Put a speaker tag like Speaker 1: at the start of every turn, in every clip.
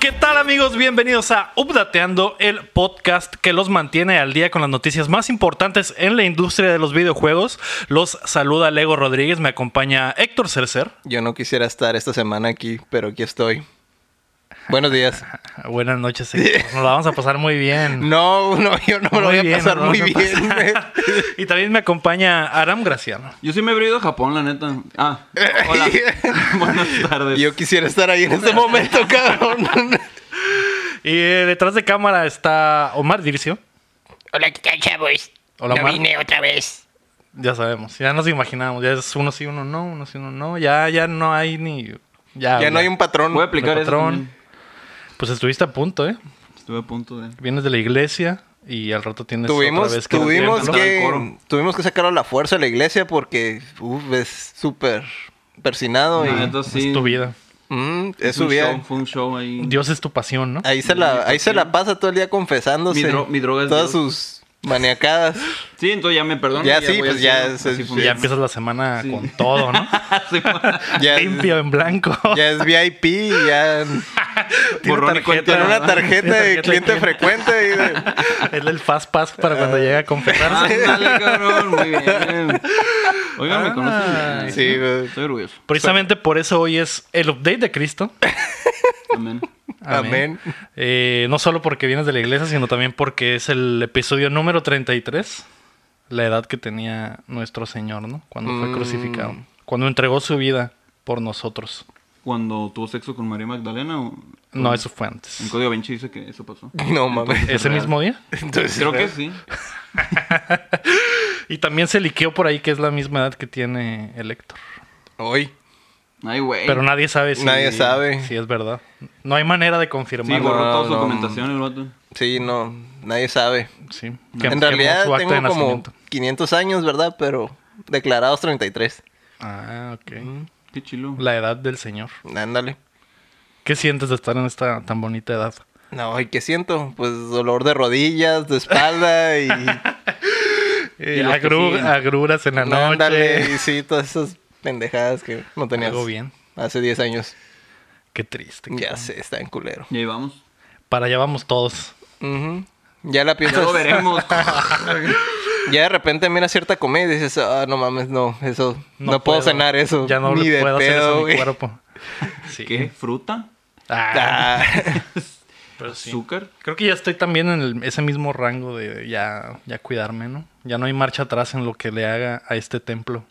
Speaker 1: ¿Qué tal amigos? Bienvenidos a Updateando, el podcast que los mantiene al día con las noticias más importantes en la industria de los videojuegos. Los saluda Lego Rodríguez, me acompaña Héctor Cercer.
Speaker 2: Yo no quisiera estar esta semana aquí, pero aquí estoy. Buenos días.
Speaker 1: Buenas noches, Héctor. Nos la vamos a pasar muy bien.
Speaker 2: No, no, yo no me lo
Speaker 1: Muy
Speaker 2: voy
Speaker 1: bien,
Speaker 2: a pasar
Speaker 1: nos
Speaker 2: muy
Speaker 1: vamos a
Speaker 2: bien. güey.
Speaker 1: Y también me acompaña Aram Graciano.
Speaker 3: Yo sí me habría ido a Japón, la neta. Ah, hola. Buenas tardes.
Speaker 2: yo quisiera estar ahí en este momento, cabrón.
Speaker 1: Y eh, detrás de cámara está Omar Dircio.
Speaker 4: Hola, ¿qué tal, chavos?
Speaker 1: Hola,
Speaker 4: no
Speaker 1: Omar.
Speaker 4: vine otra vez.
Speaker 1: Ya sabemos, ya nos imaginábamos. Ya es uno sí, uno no, uno sí, uno no. Ya, ya no hay ni... Ya,
Speaker 2: ya no hay un patrón.
Speaker 3: Voy a aplicar
Speaker 1: de
Speaker 3: eso.
Speaker 1: patrón.
Speaker 3: también.
Speaker 1: Pues estuviste a punto, ¿eh?
Speaker 3: Estuve a punto de.
Speaker 1: Vienes de la iglesia y al rato tienes otra
Speaker 2: Tuvimos,
Speaker 1: vez que...
Speaker 2: tuvimos,
Speaker 3: entrar al
Speaker 2: que,
Speaker 3: coro.
Speaker 2: tuvimos que sacar a la fuerza de la iglesia porque uf, es súper persinado. y,
Speaker 3: La neta, sí.
Speaker 1: Es tu vida.
Speaker 2: Mm, es
Speaker 3: Fue
Speaker 2: su
Speaker 3: Ah, un
Speaker 2: vida.
Speaker 3: show, Fue un show ahí.
Speaker 1: Dios es tu pasión, ¿no?
Speaker 2: Ahí se, la, ahí se la pasa todo el día confesándose.
Speaker 3: Mi dro- mi droga es
Speaker 2: Todas
Speaker 3: Dios.
Speaker 2: sus maniacadas.
Speaker 3: Sí, entonces ya me perdono.
Speaker 2: Ya sí,
Speaker 3: voy
Speaker 2: pues
Speaker 3: al
Speaker 2: ya
Speaker 3: cielo.
Speaker 2: es-
Speaker 3: Así
Speaker 2: es-
Speaker 1: Y ya
Speaker 3: funciona.
Speaker 1: empiezas la semana
Speaker 3: Sí.
Speaker 1: con todo, ¿no?
Speaker 3: Sí, pues. fue-
Speaker 2: Ya es-
Speaker 1: Limpio, en blanco.
Speaker 2: Ya es VIP, y ya
Speaker 1: Tiene
Speaker 3: borrón y cuenta
Speaker 2: tiene una
Speaker 3: nueva.
Speaker 2: tarjeta de
Speaker 1: Tarjeta de
Speaker 2: cliente frecuente. Ah. Y de-
Speaker 1: Es el fast pass para cuando llega a confesarse.
Speaker 3: Ándale, cabrón. Muy bien. Oigan, me
Speaker 1: Ah,
Speaker 3: conocen. bien.
Speaker 2: sí, güey.
Speaker 3: Estoy orgulloso.
Speaker 1: Precisamente por eso hoy es el update de Cristo.
Speaker 3: También.
Speaker 2: Amén.
Speaker 1: Eh, no solo porque vienes de la iglesia, sino también porque es el episodio número 33. La edad que tenía nuestro Señor, ¿no? Cuando fue
Speaker 2: Mm.
Speaker 1: crucificado. Cuando entregó su vida por nosotros.
Speaker 3: Cuando tuvo sexo con María Magdalena, o-
Speaker 1: No, eso fue
Speaker 3: en
Speaker 1: antes.
Speaker 3: Código Vinci dice que eso pasó.
Speaker 2: No mames.
Speaker 1: ¿Ese mismo día?
Speaker 2: Entonces, eh,
Speaker 3: Creo que sí.
Speaker 1: Y también se liqueó por ahí que es la misma edad que tiene el Héctor.
Speaker 2: Hoy.
Speaker 3: Ay, güey.
Speaker 1: Pero nadie sabe si,
Speaker 2: Eh, Nadie sabe.
Speaker 1: si es verdad. No hay manera de
Speaker 3: Sí,
Speaker 1: confirmarlo.
Speaker 3: borró
Speaker 2: No,
Speaker 3: toda su
Speaker 2: no.
Speaker 3: documentación el vato.
Speaker 2: Sí, no. Nadie sabe.
Speaker 1: Sí, que- que
Speaker 2: En realidad
Speaker 1: su acta de
Speaker 2: tengo como
Speaker 1: nacimiento.
Speaker 2: 500 años, ¿verdad? Pero declarados 33.
Speaker 1: Ah, ok.
Speaker 3: Qué chilo.
Speaker 1: La edad del señor.
Speaker 2: Ándale.
Speaker 1: ¿Qué sientes de estar en esta tan bonita edad?
Speaker 2: No, ¿y qué siento? Pues dolor de rodillas, de espalda y... Eh,
Speaker 3: Y los que
Speaker 1: Agru-
Speaker 3: siguen.
Speaker 1: agruras en la
Speaker 2: Ándale,
Speaker 1: noche.
Speaker 2: y sí, todas esas pendejadas que no tenías.
Speaker 1: Algo bien.
Speaker 2: Hace 10 años.
Speaker 1: Qué triste. qué
Speaker 2: Ya
Speaker 1: mal.
Speaker 2: sé, está en culero.
Speaker 3: Y ahí vamos.
Speaker 1: Para allá vamos todos.
Speaker 2: Ujú. Ya la
Speaker 3: Ya
Speaker 2: piensas.
Speaker 3: lo veremos.
Speaker 2: Ya de repente miras cierta comida y dices, ah, no mames, no, eso, no, puedo, cenar eso.
Speaker 1: Ya no
Speaker 2: ni
Speaker 1: le
Speaker 2: de
Speaker 1: puedo hacer eso
Speaker 2: pedo,
Speaker 1: a mi
Speaker 2: güey.
Speaker 1: cuerpo. Sí.
Speaker 3: ¿Qué? ¿Fruta?
Speaker 1: Ah,
Speaker 2: Ah,
Speaker 1: pero sí.
Speaker 3: ¿Azúcar?
Speaker 1: Creo que ya estoy también en el- ese mismo rango de ya, ya cuidarme, ¿no? Ya no hay marcha atrás en lo que le haga a este templo.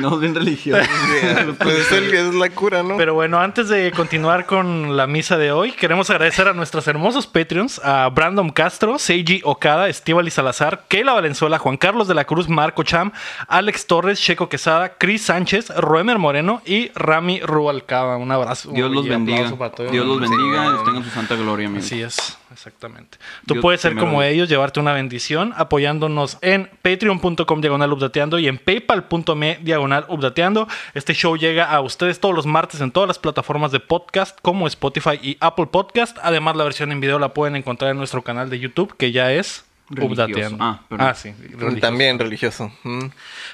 Speaker 3: No, bien religioso.
Speaker 2: pues es, el- es la cura, ¿no?
Speaker 1: Pero bueno, antes de continuar con la misa de hoy, queremos agradecer a nuestros hermosos Patreons, a Brandon Castro, Seiji Okada, Estíbali Salazar, Keila Valenzuela, Juan Carlos de la Cruz, Marco Cham, Alex Torres, Checo Quesada, Cris Sánchez, Roemer Moreno y Rami Rubalcaba. Un abrazo.
Speaker 3: Dios los
Speaker 1: y aplauso
Speaker 3: bendiga.
Speaker 1: para todos.
Speaker 3: Dios los
Speaker 2: Sí,
Speaker 3: bendiga
Speaker 2: güey.
Speaker 3: y tengan su santa gloria, amigo.
Speaker 1: Así es, exactamente. Tú
Speaker 3: Dios
Speaker 1: puedes ser
Speaker 3: primero
Speaker 1: como
Speaker 3: Dios.
Speaker 1: ellos, llevarte una bendición apoyándonos en patreon.com diagonal updateando y en paypal.me diagonal updateando. Este show llega a ustedes todos los martes en todas las plataformas de podcast como Spotify y Apple Podcast. Además, la versión en video la pueden encontrar en nuestro canal de YouTube que ya es...
Speaker 3: Religioso.
Speaker 1: Updateando.
Speaker 3: Ah, perdón.
Speaker 1: sí.
Speaker 2: Y
Speaker 1: religioso.
Speaker 2: Mm, También religioso. Mm.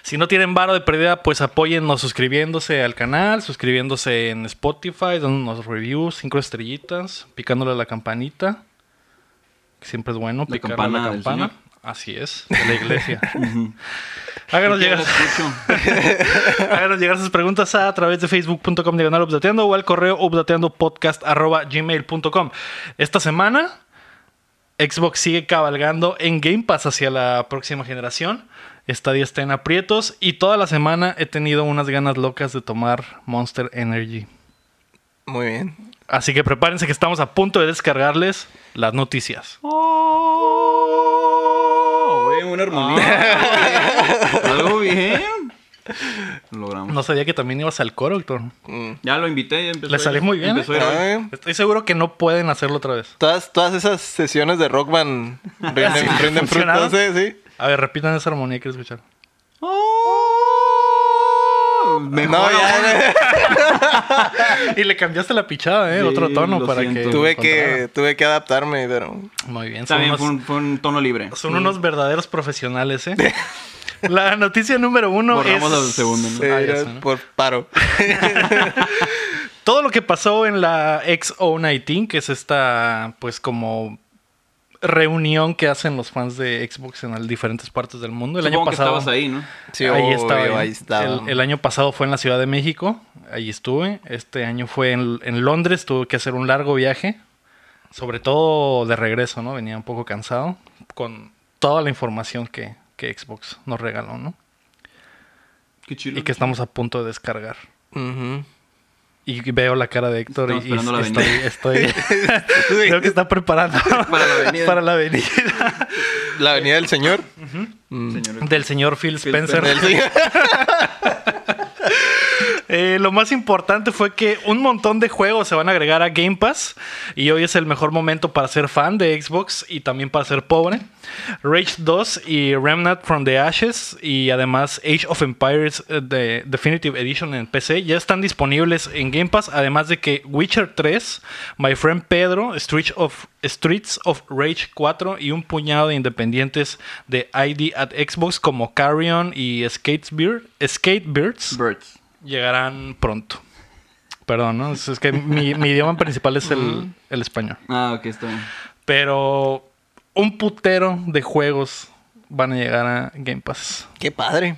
Speaker 1: Si no tienen varo de pérdida, pues apóyennos suscribiéndose al canal, suscribiéndose en Spotify, dándonos reviews, cinco estrellitas, picándole a la campanita. que Siempre es bueno
Speaker 3: La
Speaker 1: picarle a
Speaker 3: campana
Speaker 1: la
Speaker 3: del
Speaker 1: campana.
Speaker 3: Señor.
Speaker 1: Así es, de la iglesia. Háganos
Speaker 3: Ya
Speaker 1: llegar,
Speaker 3: lo escucho.
Speaker 1: háganos llegar sus preguntas a, través de facebook.com diagonal updateando o al correo updateandopodcast.gmail.com. Esta semana, Xbox sigue cabalgando en Game Pass hacia la próxima generación. Stadia está en aprietos y toda la semana he tenido unas ganas locas de tomar Monster Energy.
Speaker 2: Muy bien.
Speaker 1: Así que prepárense que estamos a punto de descargarles las noticias.
Speaker 3: Oh, güey, una armonía. Algo bien. Lo logramos.
Speaker 1: No sabía que también ibas al coro, Héctor.
Speaker 2: Mm.
Speaker 3: Ya lo invité. ya empezó
Speaker 1: Le
Speaker 3: a ir-
Speaker 1: salí muy bien,
Speaker 3: Empezó a
Speaker 1: ¿eh?
Speaker 3: ir hoy.
Speaker 2: Ah,
Speaker 1: Estoy seguro que no pueden hacerlo otra vez.
Speaker 2: Todas, todas esas sesiones de rock band rinden,
Speaker 1: Sí,
Speaker 2: rinden
Speaker 1: funcionaron.
Speaker 2: frutos, sí, sí.
Speaker 1: A ver, repitan esa armonía que quiero escuchar.
Speaker 3: Oh, mejor
Speaker 2: No,
Speaker 3: ahora.
Speaker 2: ya
Speaker 1: Y le cambiaste la pichada, ¿eh?
Speaker 3: Sí,
Speaker 1: Otro tono
Speaker 3: lo
Speaker 1: para
Speaker 3: siento.
Speaker 1: que...
Speaker 2: tuve
Speaker 1: encontrara.
Speaker 2: que, tuve que adaptarme, pero
Speaker 1: Muy bien.
Speaker 3: Está
Speaker 1: son
Speaker 3: bien,
Speaker 1: unos-
Speaker 3: fue un, fue un tono libre.
Speaker 1: Son unos verdaderos profesionales, ¿eh? La noticia número uno
Speaker 3: Borramos
Speaker 2: Ah,
Speaker 1: es...
Speaker 3: al segundo, ¿no?
Speaker 2: eh,
Speaker 1: Ah, ya
Speaker 2: era
Speaker 1: sé, ¿no?
Speaker 2: por paro.
Speaker 1: Todo lo que pasó en la X019, que es esta, pues como reunión que hacen los fans de Xbox en las diferentes partes del mundo. El
Speaker 3: Supongo
Speaker 1: año
Speaker 3: que
Speaker 1: pasado
Speaker 3: estabas ahí, ¿no?
Speaker 2: Sí,
Speaker 1: ahí
Speaker 2: obvio,
Speaker 1: estaba. ¿eh?
Speaker 2: ahí estaba.
Speaker 1: El, el año pasado fue en la Ciudad de México, ahí estuve. Este año fue en, en Londres, tuve que hacer un largo viaje, sobre todo de regreso, ¿no? Venía un poco cansado con toda la información que, que Xbox nos regaló, ¿no?
Speaker 3: Qué chido.
Speaker 1: Y que estamos a punto de descargar.
Speaker 2: Ujú.
Speaker 1: Y veo la cara de Héctor y,
Speaker 3: Estamos
Speaker 1: y
Speaker 3: esperando la
Speaker 1: estoy, estoy- creo que está preparando
Speaker 3: Para la venida.
Speaker 1: para la venida
Speaker 2: La venida del señor.
Speaker 3: Señor.
Speaker 1: del señor Phil
Speaker 3: Phil
Speaker 1: Spencer.
Speaker 2: Del señor.
Speaker 1: Eh, lo más importante fue que un montón de juegos se van a agregar a Game Pass y hoy es el mejor momento para ser fan de Xbox y también para ser pobre. Rage 2 y Remnant from the Ashes y además Age of Empires eh, de Definitive Edition en PC ya están disponibles en Game Pass, además de que Witcher 3, My Friend Pedro, Streets of, Streets of Rage 4 y un puñado de independientes de ID at Xbox como Carrion y Skatesbeard, Skatebirds
Speaker 3: Birds.
Speaker 1: llegarán pronto. Perdón, ¿no? Es es que mi, mi idioma principal es el, el español.
Speaker 3: Ah, ok, está bien.
Speaker 1: Pero un putero de juegos van a llegar a Game Pass.
Speaker 2: Qué padre.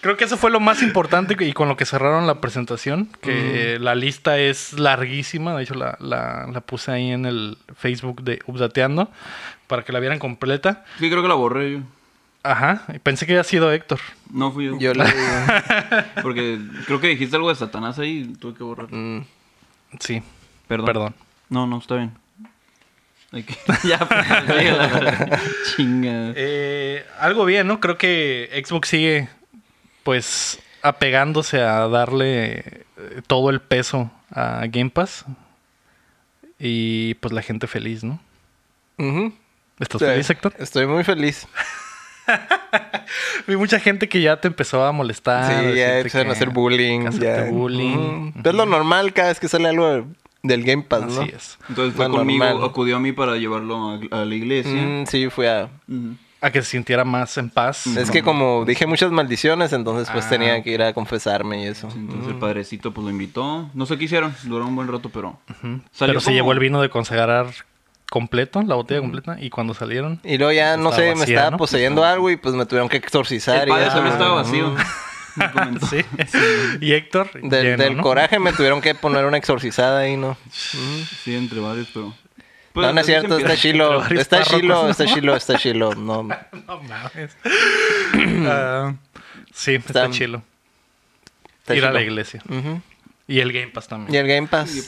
Speaker 1: Creo que eso fue lo más importante y con lo que cerraron la presentación, que la lista es larguísima, de hecho la, la- la puse ahí en el Facebook de Updateando para que la vieran completa.
Speaker 3: Sí, creo que la borré yo.
Speaker 1: Ajá, y pensé que había sido Héctor.
Speaker 3: No fui yo.
Speaker 2: Yo le
Speaker 3: Porque creo que dijiste algo de Satanás ahí y tuve que borrar.
Speaker 2: Mm.
Speaker 1: Sí,
Speaker 3: Perdón.
Speaker 1: perdón.
Speaker 3: No, no, está bien. Hay que- ya, pues, síguela. Chinga.
Speaker 1: Eh, algo bien, ¿no? Creo que Xbox sigue, pues, apegándose a darle eh, todo el peso a Game Pass. Y pues la gente feliz, ¿no?
Speaker 2: Ujú.
Speaker 1: ¿Estás
Speaker 2: Sí,
Speaker 1: feliz, Héctor?
Speaker 2: Estoy muy feliz.
Speaker 1: Vi mucha gente que ya te empezó a molestar. a
Speaker 2: sí, ya
Speaker 1: decirte
Speaker 2: empezaron a
Speaker 1: que-
Speaker 2: hacer bullying.
Speaker 1: que hacerte
Speaker 2: ya.
Speaker 1: bullying.
Speaker 2: Ujú. Pero Es lo normal cada vez que sale algo de- del Game Pass, ¿no?
Speaker 1: Así es.
Speaker 3: Entonces fue
Speaker 2: Lo
Speaker 3: conmigo,
Speaker 2: normal.
Speaker 3: acudió a mí para llevarlo a, a la iglesia.
Speaker 2: Mm, sí, fui a...
Speaker 3: Ujú.
Speaker 1: A que se sintiera más en paz.
Speaker 2: Es que como dije muchas maldiciones, entonces pues
Speaker 1: Ah.
Speaker 2: tenía que ir a confesarme y eso.
Speaker 3: Sí, Entonces el padrecito pues lo invitó. No sé qué hicieron, duró un buen rato, pero... salió
Speaker 1: Pero se
Speaker 3: como-
Speaker 1: llevó el vino de consagrar completo, la botella completa. Y cuando salieron...
Speaker 2: Y luego ya, no
Speaker 1: Estaba
Speaker 2: sé, me
Speaker 1: vacía,
Speaker 2: estaba
Speaker 1: ¿no?
Speaker 2: poseyendo algo y pues me tuvieron que exorcizar.
Speaker 3: El
Speaker 2: y
Speaker 3: padre
Speaker 2: ya.
Speaker 3: solo estaba vacío. Me comentó.
Speaker 1: Sí. y Héctor...
Speaker 2: Del,
Speaker 1: lleno,
Speaker 2: del
Speaker 1: ¿no?
Speaker 2: coraje me tuvieron que poner una exorcizada ahí, ¿no?
Speaker 3: Sí, entre varios, pero... pues,
Speaker 2: no, no es cierto, está chilo,
Speaker 1: varios
Speaker 2: está
Speaker 1: párrocos,
Speaker 2: chilo,
Speaker 1: ¿no?
Speaker 2: está chilo, está chilo. No,
Speaker 1: No mames. Ah, sí, está,
Speaker 2: Está-
Speaker 1: chilo.
Speaker 2: está
Speaker 1: Ir a la
Speaker 2: chilo.
Speaker 1: iglesia.
Speaker 2: Ujú.
Speaker 1: Y el Game Pass también.
Speaker 2: Y el Game Pass.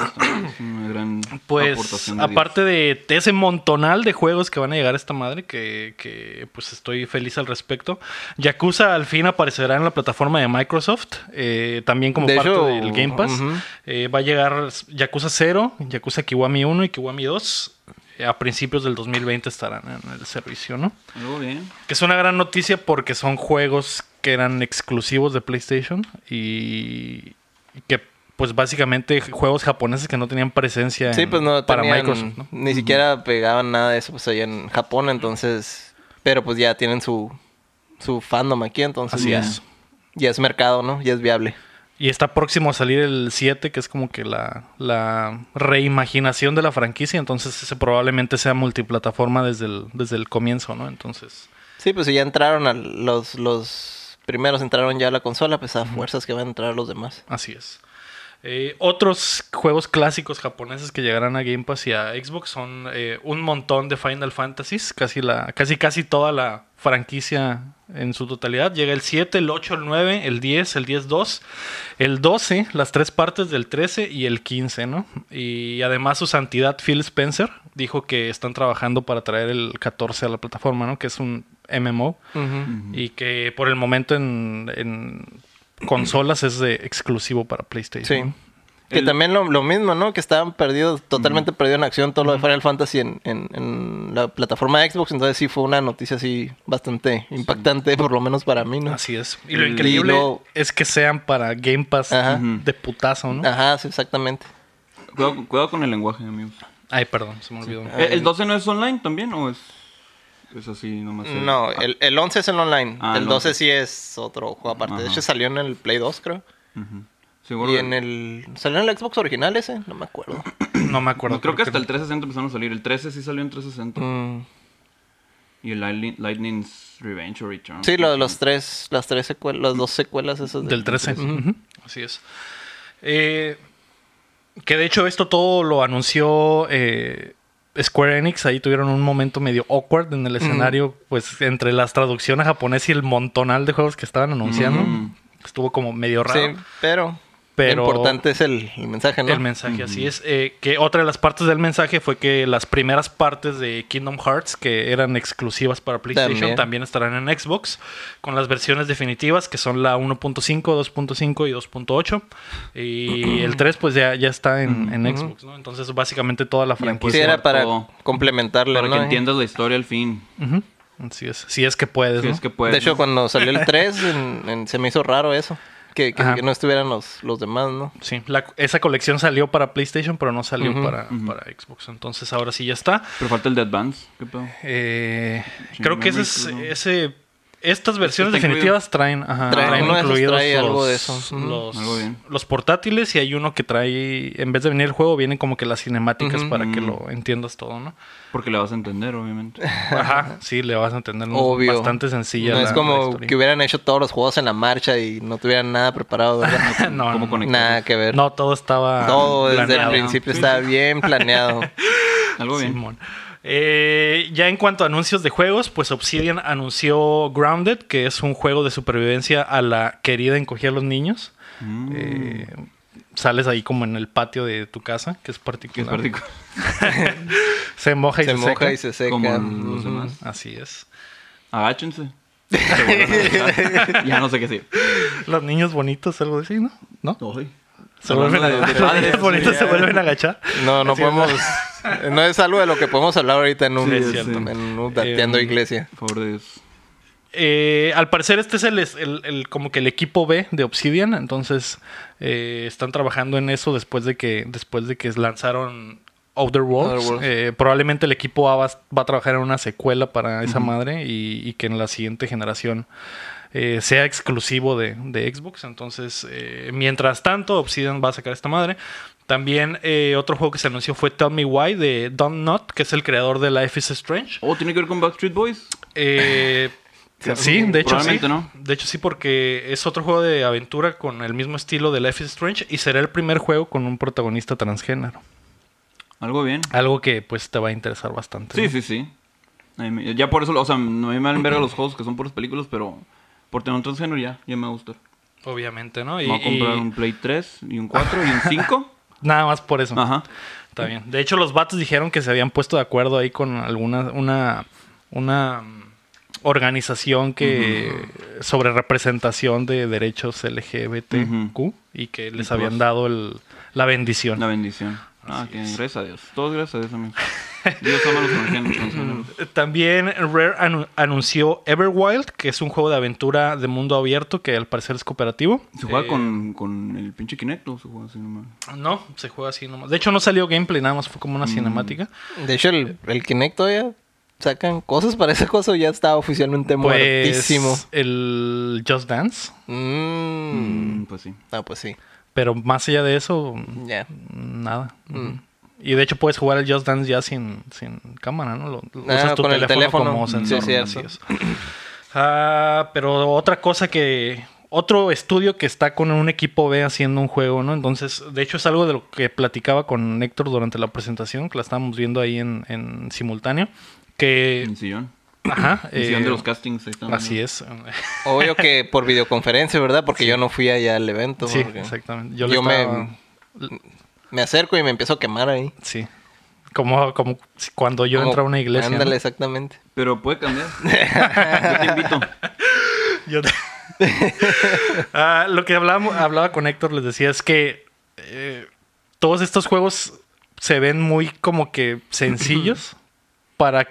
Speaker 3: Una gran
Speaker 1: Pues,
Speaker 3: aportación de Dios.
Speaker 1: aparte de ese montonal de juegos que van a llegar a esta madre, que, que, pues estoy feliz al respecto. Yakuza al fin aparecerá en la plataforma de Microsoft, eh, también como
Speaker 2: De
Speaker 1: parte
Speaker 2: hecho,
Speaker 1: del Game Pass.
Speaker 2: ujú.
Speaker 1: Eh, va a llegar Yakuza 0, Yakuza Kiwami 1 y Kiwami 2. Eh, a principios del 2020 estarán en el servicio, ¿no?
Speaker 3: Algo bien.
Speaker 1: Que es una gran noticia porque son juegos que eran exclusivos de PlayStation y y que pues básicamente juegos japoneses que no tenían presencia
Speaker 2: Sí,
Speaker 1: en-
Speaker 2: pues no
Speaker 1: para
Speaker 2: tenían-
Speaker 1: Microsoft. ¿no?
Speaker 2: ni siquiera pegaban nada de eso pues allá en Japón, entonces, pero pues ya tienen su su fandom aquí, entonces
Speaker 1: Así
Speaker 2: ya,
Speaker 1: es.
Speaker 2: ya es mercado, ¿no? Ya es viable.
Speaker 1: Y está próximo a salir el 7, que es como que la, la reimaginación de la franquicia, entonces ese probablemente sea multiplataforma desde el, desde el comienzo, ¿no? Entonces...
Speaker 2: Sí, pues si ya entraron a los los primeros entraron ya a la consola, pues a fuerzas que van a entrar los demás.
Speaker 1: Así es. Eh, otros juegos clásicos japoneses que llegarán a Game Pass y a Xbox son eh, un montón de Final Fantasies, casi, la, casi, casi toda la franquicia en su totalidad. Llega el 7, el 8, el 9, el 10, el 10-2, el 12, las tres partes del 13 y el 15, ¿no? Y además su santidad Phil Spencer dijo que están trabajando para traer el 14 a la plataforma, ¿no? Que es un MMO. Y que por el momento en, en consolas es de exclusivo para
Speaker 2: Sí.
Speaker 1: PlayStation.
Speaker 2: Que
Speaker 3: El-
Speaker 2: también lo, lo mismo, ¿no? Que estaban perdidos, totalmente perdido en acción todo lo de Final Fantasy en, en- en la plataforma de Xbox. Entonces sí fue una noticia así bastante impactante, por lo menos para mí, ¿no?
Speaker 1: Así es. Y lo
Speaker 3: Y
Speaker 1: increíble
Speaker 2: lo-
Speaker 1: es que sean para Game Pass
Speaker 2: Ajá.
Speaker 1: de putazo,
Speaker 3: Ah.
Speaker 1: ¿no?
Speaker 2: Ajá, sí, exactamente.
Speaker 3: Cuidado, cuidado con el lenguaje, amigos.
Speaker 1: Ay, perdón, se me olvidó.
Speaker 2: Ah,
Speaker 3: ¿El, el 12 no es online también o es, es así nomás? el-
Speaker 2: No, el, el 11 es el online.
Speaker 3: Ah,
Speaker 2: el
Speaker 3: el
Speaker 2: 12
Speaker 3: 11.
Speaker 2: sí es otro juego aparte. De
Speaker 3: Ajá.
Speaker 2: hecho, salió en el Play 2, creo.
Speaker 3: Ujú. Seguro.
Speaker 2: Y en el. ¿Salió en el Xbox original ese? No me acuerdo.
Speaker 1: No me acuerdo.
Speaker 3: No, creo que hasta
Speaker 1: no.
Speaker 3: el 360 empezaron a salir. El 13 sí salió en 360.
Speaker 2: Mm.
Speaker 3: Y el Lightning- Lightning's Revenge o Return.
Speaker 2: Sí, lo de los tres, las tres secuelas, las dos secuelas esas
Speaker 1: Del 13. Ujú. Así es. Eh, que de hecho esto todo lo anunció eh, Square Enix. Ahí tuvieron un momento medio awkward en el escenario, pues entre las traducciones japonés y el montonal de juegos que estaban anunciando.
Speaker 3: Ujú.
Speaker 1: Estuvo como medio raro.
Speaker 2: Sí, pero,
Speaker 1: Pero-
Speaker 2: lo importante es el, el mensaje, ¿no?
Speaker 1: El mensaje, así es. Eh, que otra de las partes del mensaje fue que las primeras partes de Kingdom Hearts, que eran exclusivas para PlayStation, también,
Speaker 2: También.
Speaker 1: estarán en Xbox, con las versiones definitivas, que son la 1.5, 2.5 y 2.8. Y el 3, pues ya, ya está en, en Xbox, ¿no? Entonces, básicamente toda la
Speaker 3: Bien,
Speaker 1: franquicia.
Speaker 2: sí, era para
Speaker 3: Todo.
Speaker 2: complementarlo,
Speaker 3: Pues, Para
Speaker 2: ¿no?
Speaker 3: que entiendas la historia al fin.
Speaker 1: Ujú. Así es. Si es que puedes,
Speaker 3: Si
Speaker 1: ¿no?
Speaker 3: es que puedes.
Speaker 2: de hecho,
Speaker 3: pues, ¿no?
Speaker 2: cuando salió el 3, en- en- se me hizo raro eso. Que, que-
Speaker 1: Ajá.
Speaker 2: que no estuvieran los, los demás, ¿no?
Speaker 1: Sí, la- esa colección salió para PlayStation, pero no salió
Speaker 2: Ujú.
Speaker 1: para, para Xbox. Entonces, ahora sí ya está.
Speaker 3: Pero falta el Dead Bands. ¿Qué pedo?
Speaker 1: Eh,
Speaker 3: Sí,
Speaker 1: creo que
Speaker 3: no
Speaker 1: ese
Speaker 3: me
Speaker 1: es-
Speaker 3: acuerdo.
Speaker 1: ese estas versiones
Speaker 3: está
Speaker 1: definitivas traen, ajá,
Speaker 2: Este Traen uno de esos, trae
Speaker 1: los,
Speaker 2: algo de eso. Ujú.
Speaker 1: los,
Speaker 3: Algo bien.
Speaker 1: los portátiles y hay uno que trae, en vez de venir el juego, vienen como que las cinemáticas
Speaker 2: Ujú.
Speaker 1: para que
Speaker 3: Mm.
Speaker 1: lo entiendas todo, ¿no?
Speaker 3: Porque la vas a entender, obviamente.
Speaker 1: Ajá, sí, le vas a entender ¿no?
Speaker 2: Obvio.
Speaker 1: bastante sencilla.
Speaker 2: No
Speaker 1: la-
Speaker 2: es
Speaker 1: la
Speaker 2: como
Speaker 1: historia.
Speaker 2: que hubieran hecho todos los juegos en la marcha y no tuvieran nada preparado, ¿verdad?
Speaker 1: no,
Speaker 3: ¿Cómo
Speaker 1: no,
Speaker 3: conectar?
Speaker 2: nada que ver.
Speaker 1: no, todo estaba
Speaker 2: Todo desde
Speaker 1: Ah, planeado.
Speaker 2: el principio
Speaker 3: Sí,
Speaker 2: estaba bien planeado.
Speaker 3: Algo bien.
Speaker 1: Simón. Eh, ya en cuanto a anuncios de juegos, pues Obsidian anunció Grounded, que es un juego de supervivencia a la querida encogía a los niños.
Speaker 3: Mm.
Speaker 1: Eh, sales ahí como en el patio de tu casa, que es
Speaker 3: Que es
Speaker 1: particular.
Speaker 3: particular.
Speaker 1: se moja y se,
Speaker 2: se moja
Speaker 1: seca.
Speaker 2: y se seca.
Speaker 3: Como los demás.
Speaker 1: Así es.
Speaker 3: Agáchense. Se vuelven a agachar. ya no sé qué decir.
Speaker 1: Los niños bonitos, algo así, ¿no? ¿No?
Speaker 3: Ay.
Speaker 1: Se vuelven a
Speaker 3: Hablando de-
Speaker 1: agachar.
Speaker 3: de
Speaker 1: Los
Speaker 3: padres,
Speaker 1: niños bonitos se vuelven a agachar.
Speaker 2: No, no
Speaker 1: Así es,
Speaker 2: podemos. No es algo de lo que podemos hablar ahorita en un,
Speaker 1: Sí, es
Speaker 3: cierto.
Speaker 2: en un dateando
Speaker 1: Eh,
Speaker 2: iglesia.
Speaker 3: Por favor de Dios.
Speaker 1: Eh, al parecer este es el, el- el- como que el equipo B de Obsidian, entonces eh, están trabajando en eso después de que después de que lanzaron Outer Worlds.
Speaker 2: Outer Worlds.
Speaker 1: Eh, probablemente el equipo A va, a- va a trabajar en una secuela para esa madre y, y que en la siguiente generación eh, sea exclusivo de, de Xbox. Entonces, eh, mientras tanto, Obsidian va a sacar esta madre. También eh, otro juego que se anunció fue Tell Me Why de Don Not, que es el creador de Life is Strange.
Speaker 3: Oh, ¿tiene que ver con Backstreet Boys?
Speaker 1: Eh, sí, de hecho sí.
Speaker 3: Probablemente, ¿no?
Speaker 1: De hecho sí, porque es otro juego de aventura con el mismo estilo de Life is Strange y será el primer juego con un protagonista transgénero.
Speaker 3: Algo bien.
Speaker 1: Algo que pues te va a interesar bastante.
Speaker 3: Sí,
Speaker 1: ¿no?
Speaker 3: sí, sí. A mí me- Ya por eso, lo- o sea, no me van verga los juegos que son puras películas, pero por tener un transgénero ya, ya me va a gustar.
Speaker 1: Obviamente, ¿no?
Speaker 3: Me
Speaker 1: Y,
Speaker 3: voy a comprar
Speaker 1: y
Speaker 3: un Play 3 y un 4 y un 5.
Speaker 1: nada más por eso.
Speaker 3: Ajá.
Speaker 1: Está bien. De hecho, los vatos dijeron que se habían puesto de acuerdo ahí con alguna una, una mm, organización que sobre representación de derechos LGBTQ
Speaker 3: Ujú.
Speaker 1: y que
Speaker 3: Y
Speaker 1: les
Speaker 3: pues,
Speaker 1: habían dado el- la bendición.
Speaker 3: La bendición. Ah,
Speaker 1: Así
Speaker 3: que
Speaker 1: es.
Speaker 3: gracias a Dios. Todos gracias a Dios, amigos. Dios ama a los transgéneros. transgéneros.
Speaker 1: También Rare anu- anunció Everwild, que es un juego de aventura de mundo abierto que al parecer es cooperativo.
Speaker 3: Se
Speaker 1: Eh,
Speaker 3: juega con, con el pinche Kinect o se juega así nomás.
Speaker 1: No, se juega así nomás. De hecho, no salió gameplay, nada más fue como una
Speaker 3: Mm,
Speaker 1: cinemática.
Speaker 2: De hecho, el, el Kinect todavía sacan cosas para esa cosa ya está oficialmente
Speaker 1: Pues
Speaker 2: muertísimo.
Speaker 1: el Just Dance.
Speaker 2: Mm.
Speaker 3: Mm, pues sí.
Speaker 2: Ah, pues sí.
Speaker 1: Pero más allá de eso,
Speaker 2: Ya.
Speaker 1: nada.
Speaker 2: Mm.
Speaker 1: Y de hecho puedes jugar el Just Dance ya sin, sin cámara, ¿no? Lo, lo
Speaker 2: Ah,
Speaker 1: usas tu
Speaker 2: con el
Speaker 1: teléfono,
Speaker 2: teléfono.
Speaker 1: como
Speaker 2: Mm,
Speaker 1: sensor.
Speaker 2: sí,
Speaker 1: así
Speaker 2: cierto.
Speaker 1: es. Ah, pero otra cosa que... Otro estudio que está con un equipo B haciendo un juego, ¿no? Entonces, de hecho es algo de lo que platicaba con Héctor durante la presentación, que la estábamos viendo ahí en, en simultáneo, que...
Speaker 3: El sillón.
Speaker 1: Ajá.
Speaker 3: El sillón
Speaker 1: eh,
Speaker 3: de los castings. Ahí está,
Speaker 1: así es.
Speaker 2: Obvio que por videoconferencia, ¿verdad? Porque yo no fui allá al evento.
Speaker 1: sí,
Speaker 2: porque
Speaker 1: exactamente. Yo,
Speaker 2: Yo,
Speaker 1: le estaba-
Speaker 2: me, me acerco y me empiezo a quemar ahí.
Speaker 1: Sí. Como, como cuando yo
Speaker 2: Como-
Speaker 1: entro a una iglesia. ¿no?
Speaker 2: Ándale, exactamente.
Speaker 3: Pero puede cambiar. Yo te invito.
Speaker 1: Yo te- Ah, lo que hablábamos- hablaba con Héctor, les decía, es que eh, todos estos juegos se ven muy como que sencillos para,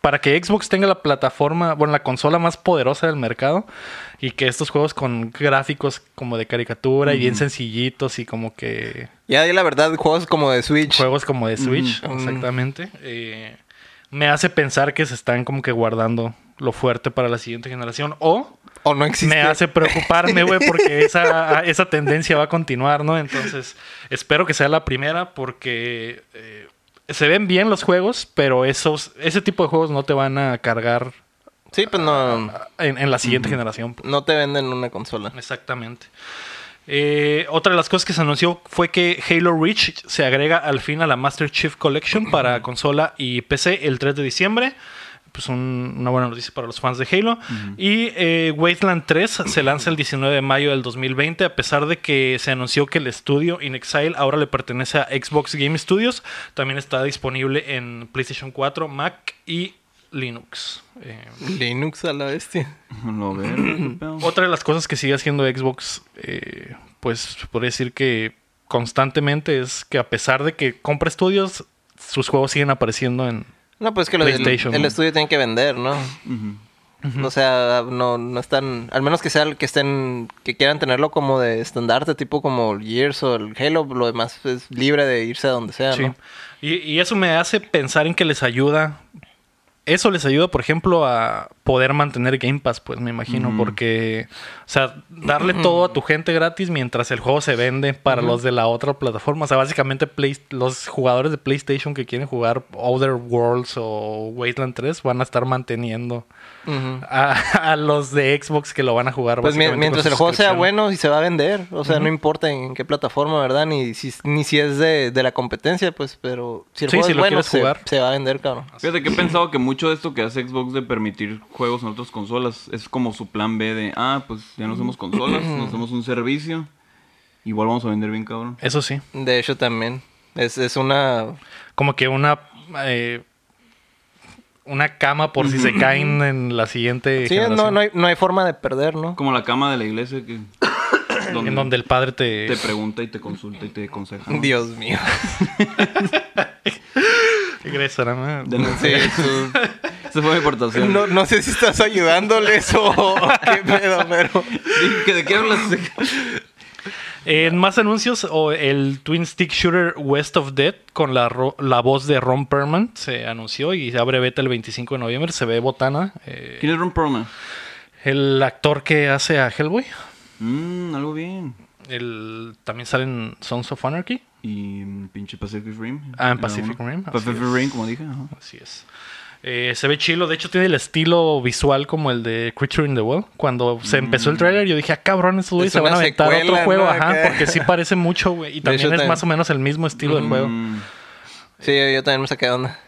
Speaker 1: para que Xbox tenga la plataforma, bueno, la consola más poderosa del mercado y que estos juegos con gráficos como de caricatura y bien sencillitos y como que
Speaker 2: Ya, di la verdad, juegos como de Switch.
Speaker 1: juegos como de Switch,
Speaker 2: Ujú.
Speaker 1: exactamente. Eh, me hace pensar que se están como que guardando lo fuerte para la siguiente generación. O
Speaker 2: O no existe.
Speaker 1: me hace preocuparme, güey, porque esa, esa tendencia va a continuar, ¿no? Entonces, espero que sea la primera porque eh, se ven bien los juegos, pero esos, ese tipo de juegos no te van a cargar
Speaker 2: Sí, pues no,
Speaker 1: en, en la siguiente generación. pues.
Speaker 2: no te venden una consola.
Speaker 1: Exactamente. Eh, otra de las cosas que se anunció fue que Halo Reach se agrega al fin a la Master Chief Collection para consola y PC el 3 de diciembre. Pues un- una buena noticia para los fans de Halo. Y eh, Wasteland 3 se lanza el 19 de mayo del 2020, a pesar de que se anunció que el estudio In Exile ahora le pertenece a Xbox Game Studios. También está disponible en PlayStation 4, Mac y Linux. Eh,
Speaker 2: Linux a la bestia.
Speaker 3: Lo verga, qué pedo.
Speaker 1: otra de las cosas que sigue haciendo Xbox, eh, pues podría decir que constantemente es que a pesar de que compra estudios, sus juegos siguen apareciendo en...
Speaker 2: No, pues que lo del-
Speaker 1: PlayStation,
Speaker 2: el
Speaker 1: ¿no?
Speaker 2: estudio tiene que vender, ¿no?
Speaker 3: Ujú.
Speaker 2: O sea, no, no están, al menos que sea el que estén, que quieran tenerlo como de estandarte, tipo como el Gears o el Halo, lo demás es libre de irse a donde sea,
Speaker 1: Sí.
Speaker 2: ¿no?
Speaker 1: Y, y eso me hace pensar en que les ayuda. Eso les ayuda, por ejemplo, a poder mantener Game Pass, pues me imagino, porque, o sea, darle todo a tu gente gratis mientras el juego se vende para los de la otra plataforma. O sea, básicamente Play- los jugadores de PlayStation que quieren jugar Other Worlds o Wasteland 3 van a estar manteniendo
Speaker 2: Ujú.
Speaker 1: a, a los de Xbox que lo van a jugar.
Speaker 2: Pues mien-
Speaker 1: básicamente
Speaker 2: mientras
Speaker 1: con
Speaker 2: el juego sea
Speaker 1: suscripción.
Speaker 2: bueno y se va a vender, o sea, no importa en qué plataforma, ¿verdad? Ni si, ni si es de, de la competencia, pues, pero si el
Speaker 1: Sí,
Speaker 2: juego
Speaker 1: si
Speaker 2: es
Speaker 1: lo
Speaker 2: bueno,
Speaker 1: quieres
Speaker 2: se,
Speaker 1: jugar.
Speaker 2: se va a vender, cabrón.
Speaker 3: Fíjate que he pensado que mucho de esto que hace Xbox de permitir juegos en otras consolas es como su plan B de, ah, pues ya no hacemos consolas, nos hacemos un servicio, igual vamos a vender bien cabrón.
Speaker 1: Eso sí.
Speaker 2: De hecho, también. Es, es una...
Speaker 1: como que una eh, una cama por si se caen en la siguiente
Speaker 2: Sí, no,
Speaker 1: generación.
Speaker 2: no, hay, no hay forma de perder, ¿no?
Speaker 3: Como la cama de la iglesia que donde,
Speaker 1: en donde el padre te,
Speaker 3: te pregunta y te consulta y te aconseja. ¿no?
Speaker 2: Dios mío.
Speaker 1: regresa, ¿no?
Speaker 3: De la-
Speaker 2: Sí, tú-
Speaker 3: Esa fue mi aportación.
Speaker 2: No, no sé si estás ayudándoles o o qué pedo, pero...
Speaker 3: Sí, ¿que ¿De qué hablas?
Speaker 1: Eh, más anuncios, o el Twin Stick Shooter West of Dead con la, ro- la voz de Ron Perman se anunció y se abre beta el 25 de noviembre. Se ve botana. eh,
Speaker 3: ¿Quién es Ron Perlman?
Speaker 1: el actor que hace a Hellboy.
Speaker 3: Mmm, algo bien.
Speaker 1: El, también sale en Sons of Anarchy.
Speaker 3: Y mm, pinche Pacific Rim.
Speaker 1: Ah, en
Speaker 3: Era
Speaker 1: Pacific Rim, así
Speaker 3: Pacific
Speaker 1: es.
Speaker 3: Rim, como dije. ajá.
Speaker 1: Así es. Eh, se ve chilo. De hecho, tiene el estilo visual como el de Creature in the Wall. Cuando se empezó el trailer, yo dije, ah, cabrón, esos güeyes
Speaker 2: Mm. Es
Speaker 1: se van a
Speaker 2: una
Speaker 1: aventar
Speaker 2: secuela,
Speaker 1: otro juego.
Speaker 2: ¿no?
Speaker 1: Ajá,
Speaker 2: Acá.
Speaker 1: porque sí parece mucho, güey. Y también
Speaker 2: hecho,
Speaker 1: es
Speaker 2: también.
Speaker 1: más o menos el mismo estilo de juego.
Speaker 3: Mm,
Speaker 2: Sí, yo también me saqué de onda.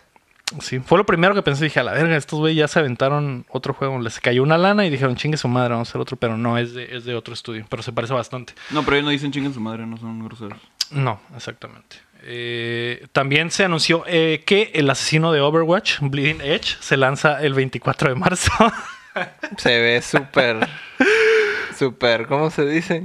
Speaker 1: Sí, fue lo primero que pensé. Dije, a la verga, estos güeyes ya se aventaron otro juego. Les cayó una lana y dijeron, chingue su madre, vamos a hacer otro. Pero no, es de, es de otro estudio. Pero se parece bastante.
Speaker 3: No, pero ellos no dicen chingan su madre, no son groseros.
Speaker 1: No, exactamente. Eh, también se anunció eh, que el asesino de Overwatch, Bleeding Edge, se lanza el 24 de marzo.
Speaker 2: Se ve súper... Súper, ¿cómo se dice?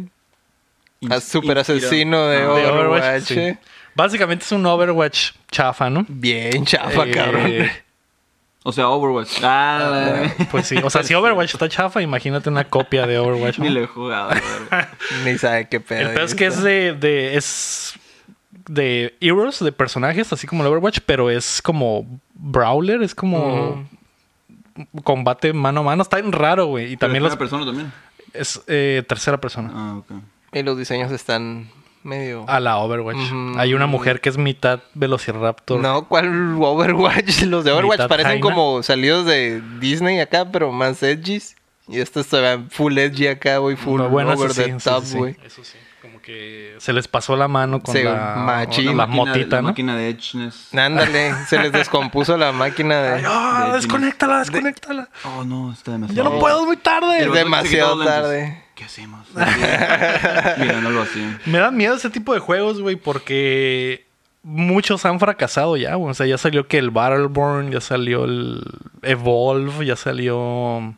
Speaker 3: Ins-
Speaker 2: Ah, Súper
Speaker 3: inspirado.
Speaker 2: asesino de
Speaker 3: Ah,
Speaker 1: de
Speaker 2: Overwatch.
Speaker 1: Overwatch, sí. Básicamente es un Overwatch chafa, ¿no?
Speaker 2: Bien chafa,
Speaker 1: Eh,
Speaker 2: cabrón.
Speaker 3: O sea, Overwatch. Ah, la-
Speaker 1: Pues sí, o sea, si Overwatch está chafa, imagínate una copia de Overwatch. ¿no?
Speaker 3: Ni le he jugado. la verdad.
Speaker 2: Ni sabe qué pedo.
Speaker 1: El peor es que es de, de- es de heroes, de personajes, así como el Overwatch, pero es como brawler, es como combate mano a mano. Está bien raro, güey. Y también
Speaker 3: Pero es
Speaker 1: los
Speaker 3: una persona también.
Speaker 1: es eh, tercera persona.
Speaker 3: Ah, ok.
Speaker 2: Y los diseños están medio...
Speaker 1: A la Overwatch.
Speaker 2: Ujú.
Speaker 1: Hay una mujer que es mitad Velociraptor.
Speaker 2: No, ¿cuál Overwatch? Los de Overwatch
Speaker 1: Mitad
Speaker 2: parecen
Speaker 1: Jaina.
Speaker 2: como salidos de Disney acá, pero más edgys. Y estos se ven full edgy acá, güey, full
Speaker 1: No, bueno, eso
Speaker 2: over
Speaker 1: sí,
Speaker 2: the
Speaker 1: sí,
Speaker 2: top,
Speaker 1: sí, sí.
Speaker 2: güey.
Speaker 1: Eso sí, como que se les pasó la mano con
Speaker 2: Sí,
Speaker 1: la,
Speaker 2: machín.
Speaker 1: con la
Speaker 3: Máquina de-
Speaker 1: motita,
Speaker 3: la
Speaker 1: ¿no?
Speaker 3: máquina de Edgeness.
Speaker 2: Ándale, se les descompuso la máquina de...
Speaker 1: Ah,
Speaker 3: de-
Speaker 1: desconéctala, desconéctala.
Speaker 3: Oh, no, está demasiado.
Speaker 1: Ya no puedo, es muy
Speaker 3: Y el
Speaker 1: tarde.
Speaker 2: Es
Speaker 3: vato que se quitó
Speaker 2: demasiado
Speaker 3: los lentes.
Speaker 2: tarde.
Speaker 3: ¿Qué hacemos? Mirándolo así.
Speaker 1: Me dan miedo ese tipo de juegos, güey, porque muchos han fracasado ya, güey. O sea, ya salió que el Battleborn, ya salió el Evolve, ya salió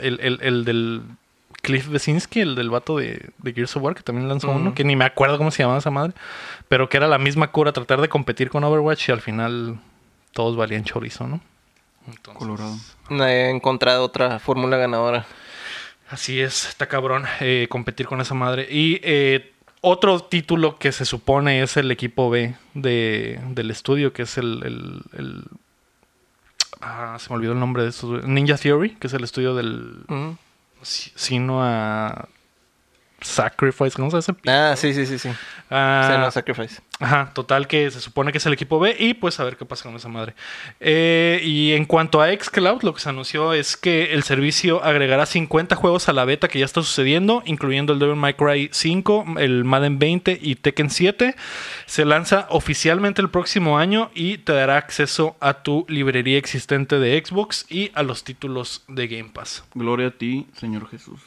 Speaker 1: el, el- el del Cliff Besinski, el del vato de, de Gears of War, que también lanzó uno, que ni me acuerdo cómo se llamaba esa madre, pero que era la misma cura, tratar de competir con Overwatch y al final todos valían chorizo, ¿no? Entonces,
Speaker 3: Colorado.
Speaker 2: No he encontrado otra fórmula ganadora.
Speaker 1: Así es, está cabrón eh, competir con esa madre. Y eh, otro título que se supone es el equipo B de, del estudio, que es el, el- el Ah, se me olvidó el nombre de estos. güey. Ninja Theory, que es el estudio del
Speaker 2: Ujú.
Speaker 1: Sino a Sacrifice, ¿cómo se dice?
Speaker 2: Ah, sí, sí, sí, sí.
Speaker 1: Ah,
Speaker 2: Xeno Sacrifice.
Speaker 1: Ajá, total que se supone que es el equipo B y pues a ver qué pasa con esa madre. Eh, y en cuanto a Xcloud, lo que se anunció es que el servicio agregará 50 juegos a la beta que ya está sucediendo, incluyendo el Devil May Cry 5, el Madden 20 y Tekken 7. Se lanza oficialmente el próximo año y te dará acceso a tu librería existente de Xbox y a los títulos de Game Pass.
Speaker 3: Gloria a ti, Señor Jesús.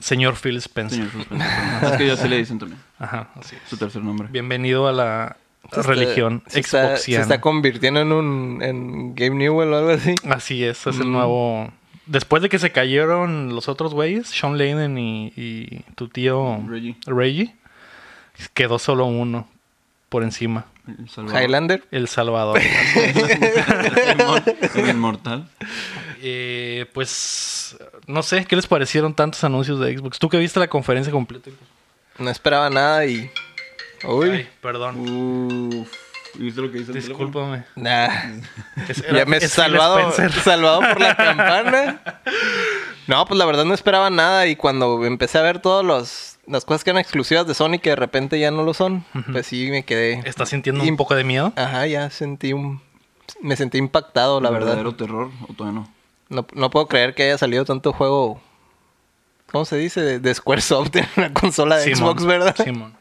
Speaker 1: Señor Phil Spencer.
Speaker 3: Señor Jesús. perdón. es que ya se le dicen también.
Speaker 1: Ajá, así es.
Speaker 3: Su tercer nombre.
Speaker 1: Bienvenido a la religión
Speaker 2: Se está, se
Speaker 1: Xboxiana.
Speaker 2: está convirtiendo en un en Game Newell o algo así.
Speaker 1: Así es,
Speaker 2: Mm.
Speaker 1: es el nuevo. Después de que se cayeron los otros güeyes, Sean Layden y, y tu tío
Speaker 3: Reggie.
Speaker 1: Reggie, quedó solo uno por encima.
Speaker 3: El Salvador.
Speaker 2: Highlander.
Speaker 1: El Salvador.
Speaker 3: El inmor- el inmortal.
Speaker 1: Eh, pues no sé, ¿qué les parecieron tantos anuncios de Xbox? Tú que viste la conferencia completa. pues,
Speaker 2: No esperaba nada y. Uy.
Speaker 1: Ay, perdón.
Speaker 3: Uf. ¿Y ¿Viste lo que dice el teléfono?
Speaker 1: Discúlpame.
Speaker 2: Nah.
Speaker 1: Es-
Speaker 2: Ya
Speaker 1: era-
Speaker 2: me he
Speaker 1: es Phil
Speaker 2: salvado,
Speaker 1: Spencer.
Speaker 2: salvado por la campana. No, pues la verdad no esperaba nada y cuando empecé a ver todas los- las cosas que eran exclusivas de Sony que de repente ya no lo son, pues sí me quedé.
Speaker 1: ¿Estás sintiendo un
Speaker 2: Im-
Speaker 1: poco de miedo?
Speaker 2: Ajá, ya sentí un... Me sentí impactado, la verdad.
Speaker 3: verdadero terror o todavía no?
Speaker 2: No, no puedo creer que haya salido tanto juego... ¿Cómo se dice? De, de Squaresoft en una consola de
Speaker 1: Simón,
Speaker 2: Xbox, ¿verdad?
Speaker 1: Simón.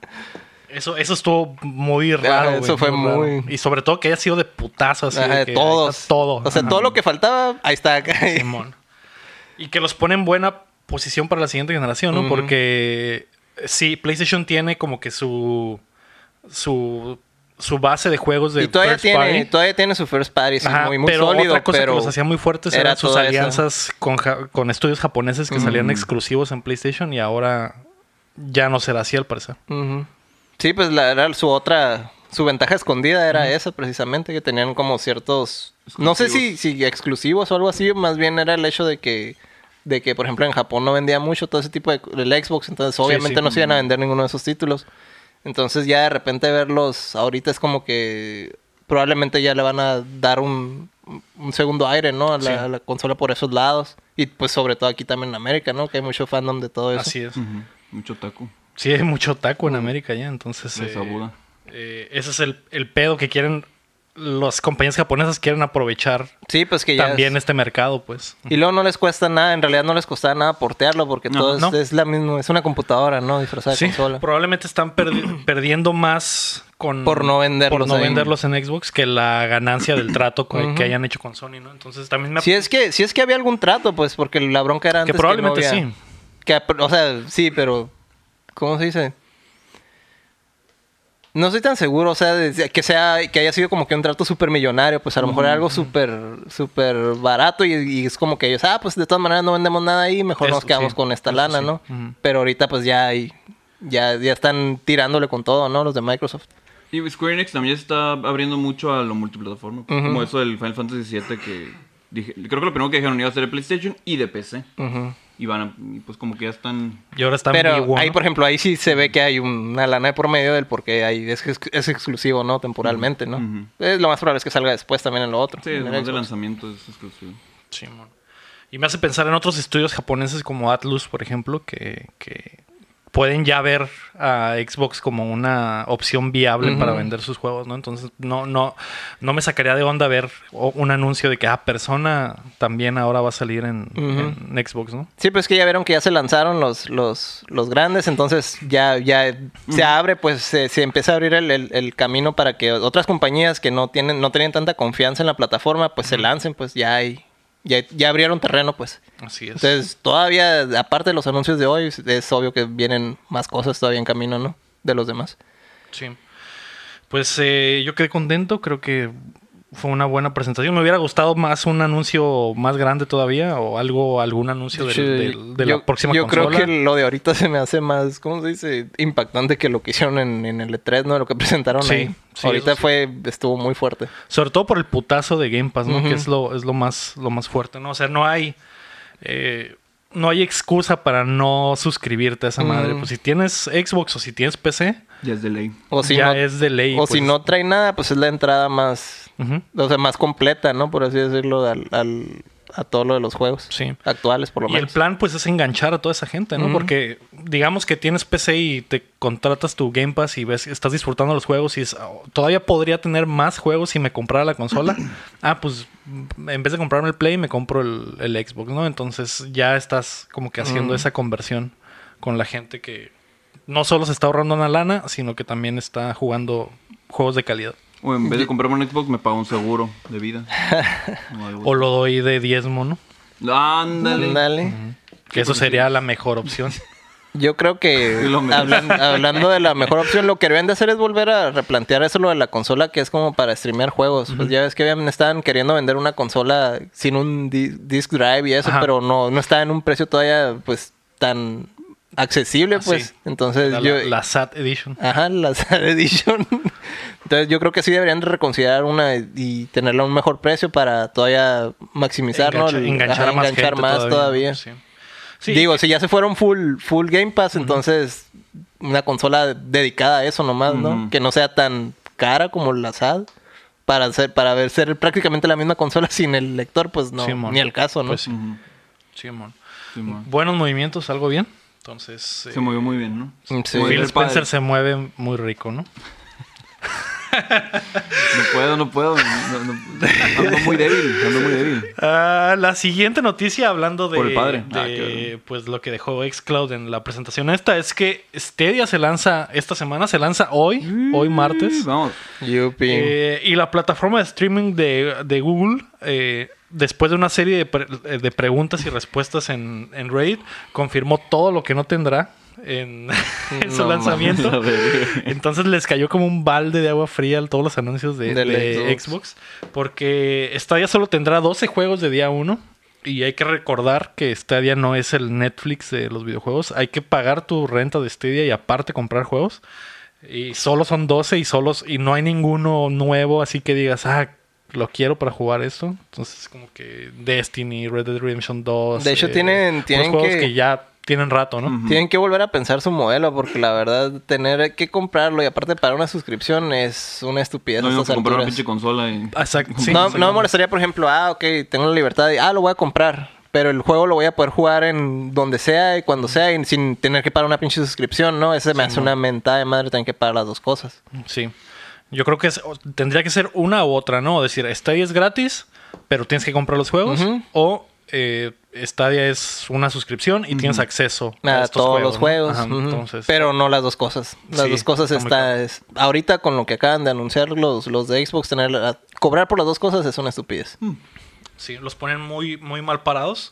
Speaker 1: Eso, eso estuvo muy raro.
Speaker 2: Ah,
Speaker 1: güey,
Speaker 2: eso fue
Speaker 1: raro.
Speaker 2: muy-
Speaker 1: Y sobre todo que haya sido de putazo así.
Speaker 2: Ajá,
Speaker 1: de
Speaker 2: de
Speaker 1: que ahí
Speaker 2: todos.
Speaker 1: está Todo.
Speaker 2: O sea,
Speaker 1: Ajá.
Speaker 2: todo lo que faltaba, ahí está. acá.
Speaker 1: Simón. Y que los pone en buena posición para la siguiente generación, ¿no?
Speaker 2: Ujú.
Speaker 1: Porque eh, sí, PlayStation tiene como que su. su. su base de juegos de
Speaker 2: y todavía
Speaker 1: first
Speaker 2: tiene,
Speaker 1: party.
Speaker 2: todavía tiene su first party, sí,
Speaker 1: Ajá,
Speaker 2: muy, muy
Speaker 1: pero
Speaker 2: sólido,
Speaker 1: otra cosa
Speaker 2: pero...
Speaker 1: que los hacía muy fuertes
Speaker 2: era
Speaker 1: eran sus
Speaker 2: todo eso.
Speaker 1: alianzas con, ja- con estudios japoneses que salían exclusivos en PlayStation y ahora ya no será así al parecer.
Speaker 2: Ujú. Sí, pues la, era su otra, su ventaja escondida era esa precisamente, que tenían como ciertos, no sé si, si exclusivos o algo así, más bien era el hecho de que, de que por ejemplo en Japón no vendía mucho todo ese tipo de, el Xbox, entonces obviamente no se iban a vender ninguno de esos títulos. Entonces ya de repente verlos ahorita es como que probablemente ya le van a dar un, un segundo aire, ¿no? A la,
Speaker 1: Sí.
Speaker 2: a la consola por esos lados. Y pues sobre todo aquí también en América, ¿no? Que hay mucho fandom de todo eso.
Speaker 1: Así es.
Speaker 3: Ujú. Mucho taco.
Speaker 1: Sí, hay mucho taco en América ya, entonces.
Speaker 3: Esa
Speaker 1: eh,
Speaker 3: boda.
Speaker 1: eh, ese es el, el pedo que quieren. Las compañías japonesas quieren aprovechar
Speaker 2: Sí, pues que ya...
Speaker 1: también
Speaker 2: es-
Speaker 1: este mercado, pues.
Speaker 2: Y luego no les cuesta nada, en realidad no les costaba nada portearlo porque
Speaker 3: No,
Speaker 2: todo es-
Speaker 1: no.
Speaker 2: es la misma, es una computadora, ¿no? Disfrazada
Speaker 1: Sí,
Speaker 2: de consola.
Speaker 1: probablemente están perdi- perdiendo más con
Speaker 2: Por no venderlos
Speaker 1: por no
Speaker 2: ahí.
Speaker 1: venderlos en Xbox que la ganancia del trato co- que hayan hecho con Sony, ¿no? Entonces también me
Speaker 2: Si es que, si es que había algún trato, pues, porque la bronca era
Speaker 1: Que
Speaker 2: antes
Speaker 1: probablemente
Speaker 2: no había-
Speaker 1: sí.
Speaker 2: que apro- o sea, sí, pero ¿cómo se dice? No estoy tan seguro, o sea, de- que sea que haya sido como que un trato súper millonario, pues a lo mejor era algo súper súper barato y, y es como que ellos, ah, pues de todas maneras no vendemos nada ahí, mejor
Speaker 1: Eso
Speaker 2: nos quedamos
Speaker 1: sí,
Speaker 2: con esta
Speaker 1: eso
Speaker 2: lana,
Speaker 1: sí.
Speaker 2: ¿no?
Speaker 1: Ujú.
Speaker 2: Pero ahorita pues ya hay- ya ya están tirándole con todo, ¿no? Los de Microsoft.
Speaker 3: Y Square Enix también está abriendo mucho a lo multiplataforma. pues, Como eso del Final Fantasy VII que... Dije, creo que lo primero que dijeron iba a ser de PlayStation y de PC. Y van a... y pues como que ya están...
Speaker 1: Y ahora están
Speaker 2: Pero
Speaker 1: vivo,
Speaker 2: ahí,
Speaker 1: ¿no?
Speaker 2: por ejemplo, ahí sí se ve que hay una lana de por medio del porque ahí es, ex- es exclusivo, ¿no? Temporalmente, ¿no?
Speaker 3: Ujú.
Speaker 2: Es lo más probable es que salga después también en lo otro.
Speaker 3: Sí,
Speaker 2: en el
Speaker 3: además de
Speaker 2: Xbox.
Speaker 3: lanzamiento es exclusivo.
Speaker 1: Sí, mon. Y me hace pensar en otros estudios japoneses como Atlus, por ejemplo, que, que pueden ya ver a Xbox como una opción viable para vender sus juegos, ¿no? Entonces, no, no, no me sacaría de onda ver o- un anuncio de que, ah, Persona también ahora va a salir en, en Xbox, ¿no?
Speaker 2: Sí, pues que ya vieron que ya se lanzaron los, los, los grandes, entonces ya, ya se abre, pues se, se empieza a abrir el, el- el camino para que otras compañías que no tienen, no tenían tanta confianza en la plataforma, pues se lancen, pues ya hay, ya, ya abrieron terreno, pues.
Speaker 1: Así es.
Speaker 2: Entonces, todavía, aparte de los anuncios de hoy, es obvio que vienen más cosas todavía en camino, ¿no? De los demás.
Speaker 1: Sí. Pues eh, yo quedé contento, creo que fue una buena presentación. Me hubiera gustado más un anuncio más grande todavía o algo, algún anuncio del-
Speaker 2: Sí,
Speaker 1: del- de la próxima
Speaker 2: yo
Speaker 1: consola.
Speaker 2: creo que lo de ahorita se me hace más, ¿cómo se dice? Impactante que lo que hicieron en, en el E3, ¿no? Lo que presentaron
Speaker 1: Sí,
Speaker 2: ahí.
Speaker 1: sí,
Speaker 2: ahorita
Speaker 1: eso sí.
Speaker 2: fue, estuvo muy fuerte.
Speaker 1: Sobre todo por el putazo de Game Pass, ¿no?
Speaker 2: Ujú.
Speaker 1: Que es lo, es lo más, lo más fuerte, ¿no? O sea, no hay. eh, no hay excusa para no suscribirte a esa madre. Pues si tienes Xbox o si tienes PC,
Speaker 3: Ya es de ley.
Speaker 2: O si
Speaker 1: ya
Speaker 2: no,
Speaker 1: es de ley.
Speaker 2: o si
Speaker 1: pues.
Speaker 2: no trae nada, pues es la entrada más,
Speaker 1: Ujú.
Speaker 2: o sea, más completa, ¿no? Por así decirlo, al, al- a todo lo de los juegos
Speaker 1: Sí.
Speaker 2: actuales, por lo
Speaker 1: Y el
Speaker 2: menos.
Speaker 1: plan, pues, es enganchar a toda esa gente, ¿no? Porque digamos que tienes PC y te contratas tu Game Pass y ves, estás disfrutando los juegos y dices, "Oh, todavía podría tener más juegos si me comprara la consola. ah, pues, mm, en vez de comprarme el Play, me compro el, el Xbox, ¿no? Entonces ya estás como que
Speaker 2: Mm.
Speaker 1: haciendo esa conversión con la gente que no solo se está ahorrando una lana, sino que también está jugando juegos de calidad.
Speaker 3: O en vez de comprarme un Xbox, me pago un seguro de vida. O algo.
Speaker 1: O lo doy de diezmo, ¿no?
Speaker 3: Ándale.
Speaker 2: Ándale.
Speaker 1: Que eso sería la mejor opción.
Speaker 2: Yo creo que
Speaker 3: Y lo mejor.
Speaker 2: hablan- hablando de la mejor opción, lo que deberían de hacer es volver a replantear eso lo de la consola que es como para streamear juegos. Pues ya ves que habían- estaban queriendo vender una consola sin un di- disc drive y eso,
Speaker 1: Ajá.
Speaker 2: pero no, no estaba en un precio todavía pues tan accesible,
Speaker 1: Así.
Speaker 2: pues. Entonces
Speaker 1: Ah, La,
Speaker 2: yo...
Speaker 1: la SAT Edition.
Speaker 2: Ajá, la Sad Edition. Entonces yo creo que sí deberían reconsiderar una y tenerla a un mejor precio para todavía maximizar, ¿no?
Speaker 1: Engancha-
Speaker 2: El-
Speaker 1: enganchar
Speaker 2: ajá,
Speaker 1: a más
Speaker 2: enganchar
Speaker 1: gente
Speaker 2: más
Speaker 1: todavía.
Speaker 2: todavía.
Speaker 1: Sí. Sí,
Speaker 2: Digo, si ya se fueron full, full Game Pass, entonces una consola dedicada a eso nomás, ¿no?
Speaker 3: Ujú.
Speaker 2: Que no sea tan cara como la SAD. Para ser, para ver ser prácticamente la misma consola sin el lector, pues no,
Speaker 1: Simón.
Speaker 2: ni el caso, ¿no?
Speaker 1: Pues sí,
Speaker 3: Ujú.
Speaker 1: sí, mon.
Speaker 3: Sí, man.
Speaker 1: Buenos movimientos, algo bien. Entonces, eh,
Speaker 3: Se movió muy bien, ¿no?
Speaker 2: Mm, sí.
Speaker 3: Muy
Speaker 1: Phil
Speaker 3: bien, padre.
Speaker 1: Spencer se mueve muy rico, ¿no?
Speaker 3: No puedo, no puedo. No, no- ando muy débil, ando muy débil.
Speaker 1: Ah, la siguiente noticia, hablando de,
Speaker 3: Por el padre.
Speaker 1: de,
Speaker 3: Ah, qué bueno.
Speaker 1: pues lo que dejó Xcloud en la presentación esta, es que Stadia se lanza esta semana, se lanza hoy,
Speaker 3: Mm,
Speaker 1: hoy martes.
Speaker 3: Vamos.
Speaker 2: Yupi.
Speaker 1: Eh, y la plataforma de streaming de, de Google, eh, después de una serie de, pre- eh, de preguntas y respuestas en, en Reddit, confirmó todo lo que no tendrá en, en su
Speaker 2: No
Speaker 1: lanzamiento.
Speaker 3: mames, la verga.
Speaker 1: Entonces les cayó como un balde de agua fría a todos los anuncios de,
Speaker 2: Del
Speaker 1: de Xbox.
Speaker 2: Xbox.
Speaker 1: Porque Stadia solo tendrá 12 juegos de día 1. Y hay que recordar que Stadia no es el Netflix de los videojuegos. Hay que pagar tu renta de Stadia y aparte comprar juegos. Y solo son 12 y solos. Y no hay ninguno nuevo. Así que digas, ah, lo quiero para jugar esto. Entonces, como que Destiny, Red Dead Redemption 2.
Speaker 2: De hecho, tienen-
Speaker 1: puros
Speaker 2: tienen
Speaker 1: juegos
Speaker 2: que- Mm.
Speaker 1: que ya tienen rato, ¿no?
Speaker 3: Ujú.
Speaker 2: Tienen que volver a pensar su modelo, porque la verdad, tener que comprarlo y aparte pagar una suscripción es una estupidez.
Speaker 3: No
Speaker 2: a
Speaker 3: mismo
Speaker 2: estas
Speaker 3: que comprar una
Speaker 2: alturas.
Speaker 3: pinche consola y.
Speaker 1: Exacto. sí,
Speaker 2: no,
Speaker 1: sí,
Speaker 2: no me
Speaker 1: sí.
Speaker 2: molestaría, por ejemplo, ah, ok, tengo la libertad de, ah, lo voy a comprar. Pero el juego lo voy a poder jugar en donde sea y cuando sea y sin tener que pagar una pinche suscripción, ¿no? Ese me hace una mentada de madre tener que pagar las dos cosas.
Speaker 1: Sí. Yo creo que es- o- tendría que ser una u otra, ¿no? Decir, Stadia es gratis, pero tienes que comprar los juegos.
Speaker 2: Ujú.
Speaker 1: O eh, Stadia es una suscripción y tienes acceso
Speaker 2: A
Speaker 1: a estos
Speaker 2: todos
Speaker 1: juegos,
Speaker 2: los
Speaker 1: ¿no?
Speaker 2: juegos.
Speaker 1: Ajá,
Speaker 2: ujú.
Speaker 1: entonces,
Speaker 2: Pero no las dos cosas. Las
Speaker 1: Sí,
Speaker 2: dos cosas
Speaker 1: está muy
Speaker 2: está... es- ahorita con lo que acaban de anunciar los, los de Xbox, tener la- cobrar por las dos cosas es una estupidez.
Speaker 1: sí, los ponen muy, muy mal parados.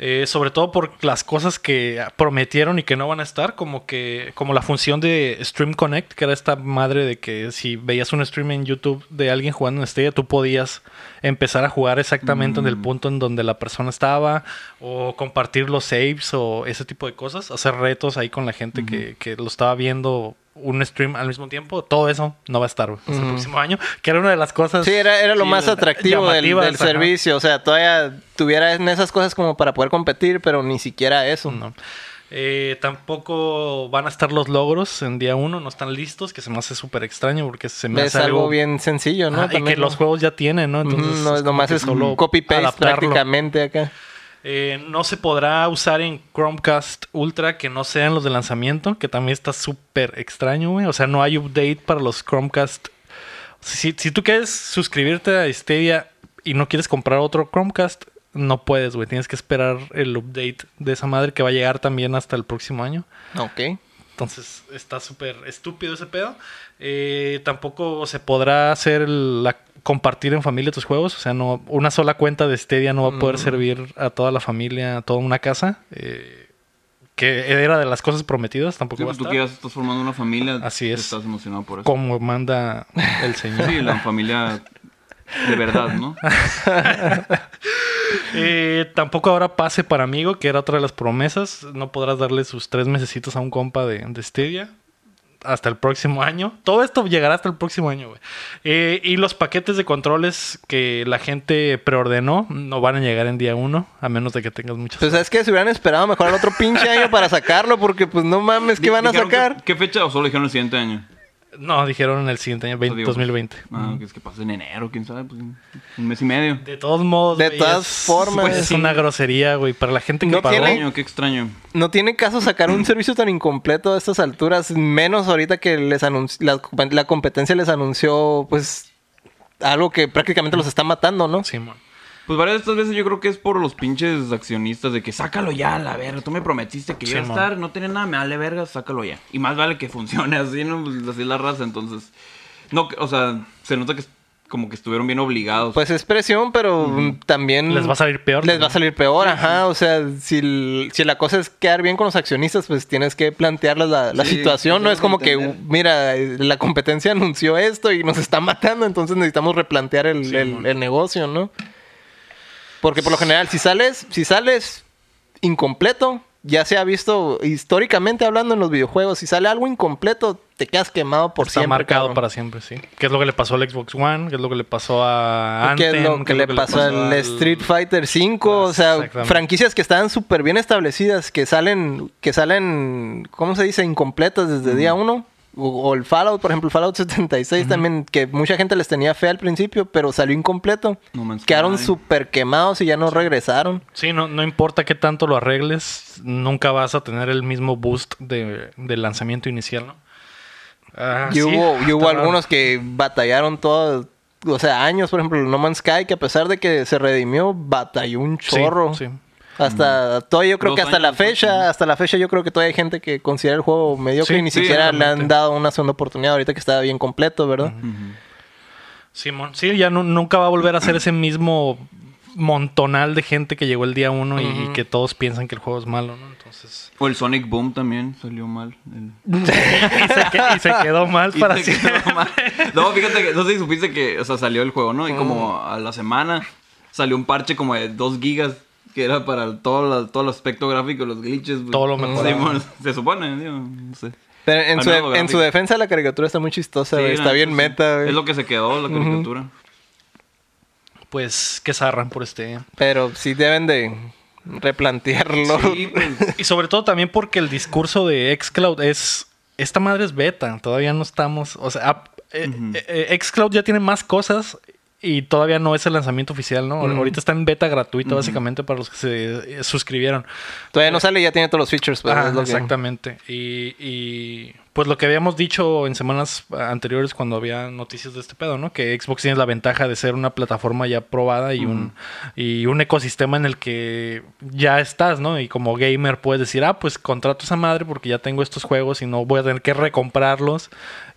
Speaker 1: eh, sobre todo por las cosas que prometieron y que no van a estar, como que como la función de Stream Connect, que era esta madre de que si veías un stream en YouTube de alguien jugando en Stadia, tú podías empezar a jugar exactamente en
Speaker 2: Mm.
Speaker 1: el punto en donde la persona estaba, o compartir los saves o ese tipo de cosas, hacer retos ahí con la gente que, que lo estaba viendo un stream al mismo tiempo, todo eso no va a estar güey, hasta el próximo año, que era una de las cosas.
Speaker 2: Sí, era, era lo
Speaker 1: sí,
Speaker 2: más atractivo del,
Speaker 1: llamativas,
Speaker 2: del
Speaker 1: ajá.
Speaker 2: servicio. O sea, todavía tuviera en esas cosas como para poder competir, pero ni siquiera eso.
Speaker 1: No. Eh, tampoco van a estar los logros en día uno, no están listos, que se me hace súper extraño porque se me
Speaker 2: Es
Speaker 1: hace
Speaker 2: algo bien sencillo, ¿no?
Speaker 1: Ajá, y que
Speaker 2: También,
Speaker 1: los
Speaker 2: ¿no?
Speaker 1: juegos ya tienen, ¿no?
Speaker 2: Ujú,
Speaker 1: Entonces,
Speaker 2: no, es
Speaker 1: como
Speaker 2: nomás
Speaker 1: que
Speaker 2: es
Speaker 1: solo
Speaker 2: copy-paste
Speaker 1: adaptarlo.
Speaker 2: prácticamente acá.
Speaker 1: Eh, no se podrá usar en Chromecast Ultra que no sean los de lanzamiento, que también está súper extraño, güey. O sea, no hay update para los Chromecast. Si, si tú quieres suscribirte a Stadia y no quieres comprar otro Chromecast, no puedes, güey. Tienes que esperar el update de esa madre que va a llegar también hasta el próximo año.
Speaker 2: Ok.
Speaker 1: Entonces está súper estúpido ese pedo. Eh, tampoco se podrá hacer el- la, compartir en familia tus juegos. O sea, no una sola cuenta de Stadia no va a poder
Speaker 3: Mm.
Speaker 1: servir a toda la familia, a toda una casa. eh, que era de las cosas prometidas. Tampoco
Speaker 3: Sí,
Speaker 1: va a
Speaker 3: pues tú
Speaker 1: estar
Speaker 3: que ya estás formando una familia.
Speaker 1: Así
Speaker 3: te
Speaker 1: es.
Speaker 3: Estás emocionado por eso.
Speaker 1: como manda el señor.
Speaker 3: Sí, la familia de verdad, ¿no?
Speaker 1: Ah, Eh, tampoco habrá pase para amigo, que era otra de las promesas. No podrás darle sus tres mesecitos a un compa de, de Stadia. hasta el próximo año. Todo esto llegará hasta el próximo año, güey. Eh, y los paquetes de controles que la gente preordenó no van a llegar en día uno, a menos de que tengas muchas.
Speaker 2: Pues sabes que se hubieran esperado mejor al otro pinche año para sacarlo, porque pues no mames, ¿qué van a
Speaker 3: Dijeron que-
Speaker 2: sacar?
Speaker 3: ¿Qué fecha o solo dijeron el siguiente año?
Speaker 1: No, dijeron en el siguiente año,
Speaker 3: O
Speaker 1: 20
Speaker 3: digo,
Speaker 1: 2020.
Speaker 3: Ah, que es que pasa en enero, quién sabe, pues un mes y medio.
Speaker 1: De todos modos,
Speaker 2: De
Speaker 1: güey,
Speaker 2: todas
Speaker 1: es-
Speaker 2: formas,
Speaker 1: pues, es
Speaker 2: sí.
Speaker 1: una grosería, güey, para la gente que
Speaker 2: No
Speaker 1: pagó.
Speaker 3: Qué
Speaker 2: tiene-
Speaker 3: extraño, qué extraño.
Speaker 2: No tiene caso sacar un servicio tan incompleto a estas alturas, menos ahorita que les anunci- la, la competencia les anunció, pues, algo que prácticamente los está matando, ¿no?
Speaker 1: Simón.
Speaker 3: Pues varias de estas veces yo creo que es por los pinches accionistas de que sácalo ya, a la verga. Tú me prometiste que iba a
Speaker 1: Sí,
Speaker 3: estar, no tiene nada, me vale verga, sácalo ya. Y más vale que funcione así, ¿no? Pues así es la raza, entonces. No, que- o sea, se nota que es- como que estuvieron bien obligados.
Speaker 2: Pues es presión, pero mm, también...
Speaker 1: Les va a salir peor,
Speaker 2: Les
Speaker 1: ¿no?
Speaker 2: va a salir peor, ajá. O sea, si, l- si la cosa es quedar bien con los accionistas, pues tienes que plantearles la, la
Speaker 5: Sí,
Speaker 2: situación. No
Speaker 5: tienes
Speaker 2: es como
Speaker 5: que
Speaker 2: que,
Speaker 5: entender.
Speaker 2: "Uh, mira, eh, la competencia anunció esto y nos está matando, entonces necesitamos replantear el,
Speaker 1: Sí,
Speaker 2: el-
Speaker 1: mon.
Speaker 2: el negocio, ¿no? Porque por lo general, si sales, si sales incompleto, ya se ha visto históricamente hablando en los videojuegos, si sale algo incompleto, te quedas quemado por
Speaker 1: Está
Speaker 2: siempre.
Speaker 1: marcado
Speaker 2: cabrón.
Speaker 1: para siempre, sí. ¿Qué es lo que le pasó al Xbox One? ¿Qué es lo que le pasó a
Speaker 2: ¿Qué
Speaker 1: Anthem?
Speaker 2: es lo que le pasó al Street Fighter 5? O sea,
Speaker 1: Exactamente.
Speaker 2: franquicias que estaban súper bien establecidas, que salen, que salen, ¿cómo se dice? Incompletas desde día uno. O, o el Fallout, por ejemplo, el Fallout 76 también, que mucha gente les tenía fe al principio, pero salió incompleto.
Speaker 3: No Man's
Speaker 2: Quedaron
Speaker 3: Sky.
Speaker 2: súper quemados y ya no regresaron.
Speaker 1: Sí, no, no importa qué tanto lo arregles, nunca vas a tener el mismo boost de, del lanzamiento inicial, ¿no? Ah,
Speaker 2: y
Speaker 1: sí,
Speaker 2: hubo, y
Speaker 1: está
Speaker 2: hubo
Speaker 1: raro.
Speaker 2: algunos que batallaron todo. O sea, años, por ejemplo, el No Man's Sky, que a pesar de que se redimió, batalló un
Speaker 1: Sí,
Speaker 2: chorro.
Speaker 1: sí.
Speaker 2: Hasta todavía yo creo
Speaker 3: Mm. Dos
Speaker 2: que hasta la
Speaker 3: años, ¿no?
Speaker 2: fecha, hasta la fecha yo creo que todavía hay gente que considera el juego mediocre
Speaker 1: Sí,
Speaker 2: y ni
Speaker 1: sí,
Speaker 2: siquiera le han
Speaker 1: exactamente.
Speaker 2: dado una segunda oportunidad ahorita que está bien completo, ¿verdad?
Speaker 1: Simón, sí, ya nu- nunca va a volver a ser ese mismo montonal de gente que llegó el día uno y, y que todos piensan que el juego es malo, ¿no? Entonces...
Speaker 3: O el Sonic Boom también salió mal. el-
Speaker 1: Y se, que- y se quedó mal
Speaker 3: Y
Speaker 1: para
Speaker 3: se quedó
Speaker 1: siempre.
Speaker 3: mal. No, fíjate que no sé si supiste que, o sea, salió el juego, ¿no? Y como a la semana salió un parche como de 2 gigas que era para todo, la- todo el aspecto gráfico, los glitches. pues.
Speaker 1: Todo lo mejorado.
Speaker 3: Sí, bueno, se supone, digo, Ah, no sé.
Speaker 2: Pero en,
Speaker 3: Al
Speaker 2: su,
Speaker 3: nuevo
Speaker 2: en su
Speaker 3: gráfico.
Speaker 2: defensa la caricatura está muy chistosa, güey,
Speaker 3: Sí,
Speaker 2: está
Speaker 3: la
Speaker 2: bien
Speaker 3: neta, sí.
Speaker 2: meta, güey.
Speaker 3: Es lo que se quedó la caricatura.
Speaker 1: Pues que zarran por este...
Speaker 2: pero sí deben de replantearlo.
Speaker 3: Sí, pues,
Speaker 1: Y sobre todo también porque el discurso de Xcloud es. Esta madre es beta, todavía no estamos. O sea, ap- eh, eh, eh, Xcloud ya tiene más cosas y todavía no es el lanzamiento oficial, ¿no? Ahorita está en beta gratuita, básicamente, para los que se eh, suscribieron.
Speaker 2: Todavía no sale y ya tiene todos los features, pues,
Speaker 1: Ajá,
Speaker 2: es lo que-
Speaker 1: exactamente. Y, y, pues lo que habíamos dicho en semanas anteriores cuando había noticias de este pedo, ¿no? Que Xbox tiene la ventaja de ser una plataforma ya probada y, un, y un ecosistema en el que ya estás, ¿no? Y como gamer puedes decir, ah, pues contrato esa madre porque ya tengo estos juegos y no voy a tener que recomprarlos.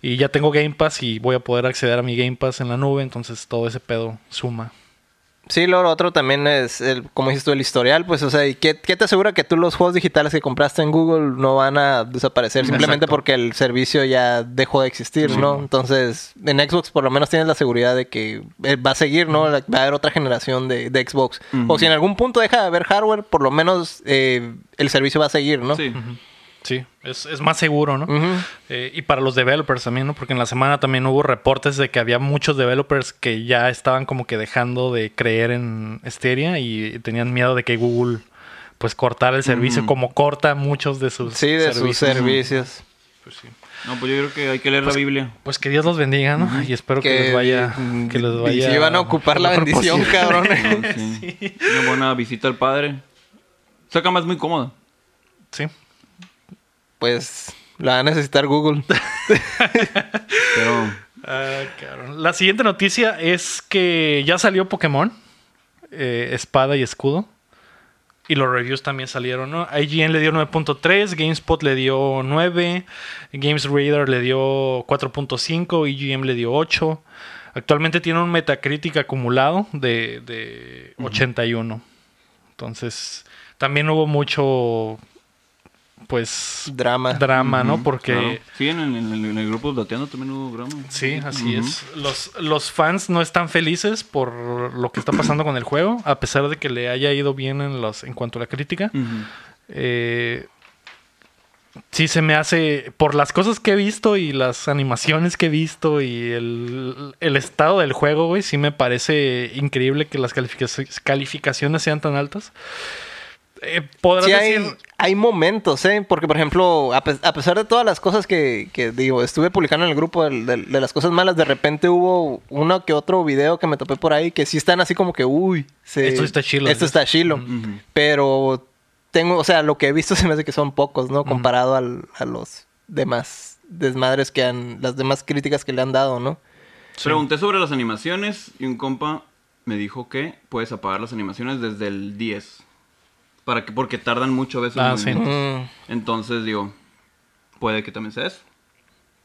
Speaker 1: Y ya tengo Game Pass y voy a poder acceder a mi Game Pass en la nube. Entonces todo ese pedo suma.
Speaker 2: Sí, lo otro también es, el, como dices tú, el historial, pues, o sea, ¿y qué, qué te asegura que tú los juegos digitales que compraste en Google no van a desaparecer simplemente
Speaker 1: Exacto.
Speaker 2: porque el servicio ya dejó de existir, ¿no? Entonces, en Xbox por lo menos tienes la seguridad de que eh, va a seguir, ¿no? La- Va a haber otra generación de, de Xbox. O si en algún punto deja de haber hardware, por lo menos eh, el servicio va a seguir, ¿no?
Speaker 3: sí.
Speaker 1: Sí, es, es más seguro, ¿no?
Speaker 2: Ujú.
Speaker 1: Eh, y para los developers también, ¿no? Porque en la semana también hubo reportes de que había muchos developers que ya estaban como que dejando de creer en Stadia y tenían miedo de que Google pues cortara el servicio como corta muchos de sus
Speaker 2: Mm. Sí, de sus servicios.
Speaker 1: Pues, sí.
Speaker 3: No, pues yo creo que hay que leer la Biblia.
Speaker 1: Pues que Dios los bendiga, ¿no? Y espero que, les vaya
Speaker 2: mm,
Speaker 1: que les vaya
Speaker 2: Y si van a ocupar la
Speaker 1: mejor
Speaker 2: bendición,
Speaker 1: posible.
Speaker 2: cabrón.
Speaker 3: No, sí. Una buena visita al padre. Esa cama es muy cómoda.
Speaker 1: Sí.
Speaker 2: pues la va a necesitar Google.
Speaker 3: Pero
Speaker 1: Ah, cabrón. La siguiente noticia es que ya salió Pokémon, eh, Espada y Escudo. Y los reviews también salieron, ¿no? IGN le dio 9.3, GameSpot le dio 9, Games Reader le dio 4.5, IGM le dio 8. Actualmente tiene un Metacritic acumulado de, de 81. Entonces, también hubo mucho, pues,
Speaker 2: Drama.
Speaker 1: drama, ¿no? Porque...
Speaker 3: claro. sí, en el, en el- en el grupo Dateando también hubo drama.
Speaker 1: Sí, así
Speaker 3: Ujú.
Speaker 1: es. Los, los fans no están felices por lo que está pasando con el juego, a pesar
Speaker 2: Mm.
Speaker 1: de que le haya ido bien en, los, en cuanto a la crítica.
Speaker 3: Ujú.
Speaker 1: Eh, sí se me hace, por las cosas que he visto y las animaciones que he visto y el, el estado del juego, güey, sí me parece increíble que las calificac- calificaciones sean tan altas. Eh, podrás
Speaker 2: Sí,
Speaker 1: decir...
Speaker 2: hay, hay momentos, ¿eh? Porque, por ejemplo, a, pe- a pesar de todas las cosas que, que, digo, estuve publicando en el grupo del- del- de, las cosas malas, de repente hubo uno que otro video que me topé por ahí que sí están así como que, uy, se-
Speaker 1: Esto está chilo,
Speaker 2: Esto
Speaker 1: ¿no?
Speaker 2: está chilo.
Speaker 3: Ujú.
Speaker 2: Pero tengo, o sea, lo que he visto se me hace que son pocos, ¿no? Comparado al- a los demás desmadres que han, las demás críticas que le han dado, ¿no?
Speaker 3: Pregunté sobre las animaciones y un compa me dijo que puedes apagar las animaciones desde el 10. Para que, porque tardan mucho a veces.
Speaker 1: Ah,
Speaker 3: los
Speaker 1: sí.
Speaker 3: movimientos.
Speaker 2: Mm.
Speaker 3: Entonces, digo, puede que también sea eso.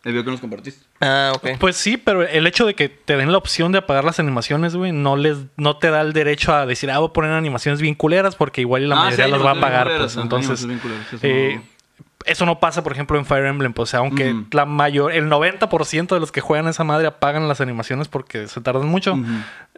Speaker 3: El video que nos compartiste.
Speaker 2: Ah, ok.
Speaker 1: Pues sí, pero el hecho de que te den la opción de apagar las animaciones, güey, no les, no te da el derecho a decir, ah, voy a poner animaciones bien culeras, porque igual y la
Speaker 3: Ah,
Speaker 1: mayoría
Speaker 3: sí,
Speaker 1: las va a
Speaker 3: animaciones
Speaker 1: apagar.
Speaker 3: culeras,
Speaker 1: Pues,
Speaker 3: ajá,
Speaker 1: entonces,
Speaker 3: animaciones bien culeras, eso
Speaker 1: eh,
Speaker 3: no-
Speaker 1: eso no pasa, por ejemplo, en Fire Emblem. Pues, o sea, aunque
Speaker 3: Ujú.
Speaker 1: la mayor, el 90% de los que juegan esa madre apagan las animaciones porque se tardan mucho,
Speaker 3: Ujú.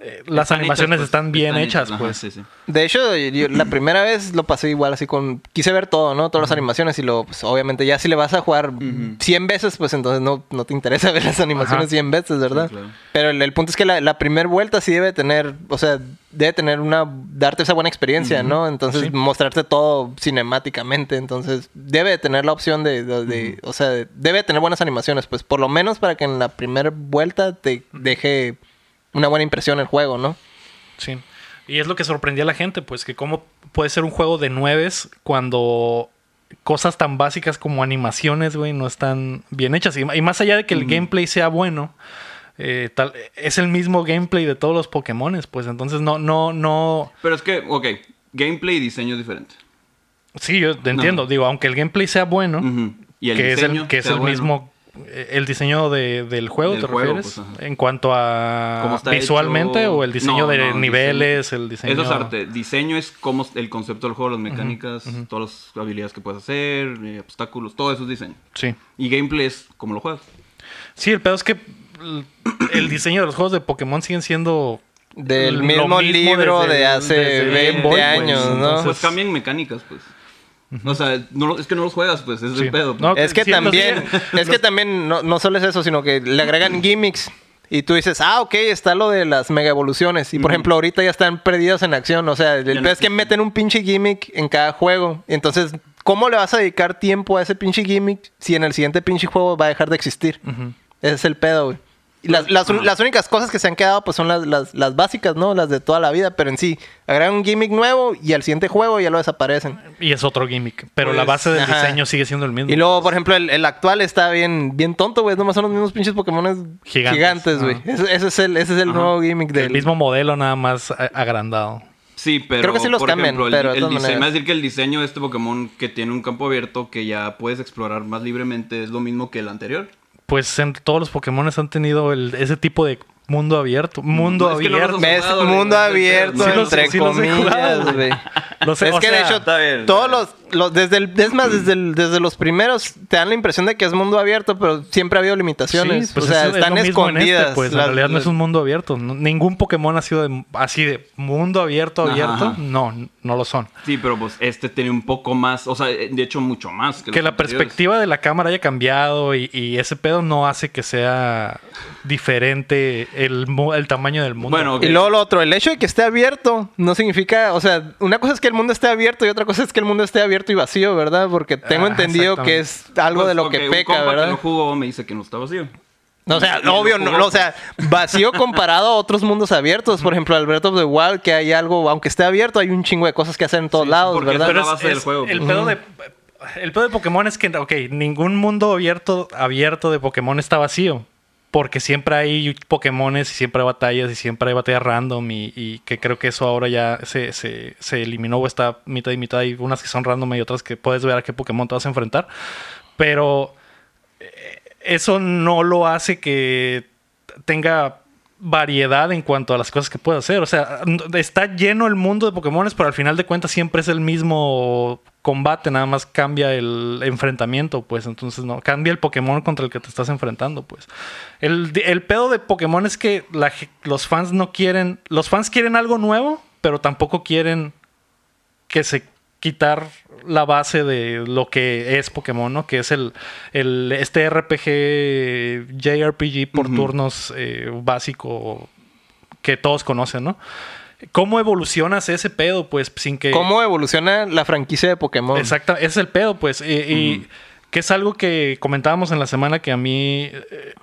Speaker 1: eh, las
Speaker 3: Están hechas,
Speaker 1: animaciones
Speaker 3: pues,
Speaker 1: están bien hechas,
Speaker 3: ajá,
Speaker 1: pues.
Speaker 3: sí, sí.
Speaker 2: De hecho, yo- la primera vez lo pasé igual así con... Quise ver todo, ¿no? Todas las animaciones y lo... Pues, obviamente ya si le vas a jugar 100 veces, pues entonces no, no te interesa ver las animaciones
Speaker 1: Ajá.
Speaker 2: 100 veces, ¿verdad?
Speaker 3: Sí, claro.
Speaker 2: Pero el, el punto es que la, la primera vuelta sí debe tener... O sea, debe tener una... Darte esa buena experiencia, ¿no? Entonces
Speaker 1: Sí.
Speaker 2: mostrarte todo cinemáticamente. Entonces debe de tener la opción de... de- de- O sea, debe de tener buenas animaciones. Pues por lo menos para que en la primera vuelta te deje una buena impresión el juego, ¿no?
Speaker 1: Sí. Y es lo que sorprendía a la gente, pues, que cómo puede ser un juego de nueves cuando cosas tan básicas como animaciones, güey, no están bien hechas. Y, y más allá de que el gameplay sea bueno, eh, tal, es el mismo gameplay de todos los Pokémones, pues, entonces no, no, no.
Speaker 3: Pero es que, ok, gameplay y diseño es diferente.
Speaker 1: Sí, yo te entiendo. Digo, aunque el gameplay sea bueno,
Speaker 3: Ujú. Y el
Speaker 1: que es
Speaker 3: diseño
Speaker 1: el, que es
Speaker 3: sea
Speaker 1: el
Speaker 3: bueno.
Speaker 1: mismo. eh, ¿El diseño de- del juego
Speaker 3: Del
Speaker 1: te
Speaker 3: juego,
Speaker 1: refieres?
Speaker 3: pues, ajá.
Speaker 1: en cuanto
Speaker 2: Ah,
Speaker 3: ¿Cómo
Speaker 1: a
Speaker 3: está
Speaker 1: visualmente
Speaker 3: hecho?
Speaker 1: o el diseño
Speaker 3: No,
Speaker 1: de
Speaker 3: no, el
Speaker 1: niveles,
Speaker 3: diseño.
Speaker 1: el diseño...
Speaker 3: Eso es arte. Diseño es como el concepto del juego, las mecánicas, todas las habilidades que puedes hacer, eh, obstáculos, todo eso es diseño.
Speaker 1: Sí.
Speaker 3: Y gameplay es como lo juegas.
Speaker 1: Sí, el pedo es que l- el diseño de los juegos de Pokémon siguen siendo
Speaker 2: Del
Speaker 1: lo
Speaker 2: mismo libro
Speaker 1: desde-
Speaker 2: de hace
Speaker 1: desde Game
Speaker 3: Eh,
Speaker 2: 20
Speaker 1: Boy, pues,
Speaker 2: años, ¿no?
Speaker 1: entonces-
Speaker 3: Pues cambian mecánicas, pues. O sea, no lo- es que no los juegas, pues, es
Speaker 1: Sí.
Speaker 3: el pedo.
Speaker 1: No,
Speaker 3: pues.
Speaker 2: Es que
Speaker 1: Sí, los
Speaker 2: también, es que también no, no solo es eso, sino que le agregan gimmicks. Y tú dices, ah, ok, está lo de las mega evoluciones. Y por ejemplo, ahorita ya están perdidos en acción. O sea, el
Speaker 3: Ya no
Speaker 2: peor es que
Speaker 3: existen.
Speaker 2: meten un pinche gimmick en cada juego. Entonces, ¿cómo le vas a dedicar tiempo a ese pinche gimmick si en el siguiente pinche juego va a dejar de existir? Ese es el pedo, güey. Y Las, las,
Speaker 3: Ajá.
Speaker 2: las únicas cosas que se han quedado pues son las, las, las básicas, ¿no? Las de toda la vida, pero en sí, agregan un gimmick nuevo y al siguiente juego ya lo desaparecen.
Speaker 1: Y es otro gimmick. Pero la
Speaker 3: Pues,
Speaker 1: base del
Speaker 2: ajá.
Speaker 1: diseño sigue siendo el mismo.
Speaker 2: Y luego, por ejemplo, el, el actual está bien, bien tonto, güey. Nomás son los mismos pinches Pokémon
Speaker 1: Gigantes.
Speaker 2: gigantes, güey.
Speaker 1: Ajá.
Speaker 2: Ese, ese es el, ese es el
Speaker 3: Ajá.
Speaker 2: nuevo gimmick del.
Speaker 1: El mismo modelo nada más a- agrandado.
Speaker 3: Sí, pero.
Speaker 2: Creo que sí los
Speaker 3: por
Speaker 2: cambian,
Speaker 3: ejemplo, el-
Speaker 2: pero de
Speaker 3: el
Speaker 2: todas
Speaker 3: diseño- me va a
Speaker 2: maneras.
Speaker 3: decir que el diseño de este Pokémon que tiene un campo abierto que ya puedes explorar más libremente es lo mismo que el anterior.
Speaker 1: Pues en todos los Pokémon han tenido el- ese tipo de mundo abierto. Mundo
Speaker 3: es que no los
Speaker 1: abierto.
Speaker 3: has
Speaker 2: Ves,
Speaker 3: jugado, güey.
Speaker 2: mundo
Speaker 3: Sí
Speaker 2: abierto,
Speaker 1: los-
Speaker 2: entre
Speaker 1: sí los he jugado,
Speaker 2: comillas,
Speaker 1: güey.
Speaker 2: güey.
Speaker 1: Lo sé,
Speaker 2: es
Speaker 1: o
Speaker 2: que
Speaker 1: sea,
Speaker 2: de hecho,
Speaker 3: está bien.
Speaker 2: todos los, los- desde el, es más, desde, el- desde los primeros te dan la impresión de que es mundo abierto, pero siempre ha habido limitaciones.
Speaker 1: Sí, pues
Speaker 2: o sea,
Speaker 1: es- es
Speaker 2: están
Speaker 1: lo mismo en este,
Speaker 2: escondidas.
Speaker 1: pues en
Speaker 2: las-
Speaker 1: realidad no es un mundo abierto. No- ningún Pokémon ha sido de- así de mundo abierto,
Speaker 3: Ajá,
Speaker 1: abierto.
Speaker 3: ajá.
Speaker 1: No, no lo son.
Speaker 3: Sí, pero pues este tiene un poco más, o sea, eh, de hecho mucho más.
Speaker 1: que
Speaker 3: los
Speaker 1: la
Speaker 3: anteriores.
Speaker 1: perspectiva de la cámara haya cambiado y, y ese pedo no hace que sea diferente el, mu- el tamaño del mundo.
Speaker 3: Bueno, ok.
Speaker 2: Y luego lo otro, el hecho de que esté abierto no significa, o sea, una cosa es que el mundo esté abierto y otra cosa es que el mundo esté abierto y vacío, ¿verdad? Porque tengo
Speaker 1: Ah,
Speaker 2: entendido que es algo
Speaker 3: Pues,
Speaker 2: de lo
Speaker 3: ok,
Speaker 2: que
Speaker 3: un
Speaker 2: peca,
Speaker 3: compa Que
Speaker 2: ¿verdad?
Speaker 3: no jugó me dice que no está vacío.
Speaker 2: No, o sea,
Speaker 3: Y lo
Speaker 2: obvio, no,
Speaker 3: jugó,
Speaker 2: no, o sea, vacío comparado a otros mundos abiertos, por ejemplo, al Breath of the Wild, que hay algo, aunque esté abierto, hay un chingo de cosas que hacer en todos lados,
Speaker 3: porque
Speaker 2: ¿verdad?
Speaker 3: es la base del juego,
Speaker 1: El
Speaker 3: pues.
Speaker 1: pedo de. El pedo de Pokémon es que, ok, ningún mundo abierto, abierto de Pokémon está vacío. Porque siempre hay Pokémones y siempre hay batallas y siempre hay batallas random. Y, y que creo que eso ahora ya se, se- se eliminó o está mitad y mitad. Hay unas que son random y otras que puedes ver a qué Pokémon te vas a enfrentar. Pero eh, eso no lo hace que tenga variedad en cuanto a las cosas que puede hacer. O sea, n- está lleno el mundo de Pokémones, pero al final de cuentas siempre es el mismo combate, nada más cambia el enfrentamiento, pues entonces no, cambia el Pokémon contra el que te estás enfrentando, pues. El, di- el pedo de Pokémon es que la ge- los fans no quieren, los fans quieren algo nuevo, pero tampoco quieren que se quitar la base de lo que es Pokémon, ¿no? Que es el, el este RPG JRPG por turnos eh, básico que todos conocen, ¿no? ¿Cómo evolucionas ese pedo, pues, sin que...
Speaker 2: ¿Cómo evoluciona la franquicia de Pokémon?
Speaker 1: Exacto, ese es el pedo, pues. Y, y que es algo que comentábamos en la semana que a mí eh,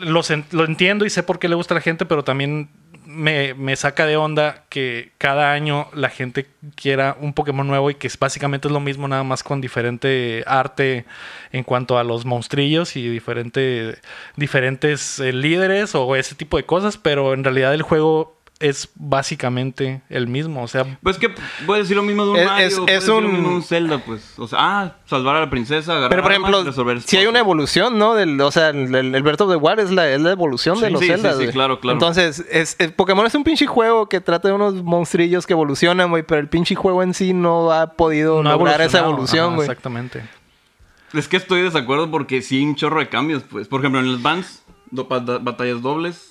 Speaker 1: lo, sen- lo entiendo y sé por qué le gusta a la gente, pero también me, me saca de onda que cada año la gente quiera un Pokémon nuevo y que es- básicamente es lo mismo, nada más con diferente arte en cuanto a los monstrillos y diferente, diferentes eh, líderes o ese tipo de cosas, pero en realidad el juego es básicamente el mismo. O sea,
Speaker 3: Pues que puedes decir lo mismo de un
Speaker 2: Es-
Speaker 3: Mario,
Speaker 2: es-
Speaker 3: puedes
Speaker 2: es
Speaker 3: decir lo
Speaker 2: un-
Speaker 3: mismo de un Zelda, pues. O sea, ah, salvar a la princesa, agarrar
Speaker 2: Pero, por
Speaker 3: armas,
Speaker 2: ejemplo,
Speaker 3: resolver
Speaker 2: si hay una
Speaker 3: cosas.
Speaker 2: evolución, ¿no? Del, o sea, el, el- el Breath of the Wild es la, es la evolución de
Speaker 3: Sí,
Speaker 2: los
Speaker 3: sí, sí,
Speaker 2: Zeldas,
Speaker 3: sí,
Speaker 2: güey.
Speaker 3: claro, claro.
Speaker 2: Entonces, es, el Pokémon es un pinche juego que trata de unos monstrillos que evolucionan, güey, pero el pinche juego en sí no ha podido
Speaker 1: no ha
Speaker 2: lograr esa
Speaker 1: evolucionado. Ajá,
Speaker 2: evolución, güey.
Speaker 1: Exactamente.
Speaker 3: Es que estoy desacuerdo porque sí hay un chorro de cambios, pues. Por ejemplo, en el Advance, do- ba- batallas dobles.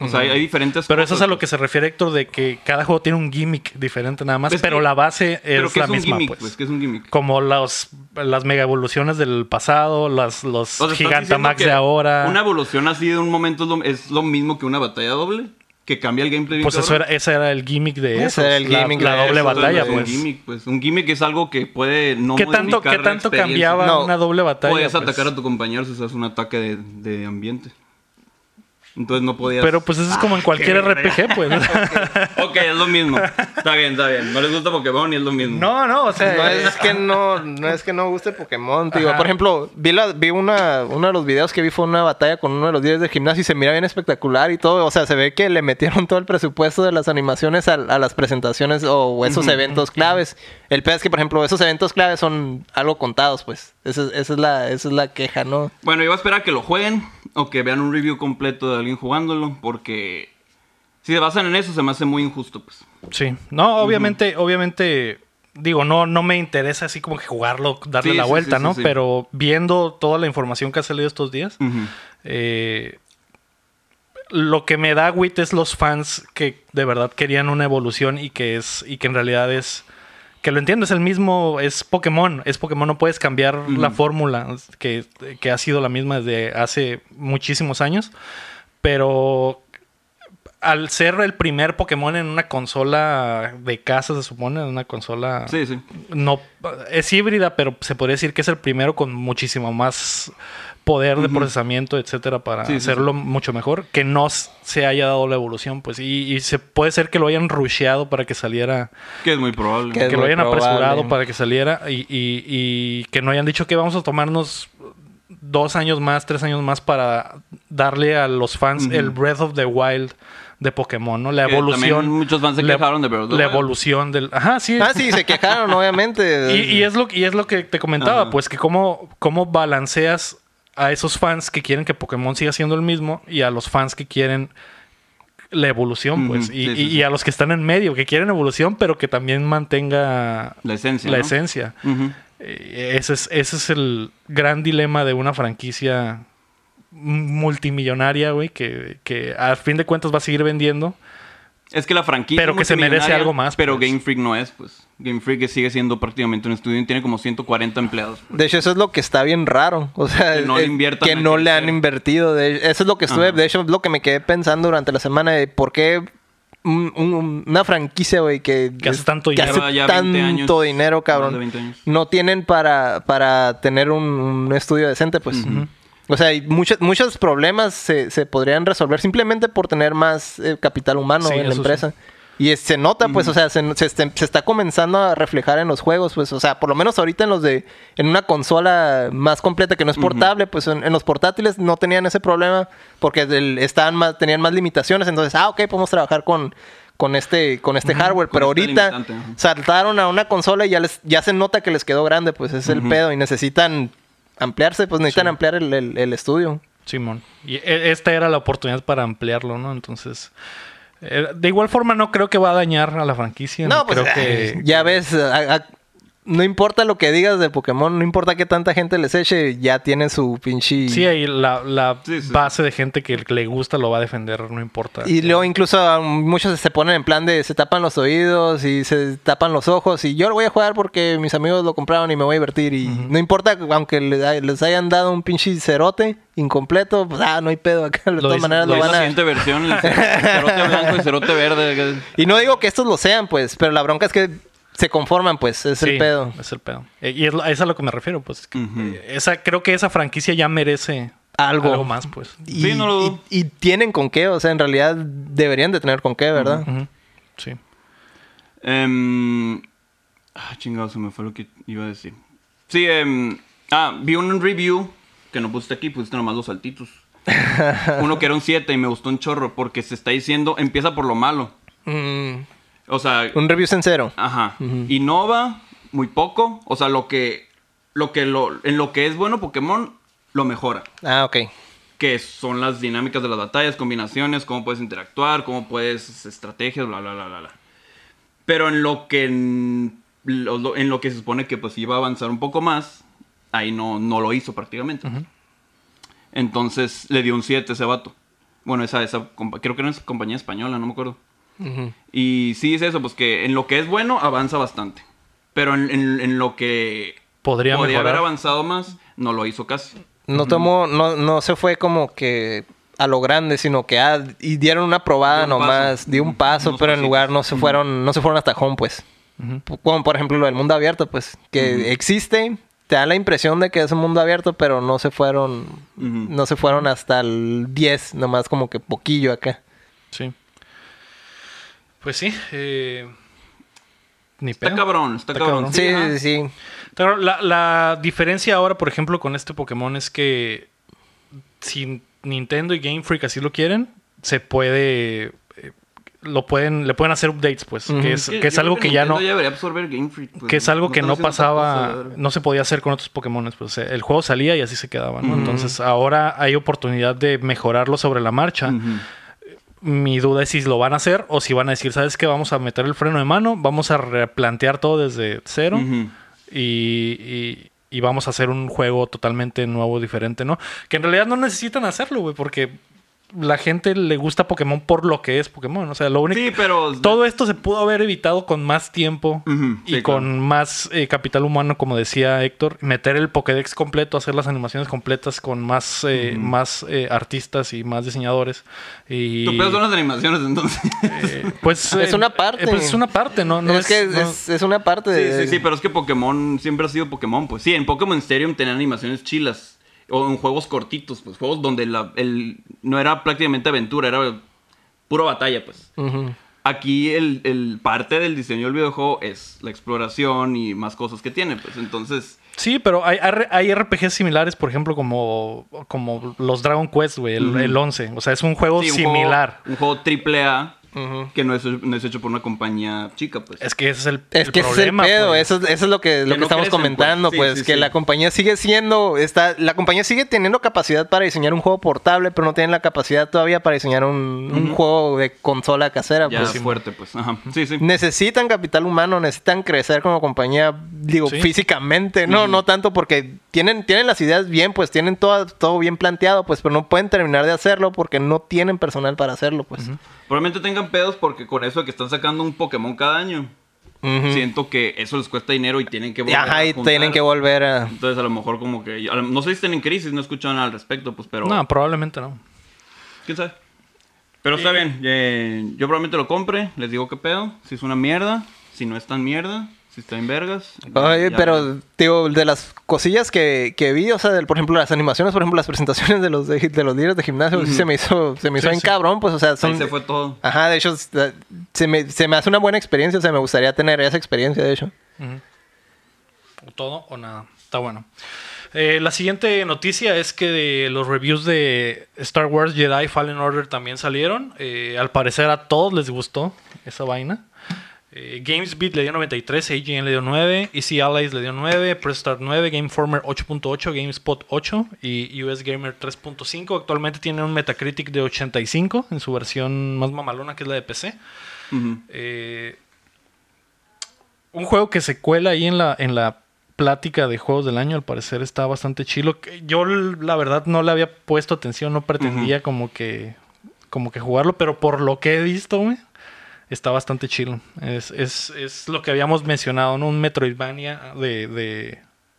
Speaker 3: O sea, hay, hay diferentes
Speaker 1: Pero eso
Speaker 3: cosas,
Speaker 1: es a lo
Speaker 3: pues.
Speaker 1: que se refiere Héctor de que cada juego tiene un gimmick diferente nada más,
Speaker 3: Es Pues que-
Speaker 1: pero la base
Speaker 3: Pero
Speaker 1: es
Speaker 3: que
Speaker 1: la
Speaker 3: es un
Speaker 1: misma
Speaker 3: gimmick,
Speaker 1: pues.
Speaker 3: que es un gimmick.
Speaker 1: Como los, las mega evoluciones del pasado, las, los
Speaker 3: O sea, ¿estás
Speaker 1: Gigantamax de
Speaker 3: diciendo que
Speaker 1: ahora.
Speaker 3: Una evolución así de un momento es lo, es lo mismo que una batalla doble. Que cambia el gameplay. bien
Speaker 1: Pues eso
Speaker 3: cabrón.
Speaker 1: era, ese era el gimmick de
Speaker 2: Ese
Speaker 1: eso.
Speaker 2: era el gimmick
Speaker 1: la,
Speaker 2: de
Speaker 1: doble
Speaker 2: esos,
Speaker 1: batalla,
Speaker 3: es
Speaker 1: pues.
Speaker 3: Un gimmick, pues. Un gimmick es algo que puede no
Speaker 1: ¿Qué tanto,
Speaker 3: modificar
Speaker 1: ¿qué
Speaker 3: la
Speaker 1: tanto
Speaker 3: experiencia.
Speaker 1: cambiaba
Speaker 2: No.
Speaker 1: una doble batalla?
Speaker 3: Podías
Speaker 1: pues?
Speaker 3: atacar a tu compañero si usas un ataque de, de ambiente. Entonces no podías.
Speaker 1: Pero pues eso
Speaker 2: Ah,
Speaker 1: es como en cualquier RPG, pues.
Speaker 3: Ok, es lo mismo. Está bien, está bien. No les gusta Pokémon y es lo mismo.
Speaker 1: no, no, o sea. eh,
Speaker 2: No es que no, no es que no guste Pokémon, te digo.
Speaker 1: Ajá.
Speaker 2: Por ejemplo, vi, la- vi una, uno de los videos que vi fue una batalla con uno de los líderes del gimnasio y se mira bien espectacular y todo. O sea, se ve que le metieron todo el presupuesto de las animaciones a, a las presentaciones o esos eventos claves. El peor es que, por ejemplo, esos eventos claves son algo contados, pues. Esa, es- esa es, la, esa es la queja, ¿no?
Speaker 3: Bueno, yo voy a esperar a que lo jueguen o que vean un review completo de alguien jugándolo. Porque si se basan en eso, se me hace muy injusto, pues.
Speaker 1: Sí. No, obviamente, obviamente, digo, no, no me interesa así como que jugarlo, darle
Speaker 3: Sí,
Speaker 1: la
Speaker 3: sí,
Speaker 1: vuelta,
Speaker 3: sí, sí,
Speaker 1: ¿no?
Speaker 3: sí.
Speaker 1: Pero viendo toda la información que ha salido estos días,
Speaker 3: Ujú.
Speaker 1: eh, lo que me da wit es los fans que de verdad querían una evolución y que es, y que en realidad es. Que lo entiendo, es el mismo, es Pokémon, es Pokémon, no puedes cambiar la fórmula que, que ha sido la misma desde hace muchísimos años, pero al ser el primer Pokémon en una consola de casa, se supone, en una consola
Speaker 3: Sí, sí.
Speaker 1: no es híbrida, pero se podría decir que es el primero con muchísimo más poder de
Speaker 3: Ujú.
Speaker 1: procesamiento, etcétera, para
Speaker 3: Sí, sí,
Speaker 1: hacerlo mucho mejor. Que no s- se haya dado la evolución, pues. Y, y se puede ser que lo hayan rusheado para que saliera,
Speaker 3: Que es muy probable.
Speaker 2: Que- Es
Speaker 1: que lo
Speaker 2: muy
Speaker 1: hayan apresurado
Speaker 2: probable.
Speaker 1: para que saliera y, y- y que no hayan dicho que vamos a tomarnos dos años más, tres años más para darle a los fans
Speaker 3: Ujú.
Speaker 1: el Breath of the Wild de Pokémon, ¿no? La
Speaker 3: Que también
Speaker 1: evolución.
Speaker 3: muchos fans se
Speaker 1: la-
Speaker 3: quejaron de Breath of the
Speaker 1: La
Speaker 3: Wild.
Speaker 1: evolución del. Ajá, sí.
Speaker 2: Ah, sí, se quejaron, obviamente.
Speaker 1: Y, y es lo, y es lo que te comentaba,
Speaker 3: Ajá.
Speaker 1: pues que cómo, cómo balanceas a esos fans que quieren que Pokémon siga siendo el mismo y a los fans que quieren la evolución,
Speaker 3: Ujú,
Speaker 1: pues.
Speaker 3: sí,
Speaker 1: y,
Speaker 3: sí,
Speaker 1: y-
Speaker 3: sí.
Speaker 1: y a los que están en medio, que quieren evolución, pero que también mantenga
Speaker 3: La esencia.
Speaker 1: la
Speaker 3: ¿no?
Speaker 1: esencia.
Speaker 3: Ujú.
Speaker 1: Eh, Ese es, ese es el gran dilema de una franquicia multimillonaria, güey, que, que a fin de cuentas va a seguir vendiendo.
Speaker 3: Es que la franquicia.
Speaker 1: Pero
Speaker 3: es
Speaker 1: que se merece
Speaker 3: multimillonaria,
Speaker 1: algo más,
Speaker 3: Pero
Speaker 1: pues.
Speaker 3: Game Freak no es, pues. Game Freak sigue siendo prácticamente un estudio y tiene como 140 empleados.
Speaker 2: De hecho, eso es lo que está bien raro. O sea,
Speaker 3: Que no
Speaker 2: es-
Speaker 3: le inviertan
Speaker 2: que
Speaker 3: a
Speaker 2: no le han
Speaker 3: crecer.
Speaker 2: invertido. De, eso es lo que estuve,
Speaker 3: Ajá.
Speaker 2: de hecho, es lo que me quedé pensando durante la semana de por qué un- un- una franquicia, güey, que,
Speaker 1: Que hace tanto
Speaker 2: que
Speaker 1: dinero.
Speaker 2: hace
Speaker 3: Lleva ya 20 años,
Speaker 2: tanto dinero,
Speaker 3: más de
Speaker 2: cabrón.
Speaker 3: 20 años.
Speaker 2: No tienen para, para tener un, un estudio decente, pues. O sea, hay muchos, muchos problemas se, se podrían resolver simplemente por tener más eh, capital humano
Speaker 1: Sí,
Speaker 2: en la
Speaker 1: eso
Speaker 2: empresa. Y es- se nota, pues, o sea, se, se este- se está comenzando a reflejar en los juegos, pues, o sea, por lo menos ahorita en los de, en una consola más completa que no es portable, pues, en, en los portátiles no tenían ese problema porque el- estaban más, tenían más limitaciones, entonces, ah, ok, podemos trabajar con, con este, con este hardware, pero
Speaker 3: este
Speaker 2: ahorita
Speaker 3: limitante, ajá.
Speaker 2: saltaron a una consola y ya, les, ya se nota que les quedó grande, pues, es el pedo y necesitan ampliarse, pues, necesitan ampliar el, el- el estudio.
Speaker 1: Simón. Y e- esta era la oportunidad para ampliarlo, ¿no? Entonces, eh, de igual forma no creo que va a dañar a la franquicia.
Speaker 2: No, pues,
Speaker 1: creo que
Speaker 2: ya ves, a- a- no importa lo que digas de Pokémon, no importa qué tanta gente les eche, ya tiene su pinche...
Speaker 1: Sí, ahí la, la
Speaker 3: Sí, sí.
Speaker 1: base de gente que le gusta lo va a defender, no importa.
Speaker 2: Y luego incluso a muchos se ponen en plan de se tapan los oídos y se tapan los ojos y yo lo voy a jugar porque mis amigos lo compraron y me voy a divertir y no importa aunque le- les hayan dado un pinche cerote incompleto, pues ah, no hay pedo acá, de
Speaker 1: Lo
Speaker 2: todas
Speaker 1: dice-
Speaker 2: maneras
Speaker 3: Lo
Speaker 2: lo
Speaker 3: es la
Speaker 2: van a...
Speaker 3: siguiente versión, el cerote blanco y cerote verde.
Speaker 2: Y no digo que estos lo sean pues, pero la bronca es que se conforman pues, es el
Speaker 1: Sí,
Speaker 2: pedo.
Speaker 1: Es el pedo. Eh, Y es, lo- es a lo que me refiero, pues. es que,
Speaker 3: Ujú.
Speaker 1: eh, esa, creo que esa franquicia ya merece
Speaker 2: Algo.
Speaker 1: más, pues.
Speaker 2: Y,
Speaker 3: Sí, no lo dudo.
Speaker 2: y- y tienen con qué, o sea, en realidad deberían de tener con qué, ¿verdad?
Speaker 1: Ujú. Sí.
Speaker 3: Em, ah, chingado, se me fue lo que iba a decir. Sí, em, ah, vi un review que no pusiste aquí, pusiste nomás los saltitos. Uno que era un 7 y me gustó un chorro porque se está diciendo, empieza por lo malo.
Speaker 2: Mm,
Speaker 3: O sea,
Speaker 2: un review sincero.
Speaker 3: ajá. Innova, muy poco. O sea, lo que, lo que lo, en lo que es bueno Pokémon, lo mejora.
Speaker 2: Ah, ok.
Speaker 3: que son las dinámicas de las batallas, combinaciones, cómo puedes interactuar, cómo puedes estrategias, bla, bla, bla, bla, bla. Pero en lo que en lo, lo- en lo que se supone que pues iba a avanzar un poco más, ahí no, no lo hizo prácticamente. Entonces le dio un 7 a ese vato. Bueno, esa, esa compa- creo que era una compañía española, no me acuerdo. Y sí es eso, pues que en lo que es bueno avanza bastante. Pero en, en- en lo que
Speaker 1: Podría,
Speaker 3: podría haber
Speaker 1: mejorar.
Speaker 3: avanzado más, no lo hizo casi.
Speaker 2: No tomó, no, no se fue como que a lo grande, sino que ah, y dieron una probada
Speaker 3: Dio un
Speaker 2: nomás,
Speaker 3: paso.
Speaker 2: dio un paso,
Speaker 3: Unos
Speaker 2: pero en
Speaker 3: pasitos.
Speaker 2: lugar no se fueron, no se fueron hasta home, pues. Como por ejemplo lo del mundo abierto, pues, que existe, te da la impresión de que es un mundo abierto, pero no se fueron,
Speaker 3: Ujú.
Speaker 2: no se fueron hasta el 10, nomás como que poquillo acá.
Speaker 1: Sí. Pues sí. eh, ni
Speaker 3: Está
Speaker 1: pedo.
Speaker 3: cabrón, está,
Speaker 1: Está
Speaker 3: cabrón.
Speaker 1: cabrón.
Speaker 2: Sí, sí,
Speaker 3: ajá.
Speaker 2: sí.
Speaker 1: Pero la, la diferencia ahora, por ejemplo, con este Pokémon es que si Nintendo y Game Freak así lo quieren, se puede. eh, Lo pueden, le pueden hacer updates, pues.
Speaker 2: Ujú.
Speaker 1: Que es,
Speaker 3: Sí,
Speaker 1: que es
Speaker 3: yo
Speaker 1: algo
Speaker 3: creo
Speaker 1: que ya
Speaker 3: Nintendo
Speaker 1: no.
Speaker 3: debería absorber Game Freak, pues,
Speaker 1: que es algo que
Speaker 3: están
Speaker 1: no
Speaker 3: haciendo tanta cosa,
Speaker 1: pasaba,
Speaker 3: la verdad.
Speaker 1: no se podía hacer con otros Pokémon. Pues, eh, el juego salía y así se quedaba. ¿no? Entonces ahora hay oportunidad de mejorarlo sobre la marcha.
Speaker 3: Ujú.
Speaker 1: Mi duda es si lo van a hacer o si van a decir, ¿sabes qué? Vamos a meter el freno de mano, vamos a replantear todo desde cero
Speaker 3: Ujú.
Speaker 1: y, y- y vamos a hacer un juego totalmente nuevo, diferente, ¿no? Que en realidad no necesitan hacerlo, güey, porque la gente le gusta Pokémon por lo que es Pokémon. O sea, lo único...
Speaker 3: Sí, pero
Speaker 1: Todo esto se pudo haber evitado con más tiempo
Speaker 3: Ujú,
Speaker 1: y
Speaker 3: sí,
Speaker 1: con
Speaker 3: claro.
Speaker 1: más eh, capital humano, como decía Héctor. Meter el Pokédex completo, hacer las animaciones completas con más, eh, más eh, artistas y más diseñadores. Y,
Speaker 3: tu pedo son las animaciones entonces.
Speaker 1: eh, pues,
Speaker 2: Es
Speaker 1: eh,
Speaker 2: una parte.
Speaker 1: eh, pues es una parte, ¿no? no
Speaker 2: es, que
Speaker 1: no-
Speaker 2: es, es una parte
Speaker 3: sí,
Speaker 2: de...
Speaker 3: sí, sí, pero es que Pokémon siempre ha sido Pokémon, pues sí, en Pokémon Stadium tenían animaciones chilas o en juegos cortitos, pues juegos donde la, el, no era prácticamente aventura, era puro batalla, pues.
Speaker 2: Ujú.
Speaker 3: Aquí el, el parte del diseño del videojuego es la exploración y más cosas que tiene, pues entonces
Speaker 1: Sí, pero hay, hay- hay RPGs similares, por ejemplo, como, como los Dragon Quest, güey, el,
Speaker 3: Ujú.
Speaker 1: el 11. O sea, es un juego
Speaker 3: sí, un juego-
Speaker 1: similar.
Speaker 3: un juego triple A
Speaker 2: Ujú.
Speaker 3: que no es, no es hecho por una compañía chica, pues.
Speaker 1: Es que ese es el,
Speaker 2: Es
Speaker 1: el
Speaker 2: que ese es el
Speaker 1: problema.
Speaker 2: pedo,
Speaker 1: pues.
Speaker 2: eso, es- eso es lo que, lo que
Speaker 3: no
Speaker 2: estamos
Speaker 3: crecen,
Speaker 2: comentando,
Speaker 3: pues.
Speaker 2: pues,
Speaker 3: Sí, sí,
Speaker 2: que
Speaker 3: sí.
Speaker 2: la compañía sigue siendo, está, la compañía sigue teniendo capacidad para diseñar un juego portable, pero no tienen la capacidad todavía para diseñar un, un juego de consola casera,
Speaker 3: ya
Speaker 2: pues.
Speaker 3: fuerte, pues. Ajá. Sí, sí.
Speaker 2: Necesitan capital humano, necesitan crecer como compañía, digo,
Speaker 1: Sí.
Speaker 2: físicamente, no, no tanto porque tienen, tienen las ideas bien, pues tienen todo, todo bien planteado, pues, pero no pueden terminar de hacerlo porque no tienen personal para hacerlo, pues.
Speaker 3: Probablemente tengan pedos porque con eso de que están sacando un Pokémon cada año,
Speaker 2: Ujú.
Speaker 3: siento que eso les cuesta dinero y tienen que volver.
Speaker 2: Ajá,
Speaker 3: a
Speaker 2: y
Speaker 3: juntar.
Speaker 2: tienen que volver a...
Speaker 3: Entonces, a lo mejor, como que. a lo- No sé si están en crisis, no he escuchado nada al respecto, pues, pero.
Speaker 1: No, probablemente no.
Speaker 3: ¿Quién sabe? Pero está bien. eh, yo probablemente lo compre, les digo qué pedo. Si es una mierda, si no es tan mierda, si está en vergas.
Speaker 2: Oye,
Speaker 3: ya-
Speaker 2: pero, digo, de las cosillas que, que vi, o sea, del- por ejemplo, las animaciones, por ejemplo, las presentaciones de los, de, de los líderes de gimnasio, sí se me hizo, se me hizo
Speaker 1: Sí,
Speaker 2: bien
Speaker 1: sí.
Speaker 2: cabrón, pues, o sea,
Speaker 3: Ahí
Speaker 2: son...
Speaker 3: se fue todo.
Speaker 2: Ajá, de hecho, s- la- se me, se me hace una buena experiencia, o sea, me gustaría tener esa experiencia, de hecho.
Speaker 1: O todo o nada. Está bueno. Eh, la siguiente noticia es que de los reviews de Star Wars Jedi Fallen Order también salieron. Eh, al parecer a todos les gustó esa vaina. Eh, GamesBeat le dio 93, AGN le dio 9, EC Allies le dio 9, Prestart 9, Gameformer 8.8, GameSpot 8 y US Gamer 3.5. Actualmente tiene un Metacritic de 85 en su versión más mamalona que es la de PC.
Speaker 3: Ujú.
Speaker 1: Eh, un juego que se cuela ahí en la, en la plática de juegos del año, al parecer está bastante chilo. Que Yo la verdad no le había puesto atención, no pretendía como que como que jugarlo, pero por lo que he visto, güey, está bastante chilo. Es, es, es lo que habíamos mencionado, ¿no? Un Metroidvania de, de,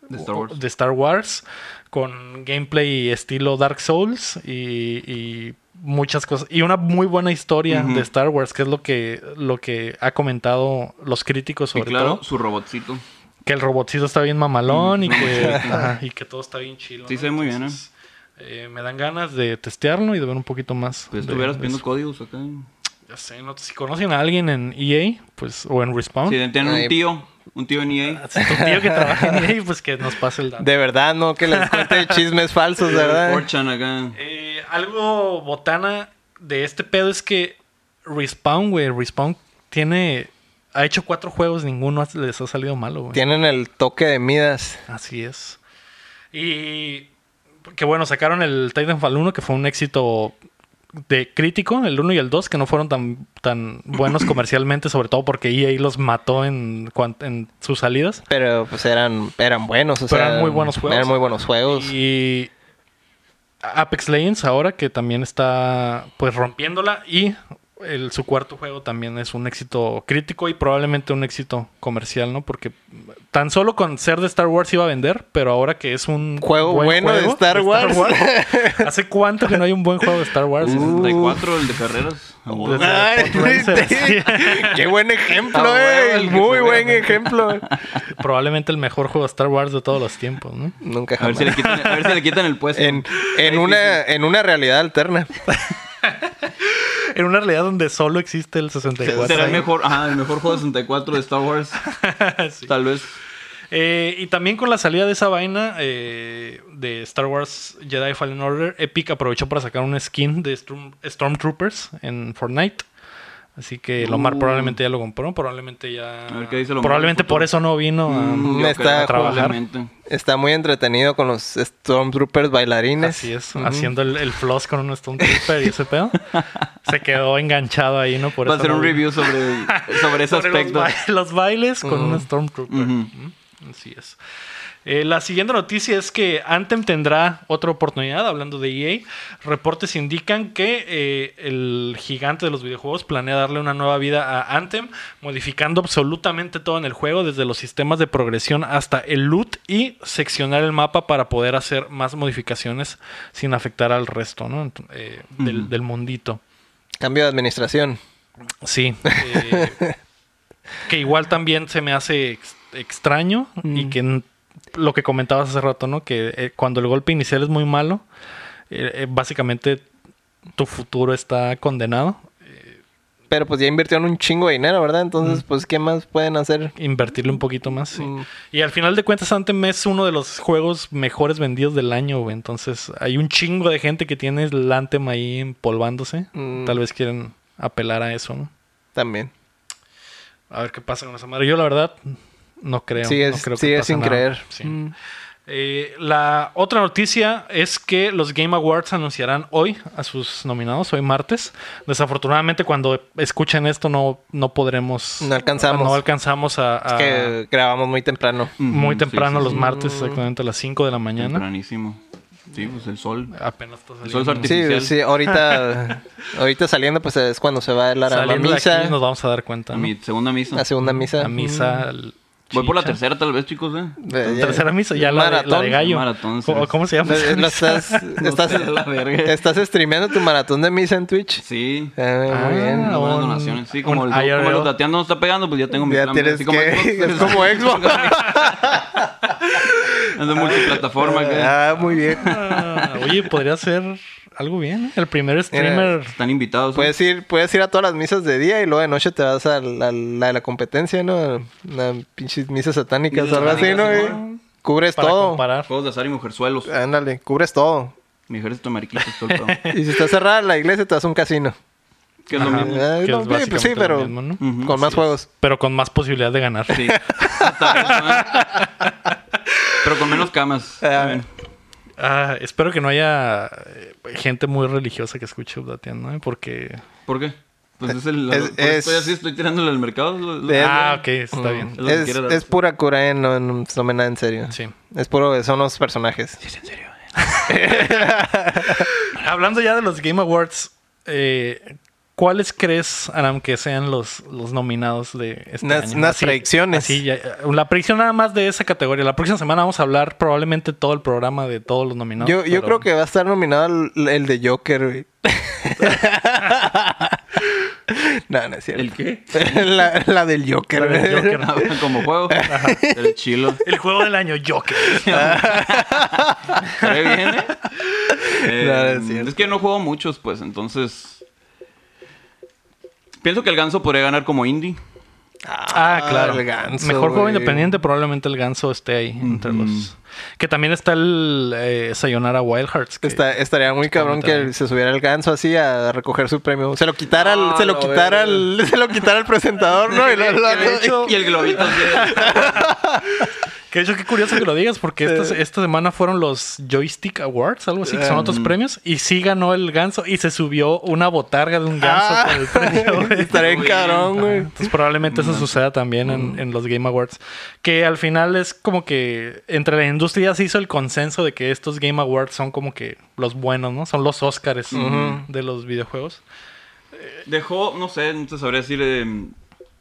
Speaker 3: De Star Wars.
Speaker 1: de Star Wars, con gameplay estilo Dark Souls y, y muchas cosas. Y una muy buena historia
Speaker 3: Ujú.
Speaker 1: de Star Wars, que es lo que, lo que ha comentado los críticos
Speaker 3: Y
Speaker 1: sobre
Speaker 3: claro,
Speaker 1: todo.
Speaker 3: su robotcito.
Speaker 1: Que el robotcito está bien mamalón y,
Speaker 3: Mm.
Speaker 1: que, ajá, y que todo está bien chilo.
Speaker 3: Sí,
Speaker 1: ¿no?
Speaker 3: se ve muy bien,
Speaker 1: Entonces, eh, me dan ganas de testearlo y de ver un poquito más.
Speaker 3: Pues
Speaker 1: de-
Speaker 3: estuvieras
Speaker 1: de
Speaker 3: pidiendo
Speaker 1: eso.
Speaker 3: códigos acá.
Speaker 1: Ya sé, no- si conocen a alguien en EA, pues, o en Respawn,
Speaker 3: Si tienen
Speaker 2: Ay.
Speaker 3: un tío, un tío en E EA.
Speaker 1: si tu tío que trabaja en EA, pues que nos pase el dato.
Speaker 2: De verdad, no que les cuente chismes falsos, ¿verdad?
Speaker 3: Forchan acá.
Speaker 1: Eh, algo botana de este pedo es que Respawn, güey, Respawn tiene... Ha hecho cuatro juegos, ninguno ha- les ha salido malo, güey.
Speaker 2: Tienen el toque de Midas.
Speaker 1: Así es. Y que bueno, sacaron el Titanfall 1, que fue un éxito de crítico, el 1 y el 2, que no fueron tan, tan buenos comercialmente, sobre todo porque EA los mató en, cuan- en sus salidas.
Speaker 2: Pero pues eran, eran buenos, o
Speaker 1: Pero
Speaker 2: sea,
Speaker 1: eran muy buenos juegos.
Speaker 2: Eran muy buenos juegos.
Speaker 1: Y Apex Legends ahora, que también está pues rompiéndola y... el- su cuarto juego también es un éxito crítico y probablemente un éxito comercial, ¿no? Porque tan solo con ser de Star Wars iba a vender, pero ahora que es un
Speaker 2: Juego
Speaker 1: buen
Speaker 2: bueno de Star Wars.
Speaker 1: ¿Hace cuánto que no hay un buen juego de Star Wars?
Speaker 3: El
Speaker 2: Uh.
Speaker 3: 64, el de carreras. A huevo.
Speaker 1: Desde-
Speaker 2: Ay,
Speaker 1: Hot Racers, sí.
Speaker 2: Qué buen ejemplo,
Speaker 3: Ah, bueno,
Speaker 2: eh.
Speaker 3: el que
Speaker 2: Muy
Speaker 3: se
Speaker 2: buen
Speaker 3: vea.
Speaker 2: ejemplo.
Speaker 1: Probablemente el mejor juego de Star Wars de todos los tiempos, ¿no?
Speaker 2: Nunca
Speaker 3: A ver,
Speaker 2: jamás.
Speaker 3: si le quitan, a ver si le quitan el
Speaker 1: pues,
Speaker 3: puesto.
Speaker 2: En, en, una, en una realidad alterna.
Speaker 1: En una realidad donde solo existe el 64.
Speaker 3: Será el mejor, ajá, el mejor juego de 64 de Star Wars.
Speaker 1: Sí.
Speaker 3: Tal vez.
Speaker 1: Eh, y también con la salida de esa vaina eh, de Star Wars Jedi Fallen Order, Epic aprovechó para sacar un skin de Storm- Stormtroopers en Fortnite. Así que Lomar
Speaker 3: Uh.
Speaker 1: probablemente ya lo compró, probablemente ya...
Speaker 3: A ver qué dice Lomar
Speaker 1: probablemente
Speaker 3: en el futuro.
Speaker 1: por eso no vino a...
Speaker 3: Mm, yo
Speaker 2: está
Speaker 3: creo,
Speaker 2: a
Speaker 1: trabajar.
Speaker 3: probablemente.
Speaker 2: Está muy entretenido con los Stormtroopers bailarines.
Speaker 1: Así es,
Speaker 2: Ujú.
Speaker 1: haciendo el, el floss con un Stone Trooper y ese pedo. Se quedó enganchado ahí, ¿no? Por
Speaker 3: Va a
Speaker 1: eso
Speaker 3: hacer
Speaker 1: no
Speaker 3: un
Speaker 1: vi-
Speaker 3: review sobre, sobre ese
Speaker 1: sobre los,
Speaker 3: aspecto.
Speaker 1: ba- los bailes con un Stormtrooper.
Speaker 3: Ujú.
Speaker 1: Ujú, Así es. Eh, la siguiente noticia es que Anthem tendrá otra oportunidad, hablando de EA. Reportes indican que eh, el gigante de los videojuegos planea darle una nueva vida a Anthem, modificando absolutamente todo en el juego, desde los sistemas de progresión hasta el loot y seccionar el mapa para poder hacer más modificaciones sin afectar al resto ¿no? Ent- eh, del,
Speaker 3: Ujú.
Speaker 1: del mundito.
Speaker 2: Cambio de administración.
Speaker 1: Sí. eh, que igual también se me hace ex- extraño
Speaker 2: Mm.
Speaker 1: y que n- lo que comentabas hace rato, ¿no? Que eh, cuando el golpe inicial es muy malo, eh, eh, básicamente tu futuro está condenado.
Speaker 2: Pero pues ya invirtieron un chingo de dinero, ¿verdad? Entonces,
Speaker 1: Mm.
Speaker 2: pues, ¿qué más pueden hacer?
Speaker 1: Invertirle un poquito más. sí.
Speaker 2: Mm.
Speaker 1: Y al final de cuentas, Anthem es uno de los juegos mejores vendidos del año, güey. Entonces, hay un chingo de gente que tiene el Anthem ahí empolvándose.
Speaker 2: Mm.
Speaker 1: Tal vez quieren apelar a eso, ¿no?
Speaker 2: También.
Speaker 1: A ver qué pasa con esa madre. Yo, la verdad, no creo.
Speaker 2: sigue
Speaker 1: no creo que
Speaker 2: sigue
Speaker 1: pase
Speaker 2: sin
Speaker 1: nada.
Speaker 2: creer.
Speaker 1: Sí.
Speaker 2: Mm.
Speaker 1: Eh, la otra noticia es que los Game Awards anunciarán hoy a sus nominados, hoy martes. Desafortunadamente, cuando escuchen esto, no, no podremos.
Speaker 2: No alcanzamos.
Speaker 1: No alcanzamos a. a-
Speaker 2: Que grabamos muy temprano.
Speaker 3: Ujú,
Speaker 1: muy
Speaker 3: Mm, sí,
Speaker 1: temprano
Speaker 3: sí,
Speaker 1: los
Speaker 3: sí.
Speaker 1: martes, exactamente a las 5 de la mañana.
Speaker 3: Tempranísimo. Sí, pues el sol.
Speaker 1: Apenas está
Speaker 3: Eso es
Speaker 1: saliendo.
Speaker 3: artificial.
Speaker 2: Sí,
Speaker 3: Oficial.
Speaker 2: sí, ahorita, ahorita saliendo, pues es cuando se va a la, la
Speaker 1: Saliendo de aquí
Speaker 2: misa,
Speaker 1: nos vamos a dar cuenta.
Speaker 3: A
Speaker 1: ¿no?
Speaker 3: mi segunda misa.
Speaker 2: la segunda misa.
Speaker 1: La misa. el-
Speaker 3: Voy por la
Speaker 1: chicha.
Speaker 3: tercera, tal vez, chicos, ¿eh?
Speaker 2: Eh, ya-
Speaker 1: Tercera misa, ya la de- la de,
Speaker 2: Maratón.
Speaker 1: gallo.
Speaker 3: Maratón, sí.
Speaker 1: ¿Cómo, cómo se llama? esa
Speaker 2: Eh, lo
Speaker 1: misa?
Speaker 2: estás, estás,
Speaker 3: sé, la verga.
Speaker 2: estás streameando tu maratón de misa en Twitch.
Speaker 3: Sí.
Speaker 2: Eh,
Speaker 1: Ah,
Speaker 2: muy bien.
Speaker 1: bueno,
Speaker 3: Unas buenas
Speaker 1: un-
Speaker 3: donaciones. Sí,
Speaker 1: un
Speaker 3: como el, como
Speaker 1: IRL.
Speaker 3: el tateando no está pegando, pues ya tengo mi
Speaker 2: Ya
Speaker 3: plan,
Speaker 2: tienes
Speaker 3: así
Speaker 2: que.
Speaker 3: como Xbox.
Speaker 2: es como Xbox.
Speaker 3: Es de multiplataforma. que-
Speaker 2: ah, muy bien.
Speaker 1: Ah, Oye, podría ser algo bien. ¿eh? El primer streamer.
Speaker 3: Están invitados. ¿eh?
Speaker 2: Puedes ir, puedes ir a todas las misas de día y luego de noche te vas a la, la de la competencia, ¿no? Las pinches misas satánicas
Speaker 3: Misas
Speaker 2: o algo así, ¿no?
Speaker 3: satánicas,
Speaker 2: güey? Cubres
Speaker 1: para
Speaker 2: todo.
Speaker 1: comparar.
Speaker 3: Juegos de azar y mujerzuelos.
Speaker 2: Ándale, cubres todo.
Speaker 3: Mi ejército de mariquitas, todo el pedo.
Speaker 2: Y si está cerrada la iglesia, te vas a un casino.
Speaker 3: Ah, Que es lo
Speaker 1: Ajá.
Speaker 3: mismo.
Speaker 2: Eh,
Speaker 1: Que
Speaker 2: no,
Speaker 1: es
Speaker 2: sí, pues sí,
Speaker 1: básicamente
Speaker 2: pero
Speaker 1: lo mismo, ¿no?
Speaker 3: Ujú,
Speaker 2: con más juegos.
Speaker 1: Pero con más posibilidad de ganar.
Speaker 3: Sí. Hasta eso, ¿eh? Pero con menos camas.
Speaker 2: Ah.
Speaker 3: Bien.
Speaker 1: Ah, espero que no haya eh, gente muy religiosa que escuche Updateando, ¿eh? porque
Speaker 3: ¿Por qué? Pues es el.
Speaker 2: Es-
Speaker 3: por eso
Speaker 2: es-
Speaker 3: estoy así, estoy tirándole al mercado. lo- lo-
Speaker 2: Es-
Speaker 1: Ah, ok, está
Speaker 2: Es,
Speaker 1: bien.
Speaker 3: lo que quiere dar.
Speaker 2: es pura cura, ¿eh? No, no, no me nada en serio.
Speaker 1: Sí.
Speaker 2: Es puro, son los personajes.
Speaker 1: Hablando ya de los Game Awards, eh, ¿cuáles crees, Aram, que sean los, los nominados de este
Speaker 2: Unas-
Speaker 1: año?
Speaker 2: unas predicciones.
Speaker 1: así, ya- eh, la predicción nada más de esa categoría. La próxima semana vamos a hablar probablemente todo el programa de todos los nominados.
Speaker 2: yo
Speaker 1: pero-
Speaker 2: yo creo que va a estar nominado el, el de Joker, güey. no, no es cierto.
Speaker 3: ¿El qué?
Speaker 2: la, la del Joker.
Speaker 1: La del
Speaker 2: güey.
Speaker 1: Joker.
Speaker 3: Como juego. El chilo.
Speaker 1: El juego del año, Joker.
Speaker 3: Estaré bien, ¿eh? Eh,
Speaker 2: No, es
Speaker 3: es,
Speaker 2: cierto.
Speaker 3: que no juego muchos, pues, entonces. Pienso que el ganso podría ganar como indie.
Speaker 1: Ah, claro.
Speaker 2: el ganso,
Speaker 1: Mejor juego
Speaker 2: güey.
Speaker 1: independiente, probablemente el ganso esté ahí entre los. Que también está el eh, Sayonara Wild Hearts. que-
Speaker 2: Está- estaría
Speaker 1: Pues
Speaker 2: muy cabrón que
Speaker 1: también.
Speaker 2: se subiera el ganso así a recoger su premio. Se lo quitara, al-
Speaker 3: Ah,
Speaker 2: se lo
Speaker 3: la
Speaker 2: quitara, al- se lo quitara al presentador, ¿no? Y lo- lo-
Speaker 3: Que de hecho- y el globito. así de-
Speaker 1: Que de hecho, qué curioso que lo digas, porque esta, esta semana fueron los Joystick Awards, algo así, que son
Speaker 2: Em.
Speaker 1: otros premios, y sí ganó el ganso y se subió una botarga de un ganso
Speaker 2: Ah.
Speaker 1: por el premio. güey.
Speaker 2: estaría en
Speaker 3: Muy
Speaker 2: cabrón,
Speaker 1: Ajá,
Speaker 2: güey.
Speaker 1: Entonces probablemente eso suceda también en, en los Game Awards. Que al final es como que entre la industria ya se hizo el consenso de que estos Game Awards son como que los buenos, ¿no? Son los Oscars de los videojuegos.
Speaker 3: Dejó, no sé, no te sabría decir. eh,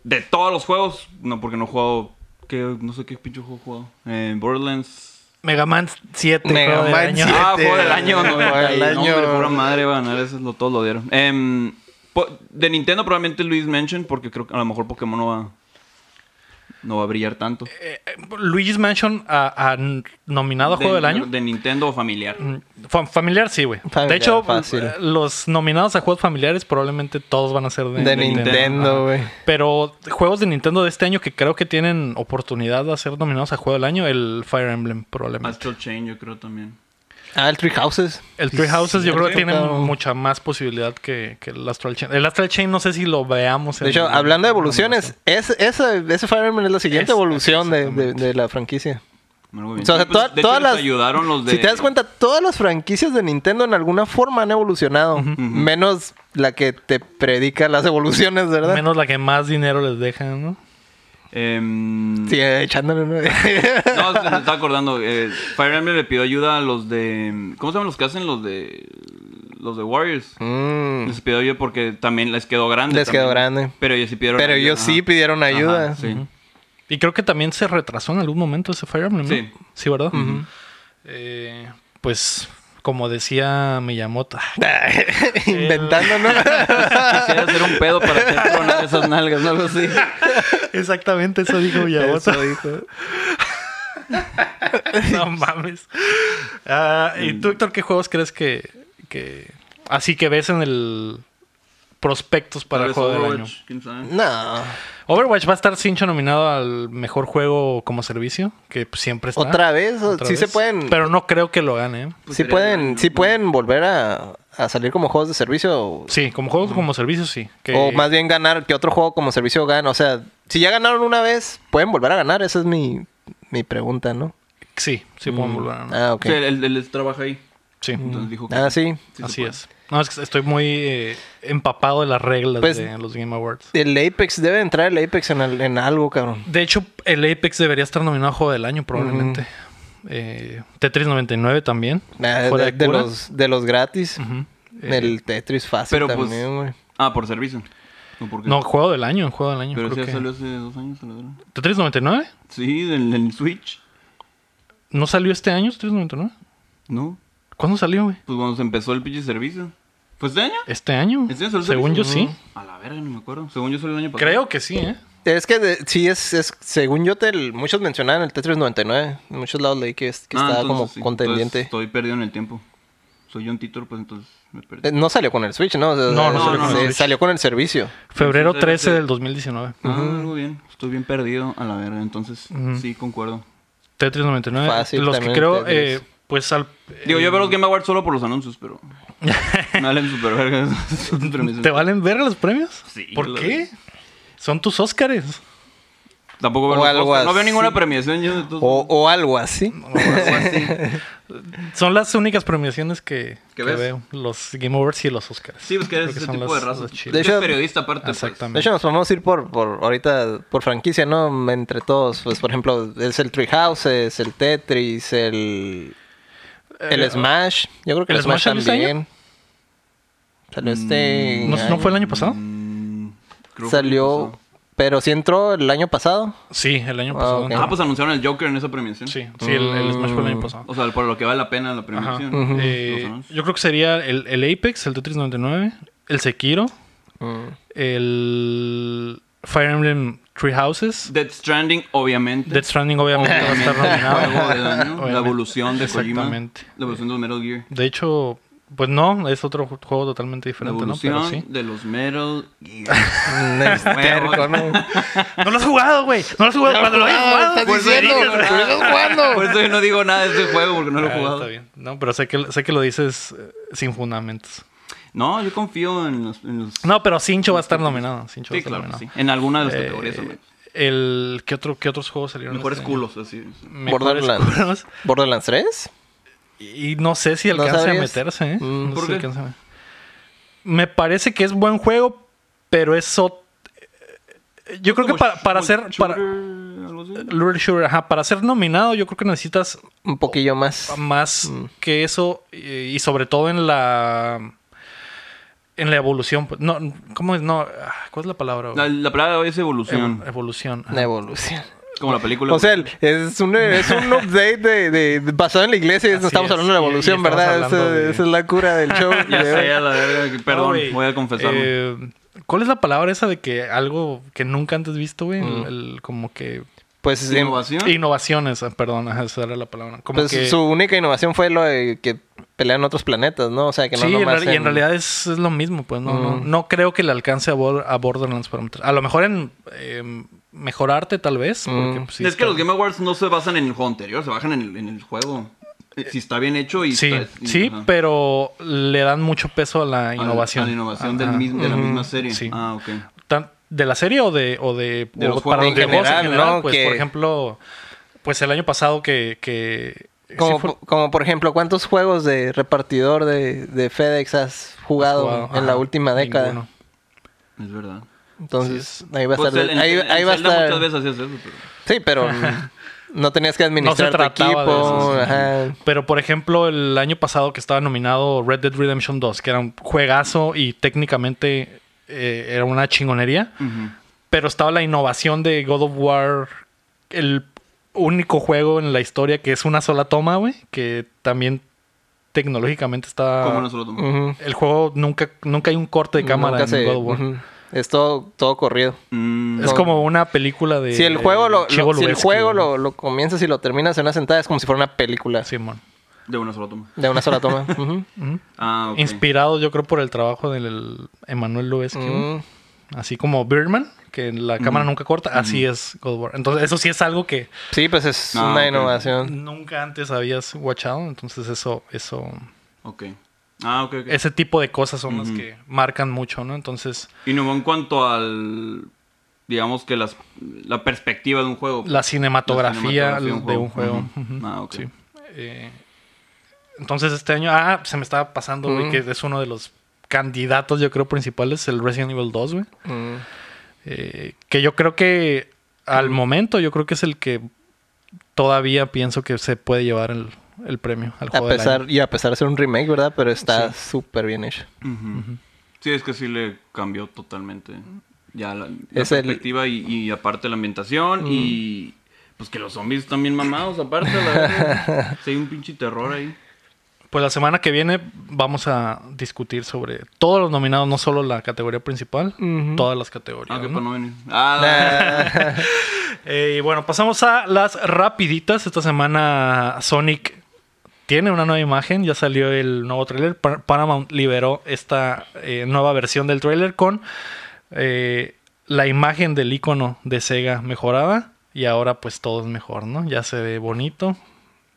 Speaker 3: de todos los juegos, no, porque no he jugado. que no sé qué pinche juego he jugado. Eh, Borderlands.
Speaker 1: Mega Man 7.
Speaker 2: Mega
Speaker 1: juego del
Speaker 2: Man
Speaker 1: año.
Speaker 2: 7.
Speaker 3: Ah, juego del año.
Speaker 2: Juego del
Speaker 3: 90. No,
Speaker 2: año.
Speaker 3: hombre, pura madre iba a ganar. Eso es lo, todos lo dieron. Em, po- de Nintendo probablemente Luis Mansion, porque creo que a lo mejor Pokémon no va, no va a brillar tanto.
Speaker 1: Eh, eh, Luigi's Mansion a, a nominado a juego
Speaker 3: de,
Speaker 1: del año. Mm.
Speaker 3: De Nintendo o familiar.
Speaker 1: Fa- Familiar sí, güey.
Speaker 2: Familiar,
Speaker 1: De hecho,
Speaker 2: fácil.
Speaker 1: eh, los nominados a juegos familiares probablemente todos van a ser de,
Speaker 2: De Nintendo, güey.
Speaker 1: Ajá. Pero juegos de Nintendo de este año que creo que tienen oportunidad de ser nominados a juego del año, el Fire Emblem probablemente.
Speaker 3: Astral Chain, yo creo también.
Speaker 2: Ah, el Tree Houses.
Speaker 1: El Three Houses yo creo que tiene
Speaker 2: Cierto.
Speaker 1: mucha más posibilidad que, que el Astral Chain. El Astral Chain no sé si lo veamos.
Speaker 2: De hecho, hablando de evoluciones, es, esa- ese Fire Emblem es la siguiente
Speaker 1: Es-
Speaker 2: evolución de, de-
Speaker 1: exactamente.
Speaker 2: de la franquicia.
Speaker 3: Algo bien.
Speaker 2: O sea,
Speaker 3: Sí, pues,
Speaker 2: toda-
Speaker 3: de hecho,
Speaker 2: todas
Speaker 3: les
Speaker 2: las-
Speaker 3: ayudaron los Pues de.
Speaker 2: Si te das cuenta, todas las franquicias de Nintendo en alguna forma han evolucionado. Menos la que te predica las evoluciones, ¿verdad?
Speaker 1: Menos la que más dinero les dejan, ¿no?
Speaker 3: Em,
Speaker 2: Sí, eh, echándole. ¿no?
Speaker 3: No, se me estaba acordando. eh, Fire Emblem le pidió ayuda a los de. ¿Cómo se llaman los que hacen los de. Los de Warriors?
Speaker 2: Mm.
Speaker 3: Les pidió ayuda porque también les quedó grande.
Speaker 2: Les quedó
Speaker 3: también.
Speaker 2: grande.
Speaker 3: Pero ellos sí pidieron
Speaker 2: Pero ellos sí
Speaker 3: ajá.
Speaker 2: pidieron
Speaker 3: Ajá,
Speaker 2: ayuda.
Speaker 3: sí.
Speaker 1: Y creo que también se retrasó en algún momento ese Fire Emblem, ¿no?
Speaker 3: Sí.
Speaker 1: Sí, ¿verdad? Eh, pues, como decía Miyamoto.
Speaker 2: Inventando, ¿no?
Speaker 3: Quisiera hacer un pedo para hacer tronar esas nalgas, ¿no? Algo así.
Speaker 1: Exactamente eso dijo Miyamoto.
Speaker 2: Eso dijo.
Speaker 1: no mames. Ah, ¿Y tú, Héctor, qué juegos crees que, que... Así que ves en el... Prospectos para
Speaker 3: Tal
Speaker 1: el
Speaker 3: vez
Speaker 1: juego del año.
Speaker 3: Overwatch, ¿Quién sabe?
Speaker 2: No.
Speaker 1: Overwatch va a estar Sincho nominado al mejor juego como servicio, que pues, siempre está.
Speaker 2: Otra vez, o-
Speaker 1: Otra
Speaker 2: sí se
Speaker 1: vez.
Speaker 2: pueden.
Speaker 1: Pero no creo que lo gane. ¿eh?
Speaker 2: sí
Speaker 3: Pues
Speaker 2: pueden,
Speaker 3: sería-
Speaker 2: sí pueden volver a, a salir como juegos de servicio.
Speaker 1: Sí, como juegos como servicio, sí. Que...
Speaker 2: O más bien ganar que otro juego como servicio gana. O sea, si ya ganaron una vez, pueden volver a ganar. Esa es mi, mi pregunta, ¿no?
Speaker 1: Sí, sí podemos volver a-
Speaker 2: Ah, ok.
Speaker 3: Sí, él, él- él trabaja ahí.
Speaker 1: Sí.
Speaker 3: Entonces dijo que.
Speaker 2: Ah, sí.
Speaker 3: sí se
Speaker 1: Así
Speaker 3: puede.
Speaker 1: es. No, es que estoy muy eh, empapado de las reglas
Speaker 2: Pues-
Speaker 1: de los Game Awards.
Speaker 2: El Apex, debe entrar el Apex en, al- en algo, cabrón.
Speaker 1: De hecho, el Apex debería estar nominado a Juego del Año, probablemente. Eh, Tetris 99 también.
Speaker 2: Ah,
Speaker 1: fuera
Speaker 2: de,
Speaker 1: de,
Speaker 2: de
Speaker 1: cura.
Speaker 2: los, de los gratis.
Speaker 1: Ujú. Eh,
Speaker 2: El Tetris fácil
Speaker 3: pero, pues,
Speaker 2: también, güey.
Speaker 3: Ah, por servicio. No, porque.
Speaker 1: No, Juego del Año, Juego del Año.
Speaker 3: Pero
Speaker 1: creo
Speaker 3: ese ya
Speaker 1: que-
Speaker 3: salió hace dos años, a la verdad.
Speaker 1: ¿Tetris 99?
Speaker 3: Sí, del, del Switch.
Speaker 1: ¿No salió este año Tetris 99?
Speaker 3: ¿No?
Speaker 1: ¿Cuándo salió, güey?
Speaker 3: Pues cuando se empezó el pinche servicio. ¿Fue este año?
Speaker 1: ¿Este
Speaker 2: Eh,
Speaker 1: año?
Speaker 3: ¿Este año salió el
Speaker 1: Según yo,
Speaker 3: servicio?
Speaker 1: sí.
Speaker 3: A la verga, no me acuerdo. Según yo, salió el año pasado.
Speaker 1: Creo que sí, ¿eh?
Speaker 2: Es que de- sí, es, es- según yo, te, el- muchos mencionaban el Tetris 99. En muchos lados leí que, es- que
Speaker 3: Ah,
Speaker 2: estaba
Speaker 3: entonces
Speaker 2: como
Speaker 3: sí,
Speaker 2: contendiente.
Speaker 3: entonces estoy perdido en el tiempo. Soy John Titor, pues entonces me perdí.
Speaker 2: Eh, no salió con el Switch, ¿no? O sea,
Speaker 1: No,
Speaker 3: no
Speaker 2: se-
Speaker 3: salió con el
Speaker 2: se-
Speaker 1: Switch.
Speaker 2: salió con el servicio.
Speaker 1: Febrero
Speaker 3: Entonces,
Speaker 1: 13
Speaker 3: ese-
Speaker 1: del 2019.
Speaker 3: Ah, algo bien. Estoy bien perdido a la verga. Entonces, sí, concuerdo.
Speaker 1: Tetris 99.
Speaker 2: Fácil,
Speaker 1: los que
Speaker 2: también
Speaker 1: creo, eh,
Speaker 2: Tetris.
Speaker 1: pues al...
Speaker 3: Digo, yo veo los Game Awards solo por los anuncios, pero. me valen super verga. esos permisos.
Speaker 1: ¿Te valen ver los premios?
Speaker 3: Sí,
Speaker 1: ¿Por
Speaker 3: la
Speaker 1: qué? Son tus Óscares.
Speaker 3: Tampoco veo
Speaker 2: O
Speaker 3: los
Speaker 2: algo
Speaker 3: pósters. No veo
Speaker 2: así.
Speaker 3: ninguna premiación. yo- entonces-
Speaker 2: O, o algo así.
Speaker 3: o algo así.
Speaker 1: Son las únicas premiaciones que, que
Speaker 3: ¿Qué ves?
Speaker 1: veo. Los Game Awards y los Oscars.
Speaker 3: Sí, pues que eres
Speaker 1: Creo
Speaker 3: ese
Speaker 1: son
Speaker 3: tipo de
Speaker 1: las-
Speaker 3: raza.
Speaker 1: las
Speaker 3: Tú
Speaker 1: chidas.
Speaker 2: De
Speaker 3: eres
Speaker 2: hecho-
Speaker 3: periodista aparte. pues.
Speaker 1: Exactamente.
Speaker 2: De hecho, nos podemos ir por, por ahorita, por franquicia, ¿no? Entre todos, pues por ejemplo, es el Tree Houses, el Tetris, el, el
Speaker 1: Eh,
Speaker 2: Smash. Yo creo que el,
Speaker 1: ¿el
Speaker 2: Smash,
Speaker 1: Smash salió este
Speaker 2: también. Salió este.
Speaker 1: ¿No, no fue el año pasado?
Speaker 3: Mm, creo que
Speaker 2: Salió.
Speaker 3: pasó.
Speaker 2: Pero sí entró el año pasado.
Speaker 1: Sí, el año
Speaker 2: Ah,
Speaker 1: pasado.
Speaker 2: ok.
Speaker 1: ¿no?
Speaker 3: Ah, pues mm, anunciaron el Joker en esa premiación.
Speaker 1: Sí, sí, el, el Smash fue el año pasado.
Speaker 3: O sea, por lo que vale la pena la
Speaker 1: Ajá.
Speaker 3: premiación.
Speaker 2: Ujú.
Speaker 1: Eh,
Speaker 3: Los anuncios.
Speaker 1: yo creo que sería el, el Apex, el Tetris 99, el Sekiro,
Speaker 2: Mm.
Speaker 1: el Fire Emblem Three Houses,
Speaker 3: Dead Stranding, obviamente.
Speaker 1: Death Stranding obviamente va a estar
Speaker 3: Juego del año,
Speaker 1: nominado.
Speaker 3: la
Speaker 1: Obviamente.
Speaker 3: evolución de Kojima.
Speaker 1: Exactamente.
Speaker 3: La evolución de los Metal Gear.
Speaker 1: De hecho, pues no, es otro ju- juego totalmente
Speaker 3: La
Speaker 1: diferente, ¿no?
Speaker 3: evolución
Speaker 1: Pero sí.
Speaker 3: de los Metal Gear.
Speaker 2: Es terco, ¿no?
Speaker 1: No lo has jugado, güey. No lo has jugado. Cuando lo hayas jugado,
Speaker 2: Pues,
Speaker 1: pues, dices,
Speaker 2: diciendo,
Speaker 1: "Ah,
Speaker 2: por eso jugando.
Speaker 3: Por eso Pues yo no digo nada de ese juego porque no lo he
Speaker 1: Está
Speaker 3: jugado.
Speaker 1: bien. No, pero sé que, sé que lo dices eh, sin fundamentos.
Speaker 3: No, yo confío en los. en los-
Speaker 1: No, pero Sincho va a estar nominado. Sincho va a
Speaker 3: sí,
Speaker 1: estar
Speaker 3: claro, que
Speaker 1: nominado.
Speaker 3: sí. En alguna de las
Speaker 1: Eh,
Speaker 3: categorías. al menos.
Speaker 1: el, ¿qué, otro, ¿Qué otros juegos salieron?
Speaker 3: Mejores
Speaker 1: este año?
Speaker 3: culos, así.
Speaker 1: Mejores
Speaker 2: Borderlands.
Speaker 1: culos.
Speaker 2: ¿Borderlands 3?
Speaker 1: Y y no sé si
Speaker 2: ¿No
Speaker 1: alcance a
Speaker 2: sabrías?
Speaker 1: meterse, ¿eh?
Speaker 2: Mm,
Speaker 1: No
Speaker 3: ¿por
Speaker 1: sé si
Speaker 3: qué?
Speaker 1: alcance a- Me parece que es buen juego, pero es... ot- eh, Yo creo que
Speaker 3: Como
Speaker 1: para, para
Speaker 3: sh-
Speaker 1: ser... Para,
Speaker 3: shooter, algo así.
Speaker 1: Lure Shooter, ajá, para ser nominado yo creo que necesitas
Speaker 2: Un poquillo
Speaker 1: Oh,
Speaker 2: más.
Speaker 1: más
Speaker 2: Mm.
Speaker 1: que eso eh, y sobre todo en la en la evolución pues, no cómo es no ah, cuál es la palabra
Speaker 3: La,
Speaker 1: güey?
Speaker 3: la palabra hoy es evolución.
Speaker 1: Evo- evolución ajá.
Speaker 2: Una evolución.
Speaker 3: como la película.
Speaker 2: O sea, el- es un, es un update de, de- de- basado en la iglesia. y
Speaker 1: Así
Speaker 2: estamos
Speaker 1: es,
Speaker 2: hablando de la
Speaker 1: y- y
Speaker 2: evolución,
Speaker 1: estamos
Speaker 2: ¿verdad?
Speaker 1: hablando
Speaker 2: Esa,
Speaker 1: de-
Speaker 2: esa es la cura del show.
Speaker 3: Ya
Speaker 2: de-
Speaker 3: sé, a la verga, que-
Speaker 1: No,
Speaker 3: Perdón,
Speaker 1: güey,
Speaker 3: voy a confesarlo.
Speaker 1: eh, cuál es la palabra esa de que algo que nunca antes visto
Speaker 2: Mm.
Speaker 1: güey El- el- como que
Speaker 2: pues sí,
Speaker 3: Innovación.
Speaker 1: innovaciones ah, perdón ajá, esa era la palabra como
Speaker 2: pues,
Speaker 1: que
Speaker 2: su única innovación fue lo de que pelean otros planetas, ¿no? O sea, que no
Speaker 1: sí en
Speaker 2: nomás
Speaker 1: real- y en realidad es, es lo mismo pues no, no
Speaker 2: Mm.
Speaker 1: no creo que le alcance a, Bor- a Borderlands para meter- a lo mejor en eh, mejorarte tal vez porque,
Speaker 2: Mm.
Speaker 1: pues, sí
Speaker 3: es que
Speaker 1: está-
Speaker 3: los Game Awards no se basan en el juego anterior, se bajan en el, en el juego. Eh, Si está bien hecho y.
Speaker 1: Sí,
Speaker 3: está- y-
Speaker 1: sí,
Speaker 3: ajá.
Speaker 1: pero le dan mucho peso a la
Speaker 3: A la-
Speaker 1: innovación.
Speaker 3: A la innovación del
Speaker 1: Ajá.
Speaker 3: mis- de la misma serie.
Speaker 1: Sí.
Speaker 3: Ah, ok.
Speaker 1: Tan- ¿De la serie o de, o de,
Speaker 3: De
Speaker 1: o
Speaker 3: los
Speaker 1: para
Speaker 3: juegos
Speaker 1: los
Speaker 3: en
Speaker 1: videojuegos en
Speaker 2: general,
Speaker 1: general?
Speaker 2: ¿no?
Speaker 1: Pues,
Speaker 2: Que-
Speaker 1: por ejemplo, pues el año pasado que... que sí
Speaker 2: Como,
Speaker 1: fue-
Speaker 2: po- como por ejemplo, ¿cuántos juegos de repartidor de, de FedEx has jugado,
Speaker 1: jugado,
Speaker 2: en la
Speaker 1: ajá,
Speaker 2: última década?
Speaker 1: ninguno.
Speaker 3: Es verdad.
Speaker 2: Entonces, ahí va a
Speaker 3: Pues,
Speaker 2: estar.
Speaker 3: el- en-
Speaker 2: ahí
Speaker 3: en
Speaker 2: ahí va a
Speaker 3: Zelda
Speaker 2: estar.
Speaker 3: Muchas veces hacías eso, pero.
Speaker 2: Sí, pero mm, no tenías que administrar tu
Speaker 1: trataba de
Speaker 2: equipo.
Speaker 1: eso, sí.
Speaker 2: ajá.
Speaker 1: Pero, por ejemplo, el año pasado que estaba nominado Red Dead Redemption 2, que era un juegazo y técnicamente eh, era una chingonería.
Speaker 3: Ujú.
Speaker 1: pero estaba la innovación de God of War, el único juego en la historia que es una sola toma, güey, que también tecnológicamente está...
Speaker 3: ¿Cómo no se lo tomó?
Speaker 2: Ujú.
Speaker 1: El juego nunca, nunca hay un corte de cámara
Speaker 2: Nunca
Speaker 1: en
Speaker 2: se-
Speaker 1: God of War.
Speaker 2: ujú. Es todo, todo corrido.
Speaker 3: Mm,
Speaker 1: Es
Speaker 2: No.
Speaker 1: como una película de...
Speaker 2: si el juego, lo,
Speaker 1: Chivo
Speaker 2: lo- si el
Speaker 1: Lubeski,
Speaker 2: juego
Speaker 1: güey.
Speaker 2: lo, lo comienzas y lo terminas en una sentada, es como si fuera una película
Speaker 1: Simón.
Speaker 3: de una sola toma.
Speaker 2: de una sola toma. Ujú.
Speaker 3: Ah, ok.
Speaker 1: Inspirado, yo creo, por el trabajo del Emanuel Lubezki. güey.
Speaker 2: Mm.
Speaker 1: Así como Birdman, que la cámara nunca corta, así es God of War. Entonces, eso sí es algo que
Speaker 2: Sí, pues es
Speaker 3: Ah,
Speaker 2: una
Speaker 3: ok.
Speaker 2: innovación.
Speaker 1: nunca antes habías watchado. Entonces, eso, eso
Speaker 3: Ok. Ah, ok, ok.
Speaker 1: ese tipo de cosas son las que marcan mucho, ¿no? Entonces,
Speaker 3: Innovó en cuanto al. Digamos que las, la perspectiva de un juego.
Speaker 1: la cinematografía,
Speaker 3: La cinematografía
Speaker 1: de un juego.
Speaker 3: Ujú.
Speaker 1: ujú,
Speaker 3: Ah, ok.
Speaker 1: sí. Eh, entonces, este año, ah, se me estaba pasando, güey, que es uno de los candidatos, yo creo, principales, el Resident Evil 2, güey.
Speaker 2: Mm.
Speaker 1: Eh, que yo creo que al momento, yo creo que es el que todavía pienso que se puede llevar el, el premio al
Speaker 2: A
Speaker 1: juego. del año.
Speaker 2: pesar, y a pesar de ser un remake, ¿verdad? Pero está súper bien hecho.
Speaker 3: Ujú. Sí, es que sí le cambió totalmente. Ya la, la
Speaker 2: Es el-
Speaker 3: perspectiva y, y aparte la ambientación y. Pues que los zombies también mamados, aparte. La verdad. sí, hay un pinche terror ahí.
Speaker 1: Pues la semana que viene vamos a discutir sobre todos los nominados, no solo la categoría principal, todas las categorías.
Speaker 3: Ah, que
Speaker 1: ¿no?
Speaker 3: para no venir. Ah,
Speaker 1: Eh, y bueno, pasamos a las rapiditas. Esta semana Sonic tiene una nueva imagen, ya salió el nuevo tráiler. Par- Paramount liberó esta eh, nueva versión del tráiler con eh, la imagen del icono de Sega mejorada. Y ahora pues todo es mejor, ¿no? Ya se ve bonito.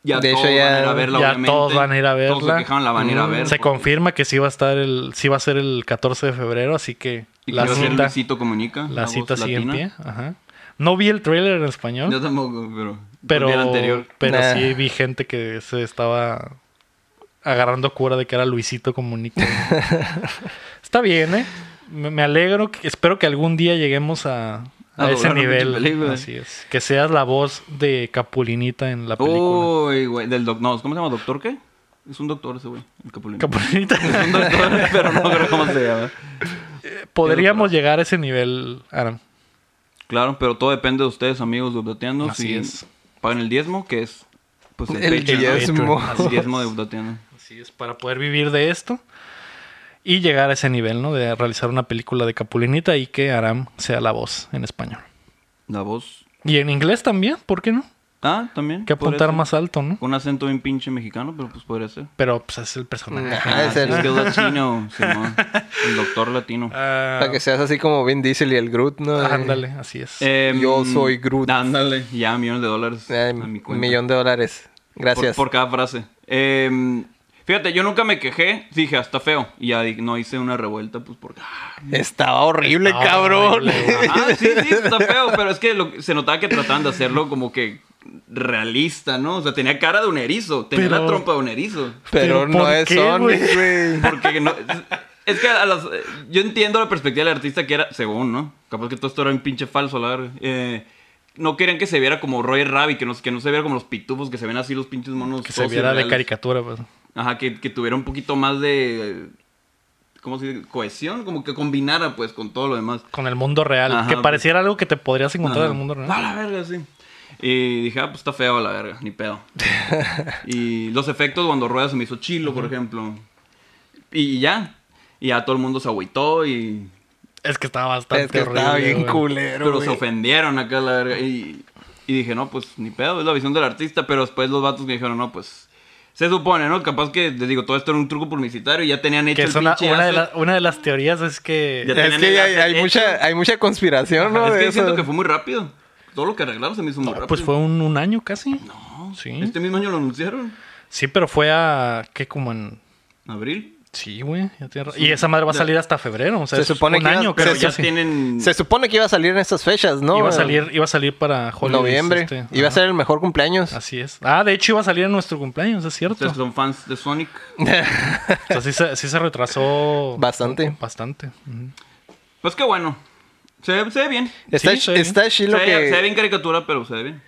Speaker 3: ya
Speaker 2: De hecho,
Speaker 3: todos
Speaker 2: ya-
Speaker 3: van a ir a verla,
Speaker 1: ya
Speaker 3: obviamente.
Speaker 1: todos van a ir a
Speaker 3: Todos se
Speaker 1: verla.
Speaker 3: quejaron, la van a ir a
Speaker 2: Mm.
Speaker 3: ver.
Speaker 1: Se
Speaker 3: porque-
Speaker 1: confirma que sí va a estar el, sí va a ser el 14 de febrero, así que
Speaker 3: Y
Speaker 1: la
Speaker 3: que va a ser
Speaker 1: cita,
Speaker 3: Luisito Comunica.
Speaker 1: la
Speaker 3: voz
Speaker 1: cita sigue en
Speaker 3: latina.
Speaker 1: pie. Ajá. No vi el trailer en español.
Speaker 3: Yo tampoco, pero.
Speaker 1: Pero,
Speaker 3: vi el anterior.
Speaker 1: pero
Speaker 2: Nah.
Speaker 1: sí vi gente que se estaba agarrando cura de que era Luisito Comunica. Está bien, ¿eh? Me me alegro. que- Espero que algún día lleguemos a, a
Speaker 3: A
Speaker 1: ese
Speaker 3: doblar una pinche
Speaker 1: nivel.
Speaker 3: película.
Speaker 1: Así es. Que seas la voz de Capulinita en la película.
Speaker 3: Uy, güey. Del doc. No, ¿cómo se llama? ¿Doctor qué? Es un doctor ese, güey. El Capulino.
Speaker 1: Capulinita.
Speaker 3: Es un doctor, pero no creo cómo se llama.
Speaker 1: Podríamos llegar a ese nivel, Aram.
Speaker 3: Claro, pero todo depende de ustedes, amigos de Updateando.
Speaker 1: Así
Speaker 3: si
Speaker 1: es.
Speaker 3: Pagan el diezmo, que es. Pues el,
Speaker 2: El
Speaker 3: Patreon, ¿no?
Speaker 2: diezmo.
Speaker 3: El diezmo de Updateando.
Speaker 1: Así es, para poder vivir de esto y llegar a ese nivel, ¿no? De realizar una película de Capulinita y que Aram sea la voz en español.
Speaker 3: La voz.
Speaker 1: Y en inglés también, ¿por qué no?
Speaker 3: Ah, también.
Speaker 1: Que
Speaker 3: podría
Speaker 1: apuntar
Speaker 3: ser.
Speaker 1: más alto, ¿no?
Speaker 3: Un acento bien pinche mexicano, pero pues podría ser.
Speaker 1: Pero pues es el personaje.
Speaker 2: Ah,
Speaker 3: Ah,
Speaker 2: es el-
Speaker 3: es que es latino, Simón. El doctor latino.
Speaker 1: Ah,
Speaker 2: Para que seas así como Vin Diesel y el Groot, ¿no?
Speaker 1: ándale, así es.
Speaker 3: Em,
Speaker 2: Yo soy Groot.
Speaker 3: Ándale, ya millones de dólares
Speaker 2: Eh,
Speaker 3: a mi
Speaker 2: un
Speaker 3: cuenta.
Speaker 2: millón de dólares. Gracias.
Speaker 3: Por, por cada frase. Em, fíjate, yo nunca me quejé. Dije, hasta feo. Y ya di- no hice una revuelta, pues porque. Ah,
Speaker 2: Estaba horrible,
Speaker 1: Estaba
Speaker 2: cabrón.
Speaker 1: horrible. Ah,
Speaker 3: sí, sí, está feo. Pero es que lo- se notaba que trataban de hacerlo como que realista, ¿no? O sea, tenía cara de un erizo. Tenía
Speaker 1: Pero-
Speaker 3: la trompa de un erizo.
Speaker 1: Pero
Speaker 2: Pero no
Speaker 1: ¿por
Speaker 2: es
Speaker 1: qué,
Speaker 2: Sonic,
Speaker 1: güey?
Speaker 2: güey.
Speaker 3: Porque no. Es que a las- yo entiendo la perspectiva del artista que era, según, ¿no? Capaz que todo esto era un pinche falso, la verga. Eh, no querían que se viera como Roy Rabbit, que no, que no se viera como los pitufos, que se ven así los pinches monos.
Speaker 1: que se
Speaker 3: todos
Speaker 1: viera de
Speaker 3: irreales.
Speaker 1: caricatura, pues.
Speaker 3: Ajá, que, que tuviera un poquito más de. eh, ¿Cómo se dice? Cohesión, como que combinara, pues, con todo lo demás.
Speaker 1: Con el mundo real.
Speaker 3: Ajá,
Speaker 1: que
Speaker 3: pues.
Speaker 1: pareciera algo que te podrías encontrar
Speaker 3: Ajá.
Speaker 1: en el mundo real.
Speaker 3: A la verga, sí. Y dije, ah, pues está feo a la verga, ni pedo. y los efectos cuando rueda se me hizo chilo, por ejemplo. Y ya. Y ya todo el mundo se agüitó y.
Speaker 1: Es que estaba bastante
Speaker 2: Es que estaba
Speaker 1: horrible,
Speaker 2: bien
Speaker 1: güey.
Speaker 2: culero.
Speaker 3: Pero, se
Speaker 2: güey.
Speaker 3: ofendieron acá, la verga. Y, y dije, no, pues ni pedo, es la visión del artista. Pero después los vatos me dijeron, no, pues. Se supone, ¿no? Capaz que, les digo, todo esto era un truco publicitario y ya tenían hecho
Speaker 1: Que
Speaker 3: el
Speaker 1: es una,
Speaker 3: pinche
Speaker 1: una, de
Speaker 3: asset.
Speaker 1: la- una de las teorías es que...
Speaker 3: Ya
Speaker 2: Es
Speaker 3: tenían
Speaker 2: que
Speaker 3: el
Speaker 2: hay, hay
Speaker 3: hecho.
Speaker 2: mucha, hay mucha conspiración, ¿no?
Speaker 3: Es
Speaker 2: de
Speaker 3: que siento
Speaker 2: eso.
Speaker 3: que fue muy rápido. Todo lo que arreglaron se me hizo muy
Speaker 1: No,
Speaker 3: rápido.
Speaker 1: pues fue un, un año casi.
Speaker 3: No,
Speaker 1: Sí.
Speaker 3: Este mismo año lo anunciaron.
Speaker 1: Sí, pero fue a... ¿Qué? Como en...
Speaker 3: Abril.
Speaker 1: Sí, güey. ya tiene ra- Y esa madre va a salir hasta febrero. O sea,
Speaker 2: Se
Speaker 1: es
Speaker 2: supone
Speaker 1: un
Speaker 2: que iba-
Speaker 1: año,
Speaker 3: Pero
Speaker 1: creo,
Speaker 3: ya
Speaker 1: sí.
Speaker 3: tienen.
Speaker 2: Se supone que iba a salir en estas fechas, ¿no? eh,
Speaker 1: Iba a salir, iba a salir para holidays,
Speaker 2: noviembre.
Speaker 1: este,
Speaker 2: Iba a
Speaker 1: ajá.
Speaker 2: ser el mejor cumpleaños.
Speaker 1: Así es. Ah, de hecho iba a salir en nuestro cumpleaños, es cierto.
Speaker 3: Ustedes son fans de Sonic.
Speaker 1: O sea, sí, se, sí se retrasó.
Speaker 2: Bastante.
Speaker 1: Bastante. Ujú.
Speaker 3: Pues qué bueno. Se, se ve bien.
Speaker 2: Está,
Speaker 1: Sí, se ve
Speaker 2: está
Speaker 3: Se,
Speaker 2: chilo
Speaker 3: ve-
Speaker 2: que...
Speaker 3: se ve bien caricatura, pero se ve bien.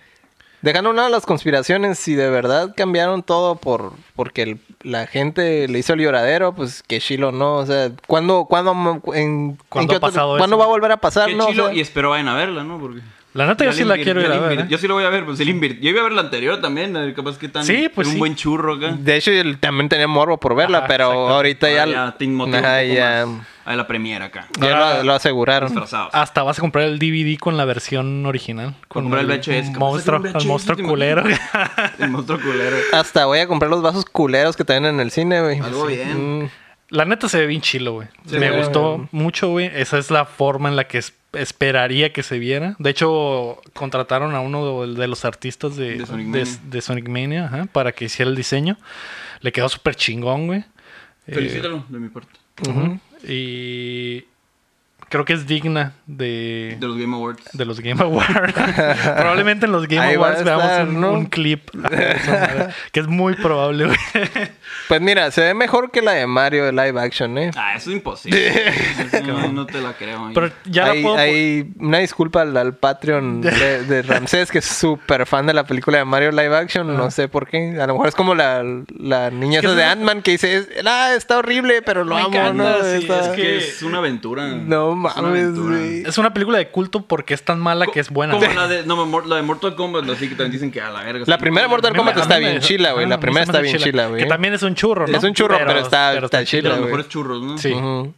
Speaker 2: Dejando a un lado las conspiraciones, si de verdad cambiaron todo por porque el- la gente le hizo el lloradero, pues que chilo no. O sea, ¿cuándo, cuándo, mo- en,
Speaker 1: ¿Cuándo
Speaker 2: en qué
Speaker 1: ha pasado
Speaker 2: ¿cuándo
Speaker 1: eso?
Speaker 2: va a volver a pasar?
Speaker 3: Qué
Speaker 2: no, O
Speaker 3: chilo.
Speaker 2: sea,
Speaker 3: Y espero vayan a verla, ¿no? Porque.
Speaker 1: La neta, yo
Speaker 3: Ya
Speaker 1: sí
Speaker 3: le
Speaker 1: la
Speaker 3: invir-
Speaker 1: quiero
Speaker 3: ya
Speaker 1: ir a
Speaker 3: le
Speaker 1: ver.
Speaker 3: invir-
Speaker 1: ¿eh?
Speaker 3: Yo sí la voy a ver, pues sí la invir- Yo iba a ver la anterior también, a ver, capaz que tan.
Speaker 1: Sí, pues
Speaker 3: Un
Speaker 1: sí.
Speaker 3: buen churro acá.
Speaker 2: De hecho, el- también tenía morbo por verla,
Speaker 1: Ajá,
Speaker 2: pero
Speaker 1: exacto.
Speaker 2: ahorita
Speaker 3: Ah,
Speaker 2: ya,
Speaker 3: ya te motiva un
Speaker 2: ajá,
Speaker 3: poco
Speaker 2: ya-
Speaker 3: más. A Ah, la premiera acá.
Speaker 2: ya
Speaker 1: Ahora-
Speaker 2: lo, lo aseguraron.
Speaker 3: Disfrazados.
Speaker 1: Hasta vas a comprar el DVD con la versión original.
Speaker 3: Con comprar el VHS.
Speaker 1: Monstruo,
Speaker 3: Capaz de
Speaker 1: el
Speaker 3: comprar un
Speaker 1: monstruo
Speaker 3: VHS,
Speaker 1: culero.
Speaker 3: El monstruo culero.
Speaker 2: Hasta voy a comprar los vasos culeros que traen en el cine, güey.
Speaker 3: Algo bien.
Speaker 2: Mm,
Speaker 1: La neta se ve bien chilo, güey.
Speaker 3: Sí,
Speaker 1: Me
Speaker 2: güey.
Speaker 1: gustó mucho, güey. Esa es la forma en la que es- esperaría que se viera. De hecho, contrataron a uno de, de los artistas de,
Speaker 3: De Sonic
Speaker 1: de-
Speaker 3: Mania.
Speaker 1: de Sonic Mania, ajá, para que hiciera el diseño. Le quedó súper chingón, güey. Eh,
Speaker 3: Felicítalo de mi parte.
Speaker 1: ujú. Y creo que es digna de,
Speaker 3: De los Game Awards.
Speaker 1: de los Game Awards. Probablemente en los Game
Speaker 2: Ahí va a
Speaker 1: Awards veamos
Speaker 2: estar,
Speaker 1: un,
Speaker 2: ¿no?
Speaker 1: un clip. de esa madre, que es muy probable, güey.
Speaker 2: Pues mira, se ve mejor que la de Mario de live action, ¿eh?
Speaker 3: Ah, eso es imposible. Eso no, no te la creo. ahí.
Speaker 1: Pero ya la
Speaker 2: hay,
Speaker 1: puedo...
Speaker 2: hay una disculpa al, al Patreon de, de Ramsés, que es súper fan de la película de Mario Live Action. No sé por qué. A lo mejor es como la, la niña
Speaker 1: Ah. Es que
Speaker 2: esa de
Speaker 1: es-
Speaker 2: Ant-Man que dice: es- "Ah, está horrible, pero lo
Speaker 1: Me
Speaker 2: amo.
Speaker 1: encanta,
Speaker 2: Ah, ¿no?
Speaker 1: sí,
Speaker 2: Está-
Speaker 1: es
Speaker 3: Es que es una aventura.
Speaker 2: No
Speaker 3: Es una
Speaker 2: mames,
Speaker 3: aventura.
Speaker 2: güey.
Speaker 1: Es una película de culto porque es tan mala que es buena.
Speaker 3: Como
Speaker 1: güey.
Speaker 3: la de, no, mor- la de Mortal Kombat, así que también dicen que a la verga.
Speaker 2: La primera Mortal
Speaker 1: A mí me-
Speaker 2: Kombat
Speaker 1: a
Speaker 2: está
Speaker 1: mí me-
Speaker 2: bien chila, güey.
Speaker 1: ah,
Speaker 2: La
Speaker 1: a mí
Speaker 2: primera
Speaker 1: se me
Speaker 2: está
Speaker 1: hace
Speaker 2: bien chila,
Speaker 1: Que
Speaker 2: güey.
Speaker 1: también es un churro, ¿no?
Speaker 2: Es un churro, pero está- está
Speaker 3: De
Speaker 2: chila,
Speaker 3: los
Speaker 2: güey.
Speaker 3: mejores churros, ¿no?
Speaker 1: Sí.
Speaker 2: Ujú.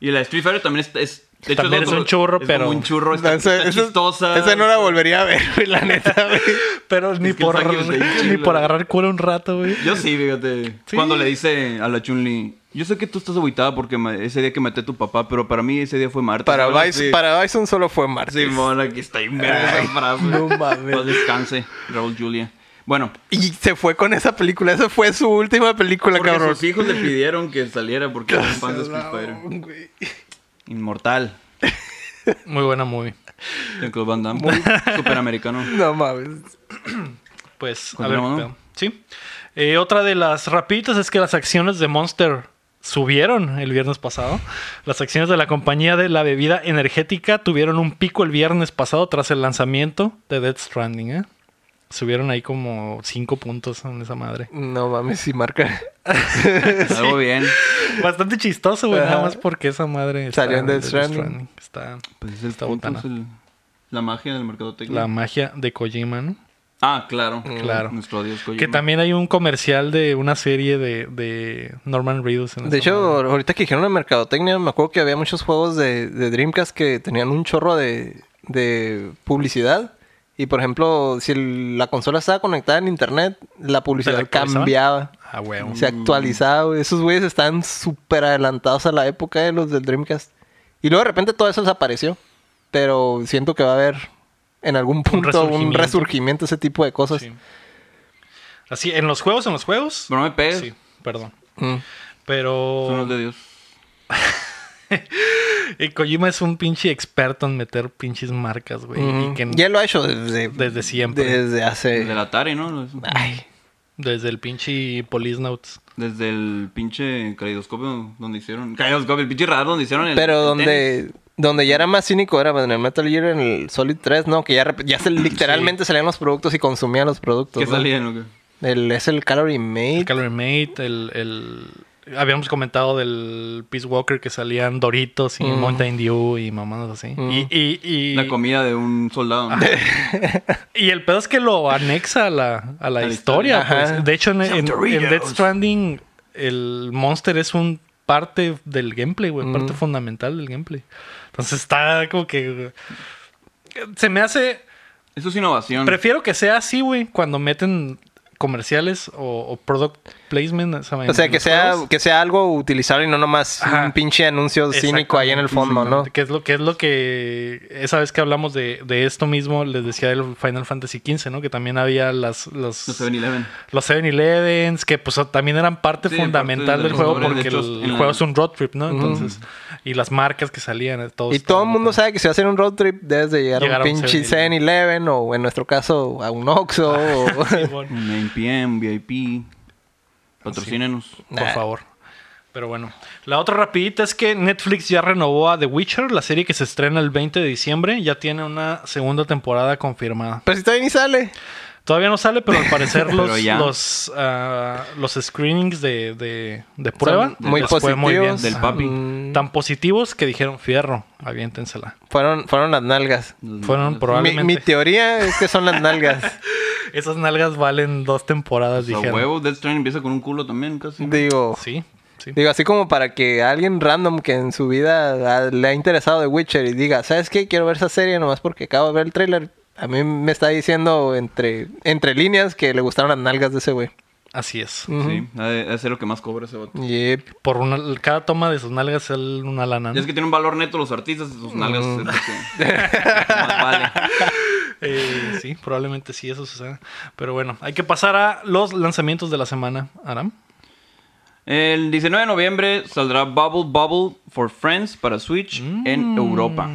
Speaker 3: Y la de Street Fighter también es. es- de hecho,
Speaker 1: También es
Speaker 3: otro-
Speaker 1: un churro,
Speaker 3: es
Speaker 1: pero-
Speaker 3: Como un churro, está,
Speaker 2: Esa-
Speaker 3: está
Speaker 2: esa-
Speaker 3: chistosa.
Speaker 2: Esa no la volvería a ver, güey, la neta, güey.
Speaker 1: Pero ni
Speaker 3: que
Speaker 1: por,
Speaker 3: el Saki está bien
Speaker 1: ni
Speaker 3: chila.
Speaker 1: por agarrar culo un rato, güey.
Speaker 3: Yo sí, fíjate.
Speaker 1: Sí.
Speaker 3: Cuando le dice a la Chun-Li, yo sé que tú estás aguitada porque me- ese día que maté a tu papá, pero para mí ese día fue martes.
Speaker 2: Para,
Speaker 3: Algo
Speaker 2: Bison,
Speaker 3: así.
Speaker 2: para Bison solo fue Marta.
Speaker 3: Simón, aquí está ahí verga esa frase.
Speaker 2: no mames.
Speaker 3: Paz descanse, Raúl Julia. Bueno,
Speaker 2: Y se fue con esa película. Esa fue su última película,
Speaker 3: porque
Speaker 2: cabrón.
Speaker 3: sus hijos le pidieron que saliera porque eran fans de Street Fighter.
Speaker 2: Güey.
Speaker 3: Inmortal.
Speaker 1: Muy buena movie.
Speaker 3: Jean-Claude Van Damme. superamericano.
Speaker 2: No mames.
Speaker 1: Pues, a ver.
Speaker 3: Continuamos,
Speaker 1: qué
Speaker 3: ¿no?
Speaker 1: pedo. Sí. Eh, otra de las rapiditas es que las acciones de Monster subieron el viernes pasado. Las acciones de la compañía de la bebida energética tuvieron un pico el viernes pasado tras el lanzamiento de Dead Stranding, ¿eh? Subieron ahí como 5 puntos en esa madre.
Speaker 2: No mames, si marca.
Speaker 3: Pues, Algo bien.
Speaker 1: Bastante chistoso, güey. Nada
Speaker 2: Ajá.
Speaker 1: más porque esa madre.
Speaker 2: Salió en Death Stranding.
Speaker 1: Está
Speaker 3: Pues es el
Speaker 1: Está
Speaker 3: punto,
Speaker 1: botana.
Speaker 3: es el- la magia del mercado técnico.
Speaker 1: la magia de Kojima, ¿no?
Speaker 3: Ah, claro.
Speaker 1: Claro.
Speaker 3: Nuestro dios Kojima.
Speaker 1: Que también hay un comercial de una serie de, de Norman Reedus. en
Speaker 2: De
Speaker 1: esa
Speaker 2: hecho,
Speaker 1: madre.
Speaker 2: ahorita que dijeron la mercadotecnia, me acuerdo que había muchos juegos de, de Dreamcast que tenían un chorro de, de publicidad. Y por ejemplo, si el- la consola estaba conectada en internet, la publicidad
Speaker 1: actualizaban?
Speaker 2: cambiaba.
Speaker 1: Ah, huevo.
Speaker 2: Se actualizaba. güey. Esos güeyes están súper adelantados a la época de los del Dreamcast. Y luego de repente todo eso desapareció. Pero siento que va a haber en algún punto un
Speaker 1: resurgimiento.
Speaker 2: resurgimiento, ese tipo de cosas.
Speaker 1: Sí. Así, en los juegos, en los juegos.
Speaker 3: Pero no me pegues.
Speaker 1: Sí, perdón.
Speaker 2: Mm.
Speaker 3: Son
Speaker 1: Pero
Speaker 3: los de Dios.
Speaker 1: eh, Kojima es un pinche experto en meter pinches marcas, güey.
Speaker 2: Ujú.
Speaker 1: Y que
Speaker 2: Ya Mm. lo ha hecho desde,
Speaker 1: Desde siempre.
Speaker 2: Desde hace.
Speaker 3: Desde la Atari, ¿no?
Speaker 2: Ay,
Speaker 1: desde el pinche Polisnauts.
Speaker 3: Desde el pinche caleidoscopio donde hicieron. Caleidoscopio, el pinche radar donde hicieron el.
Speaker 2: pero
Speaker 3: el tenis.
Speaker 2: donde, donde ya era más cínico era en el Metal Gear, en el Solid 3, ¿no? Que ya, rep- ya se, literalmente salían los productos y consumían los productos.
Speaker 3: ¿Qué
Speaker 2: ¿no?
Speaker 3: salía? no? ¿Qué?
Speaker 2: El, es el Calorie Mate.
Speaker 1: El Calorie Mate, el, el- Habíamos comentado del Peace Walker que salían Doritos y
Speaker 2: Mm.
Speaker 1: Mountain Dew y mamadas así.
Speaker 2: Mm.
Speaker 1: Y, y, y,
Speaker 3: La comida de un soldado. ¿no?
Speaker 1: y el pedo es que lo anexa a la, a la
Speaker 3: la
Speaker 1: historia.
Speaker 2: historia.
Speaker 1: pues.
Speaker 2: Ajá.
Speaker 1: De hecho, en, en,
Speaker 3: Doritos.
Speaker 1: en Death Stranding, el Monster es un parte del gameplay, güey. Parte
Speaker 2: Mm.
Speaker 1: fundamental del gameplay. Entonces está como que. Se me hace.
Speaker 3: Eso es innovación.
Speaker 1: Prefiero que sea así, güey, cuando meten comerciales o, o product placement.
Speaker 2: O sea, que sea, que sea algo utilizable y no nomás
Speaker 1: Ajá.
Speaker 2: un pinche anuncio cínico ahí en el fondo, ¿no?
Speaker 1: Que es lo que es lo que esa vez que hablamos de, de esto mismo les decía del Final Fantasy XV, ¿no? Que también había las los
Speaker 3: Los 7-Eleven.
Speaker 1: los 7-Elevens, que pues también eran parte
Speaker 3: Sí,
Speaker 1: fundamental
Speaker 3: parte de
Speaker 1: del
Speaker 3: los
Speaker 1: juego
Speaker 3: valores,
Speaker 1: porque
Speaker 3: de hecho,
Speaker 1: el,
Speaker 3: en la-
Speaker 1: juego es un road trip, ¿no? Entonces, y las marcas que salían, eh, todo
Speaker 2: Y
Speaker 1: estaba
Speaker 2: todo el mundo
Speaker 1: botado.
Speaker 2: sabe que si va a hacer un road trip debes de llegar,
Speaker 1: Llegar
Speaker 2: a
Speaker 1: a
Speaker 2: un
Speaker 1: un
Speaker 2: pinche 7-Eleven o en nuestro caso a un Oxxo.
Speaker 1: Ah.
Speaker 2: o-
Speaker 1: Simón,
Speaker 3: Un NPM, VIP. Patrocínenos.
Speaker 1: Por favor. Pero bueno, la otra rapidita es que Netflix ya renovó a The Witcher, la serie que se estrena el 20 de diciembre, ya tiene una segunda temporada confirmada.
Speaker 2: Pero si todavía ni sale.
Speaker 1: Todavía no sale, pero al parecer
Speaker 3: Pero
Speaker 1: los,
Speaker 3: ya.
Speaker 1: los, ah, los screenings de, de, de prueba
Speaker 2: Muy
Speaker 1: les fue
Speaker 2: positivos.
Speaker 1: bien.
Speaker 3: Del
Speaker 1: Ajá.
Speaker 3: papi.
Speaker 2: Mm,
Speaker 1: Tan positivos que dijeron, fierro, aviéntensela.
Speaker 2: fueron, fueron las nalgas.
Speaker 1: Fueron
Speaker 3: por
Speaker 2: Mi,
Speaker 1: probablemente...
Speaker 2: mi teoría es que son las nalgas.
Speaker 1: Esas nalgas valen dos temporadas,
Speaker 3: Los
Speaker 1: dijeron.
Speaker 3: huevos. Death Stranding empieza con un culo también, casi. ¿no?
Speaker 2: digo,
Speaker 1: Sí, sí.
Speaker 2: digo, así como para que alguien random que en su vida ha- le ha interesado The Witcher y diga, ¿sabes qué? Quiero ver esa serie nomás porque acabo de ver el tráiler. A mí me está diciendo entre, entre líneas que le gustaron las nalgas de ese güey.
Speaker 1: Así es.
Speaker 2: Ujú.
Speaker 3: Sí, ha de, ha de ser lo que más cobra ese vato.
Speaker 2: Yep.
Speaker 1: Por una, cada toma de sus nalgas sale una lana.
Speaker 3: Y
Speaker 1: ¿no?
Speaker 3: es que tiene un valor neto los artistas, sus nalgas. es lo que- más vale.
Speaker 1: Eh, sí, probablemente sí eso suceda. Pero bueno, hay que pasar a los lanzamientos de la semana, Aram.
Speaker 3: El 19 de noviembre saldrá Bubble Bubble for Friends para Switch
Speaker 2: Mm.
Speaker 3: en Europa.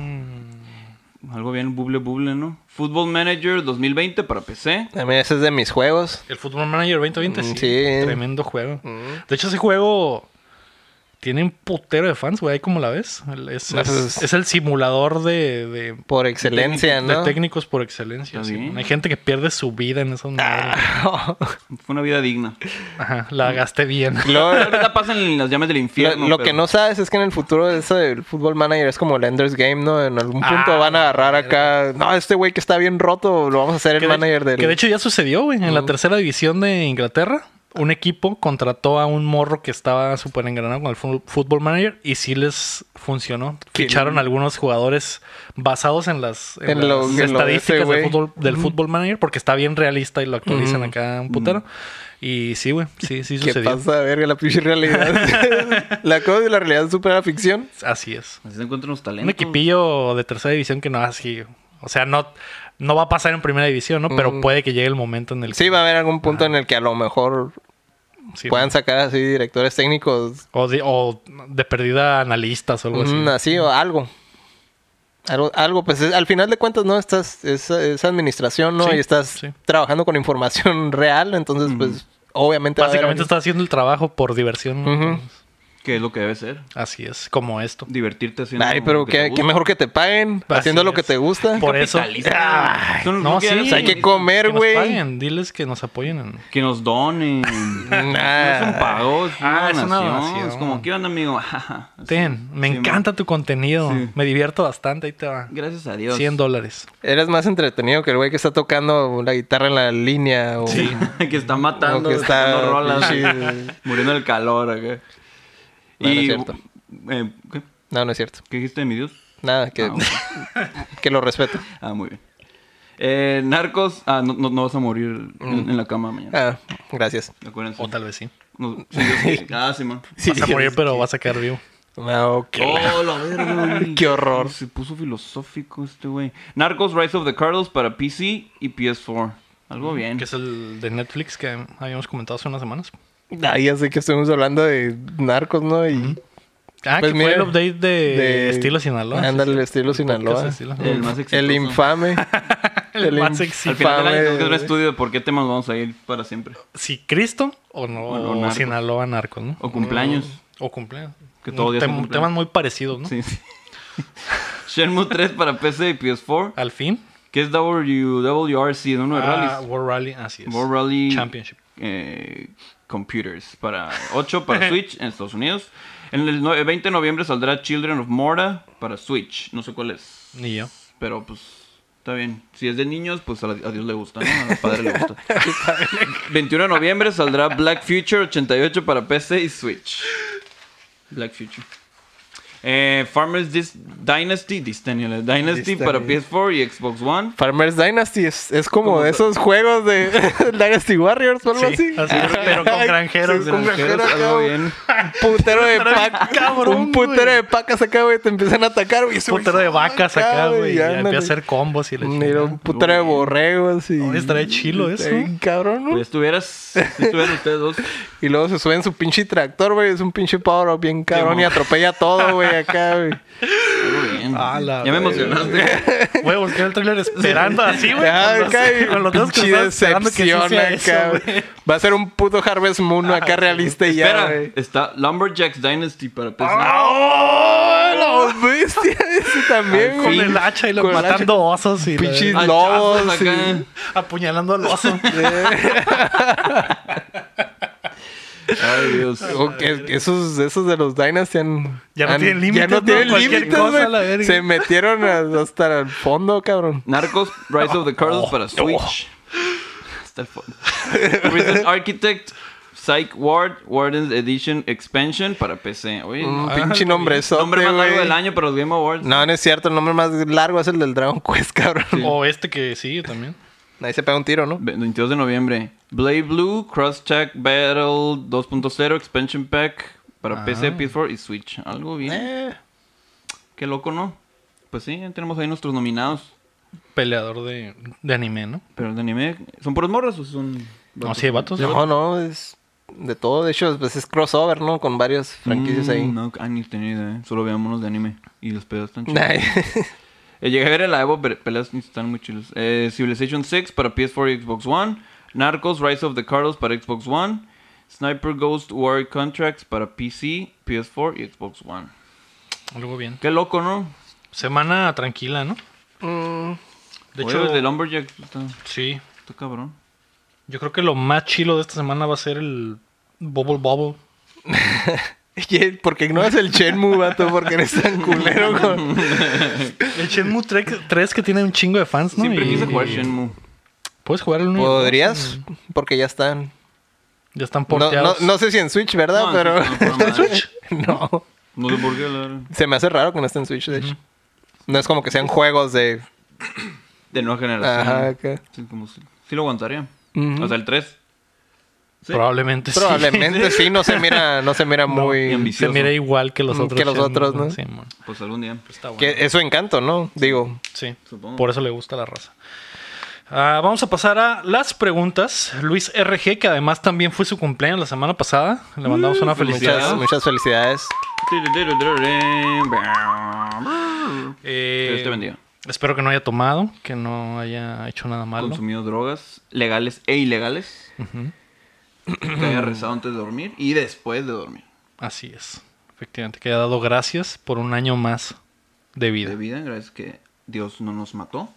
Speaker 3: Algo bien buble buble, ¿no? Football Manager 2020 para PC.
Speaker 2: A mí ese es de mis juegos.
Speaker 1: El Football Manager 2020,
Speaker 2: Mm,
Speaker 1: sí.
Speaker 2: sí. Mm.
Speaker 1: Tremendo juego. De hecho, ese juego tiene un putero de fans, güey. ahí como la ves. El- Es,
Speaker 2: Pues-
Speaker 1: es- es el simulador de, de-
Speaker 2: Por excelencia,
Speaker 1: de
Speaker 2: ¿no?
Speaker 1: técnicos por excelencia.
Speaker 3: Está
Speaker 1: sí.
Speaker 3: bien.
Speaker 1: Hay gente que pierde su vida en esos madres.
Speaker 2: Ah.
Speaker 3: Fue una vida digna.
Speaker 1: Ajá, la gasté bien.
Speaker 2: Lo- lo-
Speaker 3: Ahorita pasan en las llamas del infierno.
Speaker 2: lo
Speaker 3: pero-
Speaker 2: que no sabes es que en el futuro de eso del fútbol manager es como el Ender's Game, ¿no? En algún punto
Speaker 1: Ah,
Speaker 2: van a agarrar acá. No, este güey que está bien roto, lo vamos a hacer el
Speaker 1: Que de-
Speaker 2: manager del.
Speaker 1: Que de hecho ya sucedió, güey. En la tercera división de Inglaterra, un equipo contrató a un morro que estaba súper engranado con el fu- Football Manager y sí les funcionó. Ficharon algunos jugadores basados en las, en
Speaker 2: En lo-
Speaker 1: las
Speaker 2: en lo de ese
Speaker 1: estadísticas del,
Speaker 2: güey.
Speaker 1: fútbol, del Football Manager porque está bien realista y lo actualizan acá un putero. Y sí, güey. Sí, sí
Speaker 2: ¿Qué
Speaker 1: sucedió.
Speaker 2: pasa? Verga, la pinche realidad. la cosa de la realidad supera la ficción.
Speaker 1: Así es.
Speaker 3: Así se encuentran los talentos.
Speaker 1: Un equipillo de tercera división que no así. O sea, no, no va a pasar en primera división, ¿no? Pero
Speaker 2: Mm.
Speaker 1: puede que llegue el momento en el
Speaker 2: Sí, va a haber algún punto en el que a lo mejor
Speaker 1: sí,
Speaker 2: puedan sacar así directores técnicos,
Speaker 1: O de, o de perdida analistas o algo así.
Speaker 2: mm, así o algo. Algo, algo, pues es- al final de cuentas, ¿no? Estás, es, es administración, ¿no?
Speaker 1: Sí,
Speaker 2: y estás
Speaker 1: sí. Mm.
Speaker 2: trabajando con información real, entonces, pues, obviamente... va a haber
Speaker 1: Básicamente está haciendo el trabajo por diversión.
Speaker 2: Ujú.
Speaker 3: Que es lo que debe ser.
Speaker 1: Así es, como esto.
Speaker 3: Divertirte haciendo.
Speaker 2: alguien- Ay, pero
Speaker 3: lo que
Speaker 2: qué,
Speaker 3: te
Speaker 2: qué
Speaker 3: gusta.
Speaker 2: mejor que te paguen
Speaker 1: Así
Speaker 2: haciendo lo que
Speaker 1: es.
Speaker 2: te gusta.
Speaker 1: Por eso.
Speaker 3: Capitalista.
Speaker 1: Ay,
Speaker 3: Tú no-
Speaker 1: no,
Speaker 3: no
Speaker 1: sí.
Speaker 3: quieres-
Speaker 2: Hay que comer,
Speaker 1: nos
Speaker 2: güey.
Speaker 1: paguen, Diles que nos apoyen. en-
Speaker 3: Que nos donen.
Speaker 2: Nah.
Speaker 3: No es un pago, es una,
Speaker 1: Ah, es una
Speaker 3: donación.
Speaker 1: donación.
Speaker 3: Es como, ¿qué onda, amigo? Ajá. Así.
Speaker 1: Ten, me
Speaker 3: Sí,
Speaker 1: encanta tu contenido.
Speaker 3: Sí.
Speaker 1: Me divierto bastante. Ahí te va.
Speaker 3: man. Gracias a Dios.
Speaker 1: 100 dólares.
Speaker 2: Eres más entretenido que el güey que está tocando la guitarra en la línea. O...
Speaker 1: Sí.
Speaker 3: que está matando,
Speaker 2: O que está
Speaker 3: sacando rolas,
Speaker 2: pinche-
Speaker 3: muriendo del calor. acá.
Speaker 2: No, no es cierto.
Speaker 3: eh, ¿qué?
Speaker 2: No, no es cierto.
Speaker 3: ¿Qué dijiste de mi Dios?
Speaker 2: Nada, que,
Speaker 3: Ah, ok.
Speaker 2: que lo respeto.
Speaker 3: Ah, muy bien. Eh, narcos, ah, no, no, no vas a morir en, en la cama mañana.
Speaker 2: Ah, gracias.
Speaker 3: Acuérdense.
Speaker 1: O tal vez sí.
Speaker 3: No, sí, Dios quiere. ah, sí, man.
Speaker 1: vas a morir, pero vas a quedar vivo.
Speaker 2: Ah, ok.
Speaker 3: Oh, la verga, güey.
Speaker 2: Qué horror.
Speaker 3: Se puso filosófico este güey. Narcos Rise of the Cardinals para PC y PS4. Algo bien.
Speaker 2: Mm.
Speaker 1: Que es el de Netflix que habíamos comentado hace unas semanas.
Speaker 2: Ahí Ah, ya sé que estuvimos hablando de narcos, ¿no? Y
Speaker 1: Ah,
Speaker 2: Pues
Speaker 1: que
Speaker 2: mira,
Speaker 1: fue el update de,
Speaker 2: de-
Speaker 1: Eh, Estilo Sinaloa.
Speaker 2: Ándale,
Speaker 1: sí,
Speaker 2: el
Speaker 1: sí.
Speaker 2: estilo Sinaloa.
Speaker 1: podcast de Estilo.
Speaker 3: El más exitoso.
Speaker 2: El infame.
Speaker 1: El más
Speaker 2: inf-
Speaker 1: exitoso.
Speaker 3: Al final de la tenemos que hacer un
Speaker 2: infame.
Speaker 3: estudio de por qué temas vamos a ir para siempre.
Speaker 1: Si Cristo o no
Speaker 3: O
Speaker 1: o
Speaker 3: Narcos.
Speaker 1: Sinaloa Narcos, ¿no?
Speaker 3: O cumpleaños.
Speaker 1: O cumpleaños.
Speaker 3: Que todos días
Speaker 1: Tem-
Speaker 3: son cumpleaños.
Speaker 1: Temas muy parecidos, ¿no?
Speaker 3: Sí, sí. Shenmue 3 para PC y PS4.
Speaker 1: Al fin.
Speaker 3: Que es WWRC de uno de
Speaker 1: Ah,
Speaker 3: rallies.
Speaker 1: World Rally, así es.
Speaker 3: World Rally
Speaker 1: Championship.
Speaker 3: eh, Computers para 8 para Switch en Estados Unidos. En el no- el 20 de noviembre saldrá Children of Mora para Switch. No sé cuál es.
Speaker 1: Ni yo.
Speaker 3: Pero pues está bien. Si es de niños, pues a, la- a Dios le gusta, ¿no? A los padres le gusta. 21 de noviembre saldrá Black Future 88 para PC y Switch. Black Future. Eh, Farmers Dis- Dynasty, Distaniel, Dynasty
Speaker 2: Distaniel.
Speaker 3: para PS4 y Xbox One.
Speaker 2: Farmers Dynasty es, es como
Speaker 3: Como-
Speaker 2: esos juegos de Dynasty Warriors o algo
Speaker 1: Sí,
Speaker 2: así.
Speaker 1: así es, pero con
Speaker 2: Ay,
Speaker 1: granjeros,
Speaker 2: sí, con
Speaker 3: Granjeros,
Speaker 2: granjeros, acá,
Speaker 3: algo
Speaker 2: güey.
Speaker 3: bien.
Speaker 2: Un putero de pacas.
Speaker 1: cabrón,
Speaker 2: un putero
Speaker 1: güey.
Speaker 2: de pacas acá, güey. Te empiezan a atacar, güey.
Speaker 1: Un putero de vacas
Speaker 2: "Ah,
Speaker 1: acá, güey. Y empieza a hacer combos y le
Speaker 2: Mira, un putero de borregos y.
Speaker 1: Oye, estaría chilo
Speaker 2: Está
Speaker 1: eso.
Speaker 2: bien Cabrón, ¿no?
Speaker 3: Pues estuvieras, si estuvieran ustedes dos.
Speaker 2: Y luego se suben su pinche tractor, güey. Es un pinche power up bien cabrón y
Speaker 3: mo-
Speaker 2: atropella todo, güey, acá, güey.
Speaker 3: algo bien.
Speaker 1: A la
Speaker 3: Ya me
Speaker 1: verga.
Speaker 3: emocionaste.
Speaker 1: Voy a buscar el trailer esperando así, güey.
Speaker 2: Ah,
Speaker 1: con los-
Speaker 2: acá, y
Speaker 1: Con los dos
Speaker 2: pinche
Speaker 1: cruzados esperando que sí
Speaker 2: decepción
Speaker 1: sea eso,
Speaker 2: acá,
Speaker 1: güey.
Speaker 2: güey. Va a ser un puto Harvest Moon acá realista y ya,
Speaker 3: Ah, Espera,
Speaker 2: güey.
Speaker 3: está Lumberjacks Dynasty para PS4.
Speaker 2: ¡Oh! La bestia ese también,
Speaker 1: Con
Speaker 2: güey.
Speaker 1: el hacha y lo
Speaker 2: Con el hacha.
Speaker 1: matando osos y la-
Speaker 2: Pinche-
Speaker 3: Hachazos
Speaker 2: lobos
Speaker 3: acá.
Speaker 2: y-
Speaker 1: apuñalando al oso.
Speaker 3: Ay, Dios.
Speaker 2: O Oh, que- que esos, esos de los Dynasty han-
Speaker 1: Ya no
Speaker 2: han-
Speaker 1: tienen
Speaker 2: Ya
Speaker 1: límites,
Speaker 2: no
Speaker 1: ¿no?
Speaker 2: tienen
Speaker 1: Cualquier
Speaker 2: límites,
Speaker 1: cosa,
Speaker 2: güey.
Speaker 1: la verga.
Speaker 2: Se metieron a- hasta el fondo, cabrón.
Speaker 3: Narcos, Rise of the Cardinals
Speaker 1: Oh,
Speaker 3: para Switch. Hasta el fondo. Prison Architect, Psych Ward, Warden's Edition Expansion para PC. Oye,
Speaker 2: Un
Speaker 3: no.
Speaker 2: pinche nombre
Speaker 3: Ah, nombre más largo del año para los Game Awards.
Speaker 2: Mm. No, no es cierto. El nombre más largo es el del Dragon Quest, cabrón.
Speaker 1: O este que sigue también.
Speaker 2: Ahí se pega un tiro, ¿no?
Speaker 3: 22 de noviembre. Blade Blue, Cross Check Battle 2.0 Expansion Pack para
Speaker 1: Ah.
Speaker 3: PC, PS4 y Switch. Algo bien. Qué loco, ¿no? Pues sí, ya tenemos ahí nuestros nominados.
Speaker 1: Peleador de, de anime, ¿no?
Speaker 3: Pero de anime, ¿son puros morros o son.?
Speaker 1: No, Ah, sí, vatos.
Speaker 2: No, no, es de todo. De hecho, pues es crossover, ¿no? Con varias franquicias
Speaker 3: Mm,
Speaker 2: ahí.
Speaker 3: No, ah, ni tenía idea. eh. Solo veámonos de anime. Y los pedos están chidos.
Speaker 2: Nah,
Speaker 3: Eh, llegué a ver el Evo, pero peleas están muy chilos. Eh, Civilization 6 para PS4 y Xbox One. Narcos Rise of the Carlos para Xbox One. Sniper Ghost War Contracts para PC, PS4 y Xbox One.
Speaker 1: Algo bien.
Speaker 3: Qué loco, ¿no?
Speaker 1: Semana tranquila, ¿no?
Speaker 2: Mm.
Speaker 1: De
Speaker 3: Oye,
Speaker 1: hecho,
Speaker 3: el de Lumberjack está,
Speaker 1: sí.
Speaker 3: está cabrón.
Speaker 1: Yo creo que lo más chilo de esta semana va a ser el Bubble Bubble.
Speaker 2: ¿Qué? ¿Por qué no es el Shenmue, vato? Porque eres tan culero.
Speaker 3: Mm.
Speaker 2: con-
Speaker 1: El Shenmue 3, que tiene un chingo de fans, ¿no?
Speaker 3: Siempre
Speaker 1: Y-
Speaker 3: quise jugar
Speaker 1: y-
Speaker 3: Shenmue.
Speaker 1: Puedes jugar el uno
Speaker 3: Mm.
Speaker 1: y el dos.
Speaker 2: ¿Podrías? Porque ya están.
Speaker 1: Ya están
Speaker 2: No, no,
Speaker 1: porteados.
Speaker 2: no sé si en Switch, ¿verdad?
Speaker 3: No,
Speaker 2: Pero.
Speaker 3: sí, no, por madre.
Speaker 2: no.
Speaker 3: No sé por qué. la verdad.
Speaker 2: Se me hace raro que no esté en Switch, de hecho. No es como que sean juegos de.
Speaker 3: De nueva generación.
Speaker 2: Ajá, acá.
Speaker 3: Sí, como si- sí lo aguantaría.
Speaker 2: Ujú.
Speaker 3: O sea, el 3. Sí.
Speaker 1: Probablemente sí.
Speaker 2: Probablemente sí, no se mira, no se mira muy.
Speaker 3: y ambi-
Speaker 1: Se mira igual que los
Speaker 2: Mm,
Speaker 1: otros.
Speaker 2: que los
Speaker 1: Shenmue,
Speaker 2: otros, ¿no?
Speaker 1: Sí, mon.
Speaker 3: Pues algún día.
Speaker 1: Está bueno.
Speaker 2: que es su encanto, ¿no? Digo.
Speaker 1: Sí,
Speaker 3: Supongo.
Speaker 1: por eso le gusta la raza. Ah, vamos a pasar a las preguntas. Luis RG, que además también fue su cumpleaños la semana pasada. Le
Speaker 2: Mm, pues,
Speaker 1: mandamos una
Speaker 3: Ah. felicidades.
Speaker 1: felicidad.
Speaker 2: Muchas, muchas felicidades.
Speaker 1: Eh,
Speaker 3: Que Dios te bendiga.
Speaker 1: Espero que no haya tomado, que no haya hecho nada malo.
Speaker 3: Consumido drogas legales e ilegales. Que haya rezado antes de dormir y después de dormir.
Speaker 1: Así es. Efectivamente, que haya dado gracias por un año más de vida.
Speaker 3: De vida, gracias que Dios no nos mató.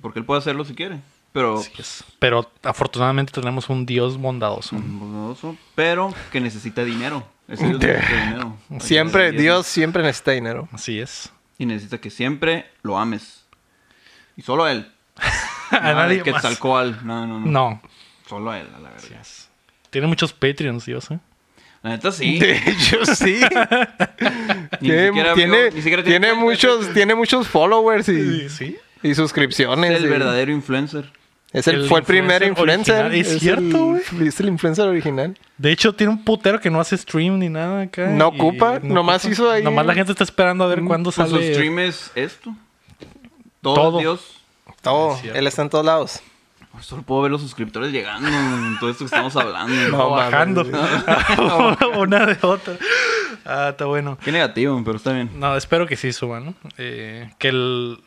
Speaker 3: Porque Él puede hacerlo si quiere. Pero,
Speaker 1: Así es. Pero afortunadamente tenemos un Dios bondadoso.
Speaker 3: Mm. bondadoso, pero que necesita dinero. Ese Dios necesita dinero.
Speaker 2: Siempre,
Speaker 3: Así es.
Speaker 2: Dios siempre necesita dinero.
Speaker 1: Así es.
Speaker 3: Y necesita que siempre lo ames. Y solo a él.
Speaker 1: A
Speaker 3: Nada de
Speaker 1: nadie
Speaker 3: que
Speaker 1: más.
Speaker 3: Quetzalcóatl. No, no, no,
Speaker 1: No.
Speaker 3: Solo a él, a la verga.
Speaker 1: Así es. Tiene muchos Patreons, Dios, ¿eh?
Speaker 3: La neta sí.
Speaker 2: De hecho, sí.
Speaker 3: Ni
Speaker 2: tiene,
Speaker 3: siquiera
Speaker 2: tiene,
Speaker 3: vio- ni siquiera
Speaker 2: tiene muchos, tiene muchos followers y,
Speaker 1: Sí.
Speaker 2: y suscripciones.
Speaker 3: Es el
Speaker 2: y-
Speaker 3: verdadero influencer.
Speaker 2: Es el,
Speaker 1: El
Speaker 2: fue el primer
Speaker 1: influencer
Speaker 2: influencer.
Speaker 1: original. Es
Speaker 2: el-
Speaker 1: cierto, güey.
Speaker 2: Es el influencer original.
Speaker 1: De hecho, tiene un putero que no hace stream ni nada acá.
Speaker 2: No
Speaker 1: y-
Speaker 2: ocupa, nomás hizo ahí-
Speaker 1: Nomás la gente está esperando a ver cuándo
Speaker 3: Pues su
Speaker 1: sale.
Speaker 3: stream es esto. Todo,
Speaker 1: Todo.
Speaker 3: Dios.
Speaker 2: Todo.
Speaker 1: Es cierto.
Speaker 2: él está en todos lados.
Speaker 3: Por Solo puedo ver los suscriptores llegando en todo esto que estamos hablando.
Speaker 1: o
Speaker 2: No, mames,
Speaker 1: bajando.
Speaker 2: güey.
Speaker 1: Una de otra. Ah, está bueno.
Speaker 3: Qué negativo, pero está bien.
Speaker 1: No, espero que sí suba, ¿no? Eh, que el.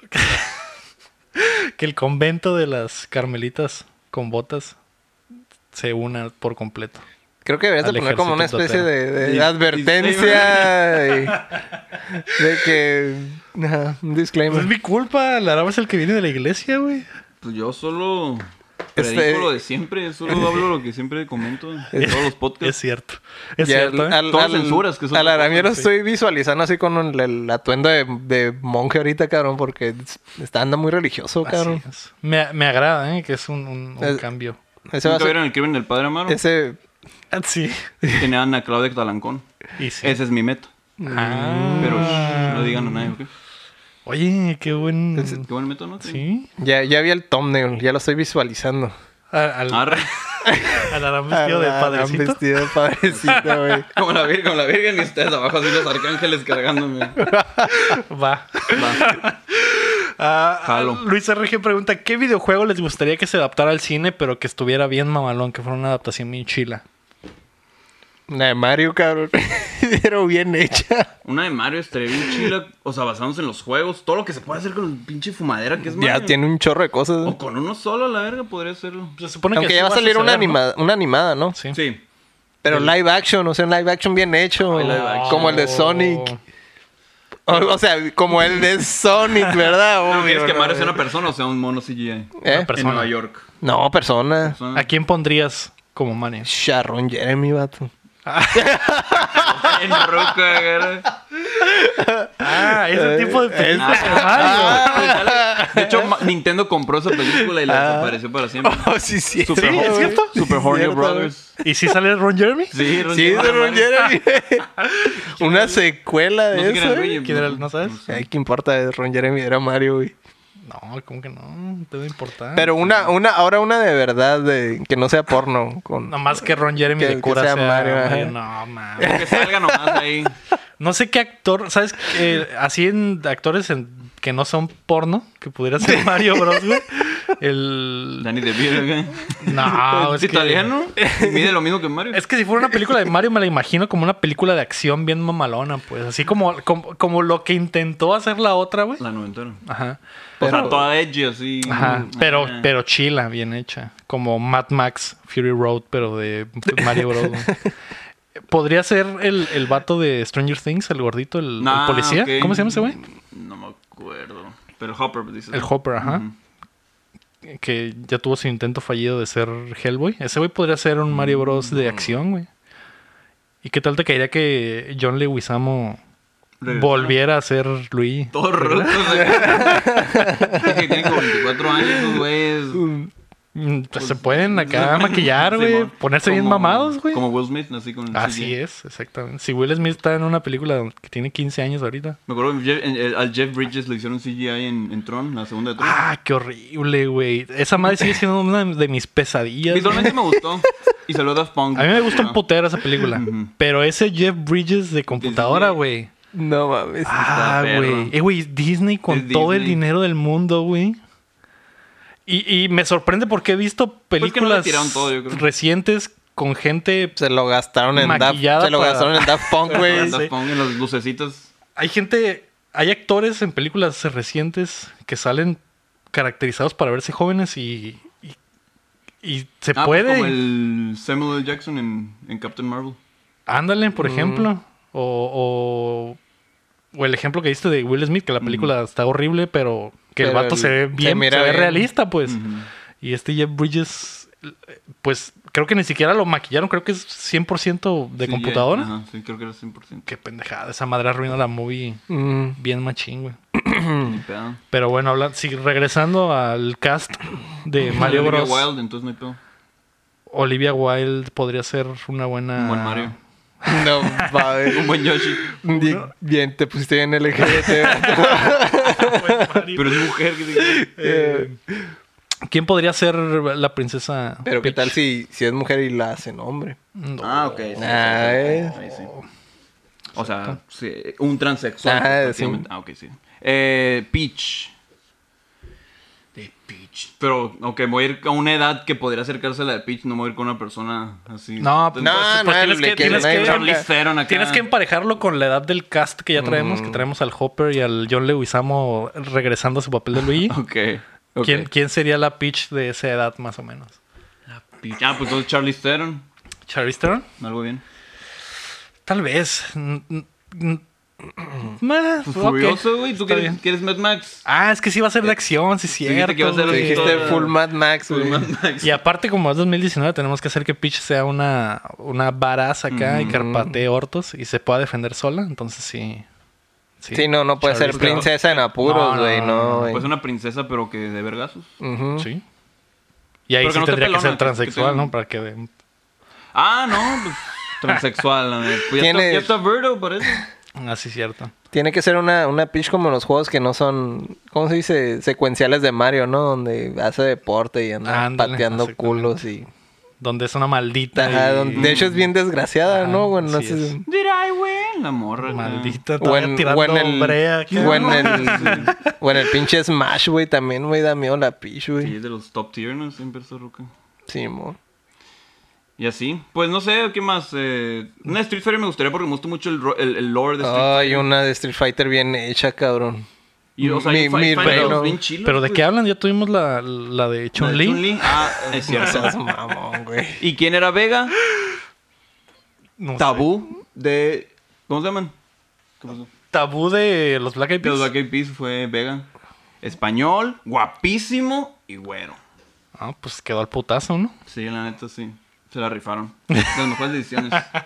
Speaker 1: que el convento de las carmelitas con botas se una por completo.
Speaker 2: Creo que deberías de
Speaker 1: Al
Speaker 2: poner como una
Speaker 1: ejército
Speaker 2: especie de, de
Speaker 3: Dis-
Speaker 2: advertencia y- de que ajá, un
Speaker 1: No
Speaker 2: disclaimer.
Speaker 1: Pues es mi culpa, el árabe es el que viene de la iglesia, güey.
Speaker 3: Pues yo solo
Speaker 2: Este-
Speaker 3: predico lo de siempre. Solo hablo lo que siempre comento en todos los
Speaker 1: Es
Speaker 3: podcasts.
Speaker 1: cierto. Es
Speaker 2: Y al-
Speaker 1: cierto, ¿eh?
Speaker 2: al-
Speaker 3: Todas
Speaker 2: al-
Speaker 3: censuras que son-
Speaker 2: Al Aram, yo lo
Speaker 1: Sí.
Speaker 2: estoy visualizando así con un- el atuendo de, de monje ahorita, cabrón, porque está anda muy
Speaker 1: Ah,
Speaker 2: religioso, cabrón.
Speaker 1: Así es. Me, me agrada, ¿eh? Que es un, un- un
Speaker 2: Es-
Speaker 1: cambio.
Speaker 2: Ese va a
Speaker 3: ¿Nunca
Speaker 2: ser,
Speaker 3: vieron el crimen del padre Amaro?
Speaker 2: ese
Speaker 1: Ah, Sí.
Speaker 3: Tiene a Ana Claudia Talancón.
Speaker 1: Y sí.
Speaker 3: Ese es mi meta.
Speaker 1: Ah.
Speaker 3: Pero shh, no digan a nadie, ¿ok?
Speaker 1: Oye, qué buen.
Speaker 3: Qué buen meta, ¿no?
Speaker 1: Sí.
Speaker 2: ya, ya vi el thumbnail, ya lo estoy visualizando.
Speaker 1: A- Al,
Speaker 3: Arre.
Speaker 1: al Aram vestido de
Speaker 2: Al Aram
Speaker 1: padrecito.
Speaker 2: vestido de padrecito, güey.
Speaker 3: Como la Virgen, como la Virgen y ustedes abajo así los arcángeles cargándome.
Speaker 1: Va.
Speaker 3: Va.
Speaker 1: Ah,
Speaker 3: Jalo.
Speaker 1: Luis RG pregunta: ¿Qué videojuego les gustaría que se adaptara al cine, pero que estuviera bien mamalón, que fuera una adaptación bien chila?
Speaker 2: La de Mario, cabrón. Pero bien hecha.
Speaker 3: Una de Mario estaría bien chila. O sea, basándose en los juegos. Todo lo que se puede hacer con el pinche fumadera que es Mario.
Speaker 2: Ya tiene un chorro de cosas.
Speaker 3: O con uno solo, la verga, podría hacerlo.
Speaker 1: Se supone
Speaker 2: Aunque
Speaker 1: que
Speaker 2: ya va a salir una, animada, una animada, ¿no?
Speaker 1: Sí.
Speaker 3: Sí.
Speaker 2: Pero live action, o sea, un live action bien hecho.
Speaker 3: Ay, live action.
Speaker 2: Como el
Speaker 1: Oh.
Speaker 2: de Sonic. O, o sea, como el de Sonic, ¿verdad?
Speaker 3: Pero
Speaker 2: Obvio,
Speaker 3: quieres que
Speaker 2: ¿no?
Speaker 3: Mario sea una persona o sea un mono CGI.
Speaker 2: ¿Eh?
Speaker 1: Una persona.
Speaker 3: En Nueva York.
Speaker 2: No, persona.
Speaker 3: Persona.
Speaker 1: ¿A quién pondrías como Mario?
Speaker 2: Sharon Jeremy, vato.
Speaker 3: En roca, verga.
Speaker 1: Ah, ese
Speaker 2: Eh,
Speaker 1: tipo de películas de Mario.
Speaker 3: Ah, De hecho, Ma- Nintendo compró esa película y la desapareció para siempre.
Speaker 2: Oh, sí, sí.
Speaker 3: Super,
Speaker 2: sí,
Speaker 3: Horny-
Speaker 2: güey.
Speaker 3: Super
Speaker 2: Sí,
Speaker 3: Horny
Speaker 2: cierto.
Speaker 3: Brothers.
Speaker 1: Ah. ¿Y si sale Ron Jeremy?
Speaker 3: Sí,
Speaker 2: Sí,
Speaker 3: Ron-
Speaker 2: Sharon Jeremy. una secuela
Speaker 3: No
Speaker 2: de
Speaker 3: sé quién
Speaker 2: eso.
Speaker 3: era,
Speaker 2: güey.
Speaker 3: güey.
Speaker 1: ¿Quién era el- no sabes?
Speaker 2: Ay, ¿qué importa? eh, Ron Jeremy era Mario, güey.
Speaker 1: No, como que no, te debe importar.
Speaker 2: Pero una, una, ahora una de verdad, de, que no sea porno. Con,
Speaker 1: Nomás que Ron Jeremy
Speaker 2: Que-
Speaker 1: de
Speaker 2: que
Speaker 1: cura
Speaker 2: sea
Speaker 1: sea
Speaker 2: Mario, ajá.
Speaker 1: Mario. No, mames.
Speaker 3: Que salga nomás ahí.
Speaker 1: No sé qué actor, ¿sabes? qué? así en actores en- que no son porno, que pudiera ser Mario Bros, güey. El.
Speaker 3: Danny DeVito, ¿qué?
Speaker 1: No, Ah, es
Speaker 3: ¿Es
Speaker 1: que-
Speaker 3: italiano? Mide lo mismo que Mario.
Speaker 1: Es que si fuera una película de Mario, me la imagino como una película de acción bien mamalona, pues. Así como, como, como lo que intentó hacer la otra, güey.
Speaker 3: La noventera.
Speaker 1: Ajá.
Speaker 3: O sea,
Speaker 2: Pero-
Speaker 3: toda edgy así.
Speaker 1: Ajá. Pero,
Speaker 3: Ah.
Speaker 1: pero chila, bien hecha. Como Mad Max Fury Road, pero de Mario Bros. güey. Podría ser el, el vato de Stranger Things, el gordito, el, el
Speaker 3: Nah,
Speaker 1: policía.
Speaker 3: Ah, ok. Mm.
Speaker 1: ¿Cómo se llama ese güey?
Speaker 3: No me acuerdo. Pero Hopper dice.
Speaker 1: El Hopper, ajá.
Speaker 3: Ujú.
Speaker 1: Que ya tuvo su intento fallido de ser Hellboy. Ese güey podría ser un
Speaker 3: Mm.
Speaker 1: Mario Bros. de acción, güey. ¿Y qué tal te caería que John Leguizamo
Speaker 3: Regresara.
Speaker 1: volviera a ser Luis?
Speaker 3: Todo roto. Es que tiene como 24 años, esos güeyes.
Speaker 1: Mm, pues se pueden acá maquillar, güey.
Speaker 3: Simón.
Speaker 1: Ponerse bien
Speaker 3: Como-
Speaker 1: mamados, güey.
Speaker 3: Como Will Smith, así con el
Speaker 1: Así
Speaker 3: CGI.
Speaker 1: es, exactamente. Si Will Smith está en una película donde- que tiene 15 años ahorita.
Speaker 3: Me acuerdo que Jeff- en- el- al Jeff Bridges le hicieron CGI en, en Tron, la segunda de Tron.
Speaker 1: Ah, qué horrible, güey. Esa madre sigue siendo una de mis pesadillas. güey.
Speaker 3: Visualmente me gustó. Y salió Daft Punk.
Speaker 1: A mí me gusta un
Speaker 3: Ah,
Speaker 1: putero esa película.
Speaker 3: Ujú.
Speaker 1: Pero ese Jeff Bridges de computadora,
Speaker 3: Disney.
Speaker 1: güey.
Speaker 2: No mames.
Speaker 1: Ah,
Speaker 3: perro.
Speaker 1: güey. Eh, güey, Disney con
Speaker 3: Es
Speaker 1: todo el
Speaker 3: Disney.
Speaker 1: dinero del mundo, güey. Y, y me sorprende porque he visto
Speaker 3: Pues que no le
Speaker 1: películas
Speaker 3: tiraron todo, yo creo.
Speaker 1: recientes con gente
Speaker 2: Se lo gastaron en Daft
Speaker 1: Maquillada
Speaker 2: Se lo
Speaker 1: para-
Speaker 2: gastaron en Daft Punk,
Speaker 3: en
Speaker 2: güey.
Speaker 1: Sí.
Speaker 3: Daft Punk, en las lucecitas.
Speaker 1: Hay gente hay actores en películas recientes que salen caracterizados para verse jóvenes y, y, y se
Speaker 3: Ah, pues
Speaker 1: puede.
Speaker 3: Como el Samuel L. Jackson en, en Captain Marvel.
Speaker 1: Ándale, por
Speaker 3: Mm.
Speaker 1: ejemplo. O, o- o el ejemplo que diste de Will Smith, que la
Speaker 3: Mm.
Speaker 1: película está horrible, pero que el
Speaker 2: Pero
Speaker 1: vato
Speaker 2: el-
Speaker 1: se ve
Speaker 2: se
Speaker 1: bien, se,
Speaker 2: mira
Speaker 1: ve
Speaker 2: bien.
Speaker 1: realista, pues. Y este Jeff Bridges, eh, pues creo que ni siquiera lo maquillaron, creo que es 100% de
Speaker 3: Sí,
Speaker 1: computadora.
Speaker 3: eh, ajá, sí, creo que era 100%.
Speaker 1: Qué pendejada, esa madre arruina la movie
Speaker 2: Mm,
Speaker 1: bien machín, güey. Mm.
Speaker 3: Ni pedo.
Speaker 1: Pero bueno, habla- sí, regresando al cast de Mario
Speaker 3: Olivia
Speaker 1: Bros.
Speaker 3: Wilde, entonces no hay pedo.
Speaker 1: Olivia Wilde podría ser una buena...
Speaker 3: Un buen Mario.
Speaker 2: No, va,
Speaker 3: Un buen Yoshi.
Speaker 2: bien, bien, te pusiste bien LGBT.
Speaker 3: Pero es mujer. que dice-
Speaker 1: Eh, ¿Quién podría ser la princesa?
Speaker 2: Pero qué
Speaker 1: Peach?
Speaker 2: tal si, si es mujer y la hacen hombre.
Speaker 1: No.
Speaker 3: Ah, ok. sí, sí, sí.
Speaker 2: Ah, es-
Speaker 3: Ahí sí. O sea, sí, un transexual.
Speaker 2: Ajá,
Speaker 3: pues,
Speaker 2: sí.
Speaker 3: prácticamente. Ah, ok, sí. Eh, Peach. De Peach. Pero, ok, voy a ir a una edad que podría acercarse a la de Peach. No me voy a ir con una persona así.
Speaker 1: No, pues,
Speaker 3: Entonces,
Speaker 1: pues,
Speaker 2: no,
Speaker 1: pues, tienes
Speaker 2: le
Speaker 1: que,
Speaker 2: quiero,
Speaker 1: tienes
Speaker 2: no hay
Speaker 1: que-
Speaker 2: bronca.
Speaker 3: Charlize Theron acá.
Speaker 1: tienes que emparejarlo con la edad del cast que ya traemos, que
Speaker 2: Mm.
Speaker 1: traemos al Hopper y al John Leguizamo regresando a su papel de Luigi.
Speaker 3: Ok. ok.
Speaker 1: pues, ¿Quién, quién sería la Peach de esa edad más o menos?
Speaker 3: Peach. Ah, pues entonces Charlize Theron.
Speaker 1: ¿Charlize Theron?
Speaker 3: Algo bien.
Speaker 1: Tal vez. Mm, mm, mm. Ah,
Speaker 3: Pues
Speaker 1: ok.
Speaker 3: Furioso, güey. ¿Tú
Speaker 1: Está
Speaker 3: quieres,
Speaker 1: bien.
Speaker 3: quieres Mad Max?
Speaker 1: Ah, es que sí va a ser de acción, sí es
Speaker 3: dijiste
Speaker 1: cierto.
Speaker 3: que va a ser
Speaker 1: güey.
Speaker 3: de-
Speaker 2: Dijiste
Speaker 3: todo-
Speaker 2: full Mad Max, güey.
Speaker 3: Pues, Mad Max.
Speaker 1: Y aparte, como es 2019, tenemos que hacer que Peach sea una, una varaz acá y carpatee hortos y se pueda defender sola. Entonces, sí.
Speaker 2: Sí, no, no puede ser
Speaker 1: Charlize Theron.
Speaker 2: princesa en apuros,
Speaker 1: No,
Speaker 2: güey.
Speaker 1: no,
Speaker 2: No,
Speaker 1: no,
Speaker 2: güey.
Speaker 3: Pues una princesa, pero que de vergazos.
Speaker 2: Ujú.
Speaker 1: Sí. Y ahí
Speaker 3: Pero que
Speaker 1: sí
Speaker 3: no esté
Speaker 1: tendría que
Speaker 3: pelona,
Speaker 1: ser
Speaker 3: que-
Speaker 1: transexual,
Speaker 3: que tenga-
Speaker 1: ¿no? Para que den-
Speaker 3: Ah, no, pues transexual. la neta. Pues ya, está,
Speaker 2: Tienes-
Speaker 3: ya está Virgo, parece.
Speaker 1: Así es ah, cierto.
Speaker 2: Tiene que ser una, una pitch como los juegos que no son, ¿cómo se dice? Secuenciales de Mario, ¿no? Donde hace deporte y anda
Speaker 1: Ándale,
Speaker 2: pateando
Speaker 1: exactamente.
Speaker 2: culos y...
Speaker 1: Donde es una maldita.
Speaker 2: Ajá,
Speaker 1: y-
Speaker 2: donde- de hecho es bien desgraciada,
Speaker 1: Ajá,
Speaker 2: ¿no? Bueno, no
Speaker 1: así
Speaker 2: sé-
Speaker 1: es.
Speaker 3: Did I win? La morra. la-
Speaker 1: Maldita.
Speaker 2: O
Speaker 1: todavía
Speaker 2: en,
Speaker 1: tirando
Speaker 2: o en el,
Speaker 1: brea aquí.
Speaker 2: o en el, o en el pinche Smash, güey, también, güey, da miedo la pitch,
Speaker 3: Sí,
Speaker 2: güey.
Speaker 3: es de los top tier, ¿no? Siempre está ruca.
Speaker 2: Sí, mo.
Speaker 3: Y así. Pues no sé, ¿qué más? Eh, una Street Fighter me gustaría porque me gusta mucho el, ro- el, el lore de
Speaker 1: Ah,
Speaker 3: Street
Speaker 2: Ay, una de Street Fighter bien hecha, cabrón.
Speaker 3: Y, o sea,
Speaker 2: mi- mi
Speaker 3: hay Fight- Fighter
Speaker 2: reino.
Speaker 3: dos bien chilos,
Speaker 1: Pero de
Speaker 3: güey.
Speaker 1: qué hablan, ya tuvimos la, la de
Speaker 3: La de
Speaker 1: Chun-Li.
Speaker 3: Chun-Li. Ah, es
Speaker 2: No
Speaker 3: cierto.
Speaker 2: seas mamón, güey.
Speaker 3: ¿Y quién era Vega?
Speaker 1: No sé.
Speaker 3: Tabú de... ¿Cómo se llaman? ¿Qué pasó?
Speaker 1: Tabú de los Black Eyed
Speaker 3: De los
Speaker 1: Peas.
Speaker 3: Black Eyed Peas fue Vega. Español, guapísimo y güero.
Speaker 1: Ah, pues quedó al putazo, ¿no?
Speaker 3: Sí, la neta, sí. Se la rifaron. Las mejores decisiones.
Speaker 1: Ah,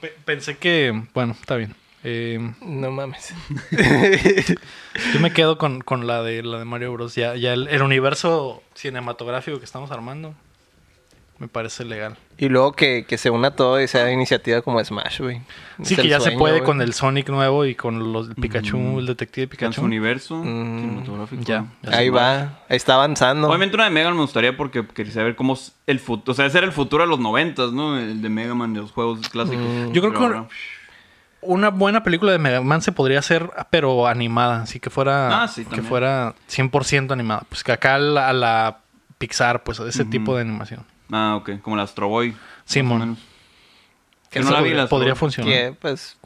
Speaker 1: Pe- pensé que. Bueno, está bien. Eh,
Speaker 2: No mames.
Speaker 1: Yo me quedo con, con la de la de Mario Bros. Ya, ya el, el universo cinematográfico que estamos armando me parece legal.
Speaker 2: Y luego que, que se una todo y sea iniciativa como Smash, güey.
Speaker 1: Sí,
Speaker 2: Es el
Speaker 1: que ya se
Speaker 2: sueño,
Speaker 1: puede
Speaker 2: güey.
Speaker 1: con el Sonic nuevo y con los el Pikachu, el detective
Speaker 3: En su
Speaker 1: Pikachu.
Speaker 3: universo
Speaker 2: Mm.
Speaker 3: cinematográfico.
Speaker 1: Ya.
Speaker 2: Ahí va, ahí está avanzando.
Speaker 3: Obviamente una de Mega Man me gustaría porque quería saber cómo es el futuro, o sea, ese era el futuro de los noventas, ¿no? El de Mega Man, de los juegos clásicos.
Speaker 1: Mm. Yo creo
Speaker 3: Pero
Speaker 1: que-
Speaker 3: ahora-
Speaker 1: Una buena película de Mega Man se podría hacer, pero animada, así que fuera
Speaker 3: Ah, sí,
Speaker 1: que
Speaker 3: también.
Speaker 1: fuera 100% animada, pues que acá a la, a la Pixar, pues ese
Speaker 3: Ujú.
Speaker 1: tipo de animación.
Speaker 3: Ah, ok, como el Astro Boy. más o
Speaker 1: Simón,
Speaker 3: menos.
Speaker 1: que
Speaker 3: Yo no la vi,
Speaker 1: podría,
Speaker 3: la-
Speaker 1: podría
Speaker 3: que-
Speaker 1: funcionar.
Speaker 2: Que, pues,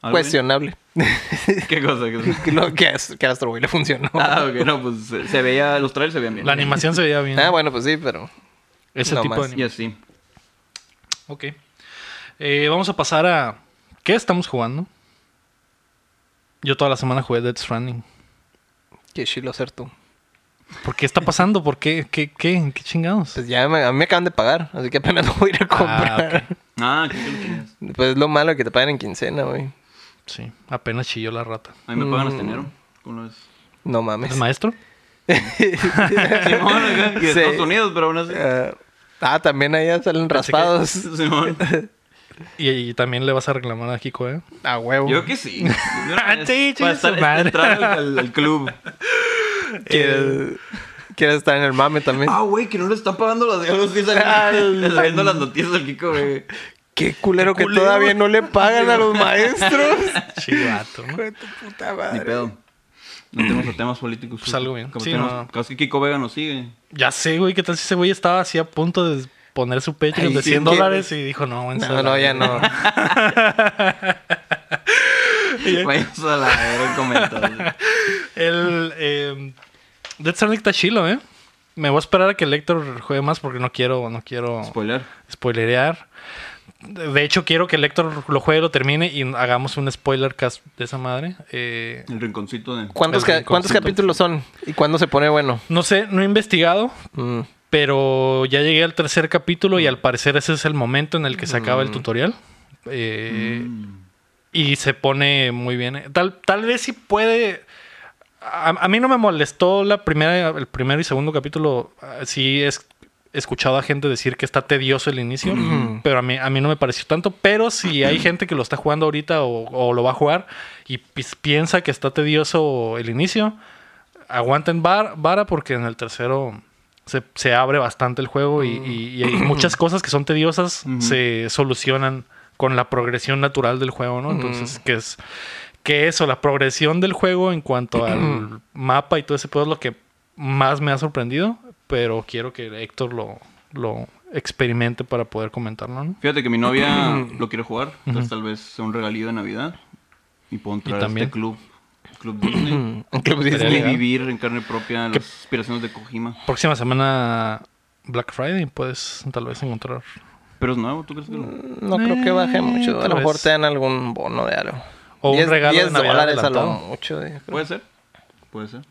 Speaker 3: ¿Algo
Speaker 2: cuestionable.
Speaker 3: bien? ¿Qué cosa? ¿Qué-
Speaker 2: que lo que, as- que a Astro Boy le funcionó. Ah,
Speaker 3: ah, ok, no, pues se, se veía, los trailers se veían bien.
Speaker 1: La animación se veía bien.
Speaker 2: bueno, pues sí, pero...
Speaker 1: ese
Speaker 2: no
Speaker 1: tipo de
Speaker 2: más.
Speaker 1: animación.
Speaker 3: Y así.
Speaker 1: Ok. Eh, vamos a pasar a. ¿Qué estamos jugando? Yo toda la semana jugué Dead Stranding.
Speaker 2: Que chilo ser tú.
Speaker 1: ¿Por qué está pasando? ¿Por qué? ¿Qué, qué? ¿Qué chingados?
Speaker 2: Pues ya me, a mí me acaban de pagar, así que apenas lo voy a ir a comprar.
Speaker 3: Ah, ¿qué lo tenías?
Speaker 2: Pues es lo malo que te pagan en quincena, güey.
Speaker 1: Sí, apenas chilló la rata.
Speaker 3: A mí me pagan
Speaker 2: Mm.
Speaker 3: hasta enero. ¿Cómo lo ves?
Speaker 2: No mames.
Speaker 1: ¿Es maestro?
Speaker 3: Simón, acá, y de
Speaker 2: Sí.
Speaker 3: Estados Unidos, pero aún así.
Speaker 2: Ah, ah, también allá salen raspados.
Speaker 3: Simón.
Speaker 1: Y, y también le vas a reclamar a Kiko, ¿eh?
Speaker 2: A huevo.
Speaker 3: Yo que sí. De una vez,
Speaker 1: Ah, Sí,
Speaker 3: para
Speaker 1: chingue su
Speaker 3: estar,
Speaker 1: madre.
Speaker 3: entrar al- al- al club.
Speaker 2: ¿Quieres, quieres estar en el mame también.
Speaker 3: Ah, güey, que no le están pagando las algo así
Speaker 1: Ah,
Speaker 3: salen- le están viendo las noticias al Kiko, güey.
Speaker 2: Qué culero que
Speaker 1: culero.
Speaker 2: todavía no le pagan a los maestros.
Speaker 1: Chivato,
Speaker 2: Hijo
Speaker 1: ¿no?
Speaker 2: de tu puta
Speaker 3: Ni
Speaker 2: madre.
Speaker 3: pedo. No tenemos a temas políticos.
Speaker 1: Pues algo bien.
Speaker 3: Como
Speaker 1: Sí,
Speaker 3: tenemos-
Speaker 1: no.
Speaker 3: Capaz que Kiko Vega nos sigue.
Speaker 1: Ya sé, güey, ¿qué tal si ese güey estaba así a punto de poner su Patreon
Speaker 2: Ay,
Speaker 1: de
Speaker 2: sí,
Speaker 1: 100
Speaker 2: que-
Speaker 1: dólares y dijo, no, en
Speaker 2: No,
Speaker 1: serio".
Speaker 2: no, ya no.
Speaker 3: Vayas a la ver el comentario.
Speaker 1: El eh, Dead Stranding está chilo, ¿eh? Me voy a esperar a que el Héctor juegue más porque no quiero, no quiero
Speaker 3: Spoiler.
Speaker 1: spoilerear. De hecho, quiero que el Héctor lo juegue, lo termine y hagamos un spoiler cast de esa madre. Eh,
Speaker 3: El rinconcito de.
Speaker 2: ¿Cuántos,
Speaker 1: El
Speaker 2: ca- ¿Cuántos
Speaker 1: rinconcito.
Speaker 2: capítulos son? ¿Y cuándo se pone bueno?
Speaker 1: no sé, no he investigado,
Speaker 2: Mm.
Speaker 1: pero ya llegué al tercer capítulo y al parecer ese es el momento en el que se acaba el tutorial. Eh, Y se pone muy bien. Tal, tal vez si puede. A, a mí no me molestó la primera, el primero y segundo capítulo. Ah, Sí es- he escuchado a gente decir que está tedioso el inicio, pero a mí, a mí no me pareció tanto. Pero si hay gente que lo está jugando ahorita o, o lo va a jugar y pis- piensa que está tedioso el inicio, aguanten var- vara porque en el tercero se, se abre bastante el juego y, y- y hay muchas cosas que son tediosas
Speaker 3: Ujú.
Speaker 1: se solucionan con la progresión natural del juego, ¿no? Entonces,
Speaker 3: Mm.
Speaker 1: que es que eso, la progresión del juego en cuanto al mapa y todo ese pedo es lo que más me ha sorprendido, pero quiero que Héctor lo, lo experimente para poder comentarlo, ¿no?
Speaker 3: Fíjate que mi novia lo quiere jugar. Entonces tal vez sea un regalío de Navidad. Y puedo entrar a
Speaker 1: también.
Speaker 3: este club. Club Disney.
Speaker 2: Un Club
Speaker 1: Estaría
Speaker 3: y
Speaker 2: Disney.
Speaker 1: legal.
Speaker 3: vivir en carne propia las
Speaker 1: ¿Qué?
Speaker 3: aspiraciones de Kojima.
Speaker 1: Próxima semana Black Friday puedes tal vez encontrar.
Speaker 3: Pero es nuevo, ¿tú crees que
Speaker 1: Mm.
Speaker 3: lo.?
Speaker 2: No creo que baje mucho. A
Speaker 1: tal
Speaker 2: lo mejor
Speaker 1: vez.
Speaker 2: te dan algún bono de algo.
Speaker 1: O un
Speaker 2: 10
Speaker 1: regalo de
Speaker 2: 10
Speaker 1: Navidad
Speaker 2: dólares a lo
Speaker 1: adelantado.
Speaker 2: mucho. eh.
Speaker 3: Puede ser. Puede ser.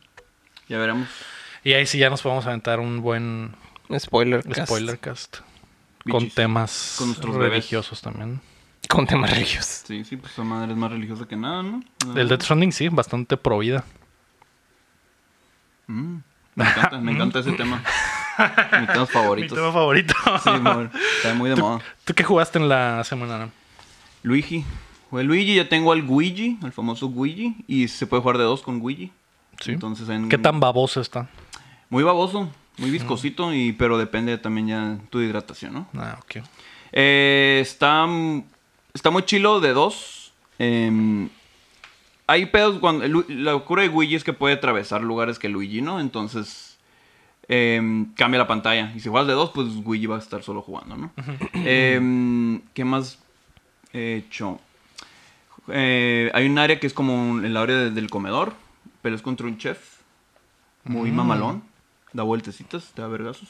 Speaker 3: Ya veremos.
Speaker 1: Y ahí sí ya nos podemos aventar un buen
Speaker 2: Spoiler. cast.
Speaker 1: spoiler cast con
Speaker 3: Bichis.
Speaker 1: temas
Speaker 3: Con nuestros bebés.
Speaker 1: religiosos también.
Speaker 2: Con temas religiosos.
Speaker 3: Sí, sí, pues esa madre es más religiosa que nada, ¿no?
Speaker 1: El Death Stranding sí, bastante pro vida.
Speaker 3: Mm. Me encanta, me encanta ese tema. Mis temas favoritos.
Speaker 1: Mi tema favorito.
Speaker 3: Sí, amor, está muy de moda.
Speaker 1: ¿Tú qué jugaste en la semana? Aram?
Speaker 3: Luigi. Jugué Luigi, ya tengo al Luigi, al famoso Luigi. Y se puede jugar de dos con Luigi.
Speaker 1: Sí.
Speaker 3: Entonces, en-
Speaker 1: ¿Qué tan baboso está?
Speaker 3: Muy baboso, muy viscosito, y, pero depende también ya tu hidratación, ¿no?
Speaker 1: Ah, ok.
Speaker 3: Eh, está, está muy chilo de dos. Em, hay pedos cuando... Lu- La locura de Luigi es que puede atravesar lugares que Luigi, ¿no? Entonces... em, cambia la pantalla. Y si juegas de dos, pues Luigi va a estar solo jugando, ¿no? Em, ¿Qué más he hecho? Eh, hay un área que es como un- el área de- del comedor, pero es contra un chef. Muy
Speaker 1: Mm.
Speaker 3: mamalón. Da vueltecitas, te da vergazos.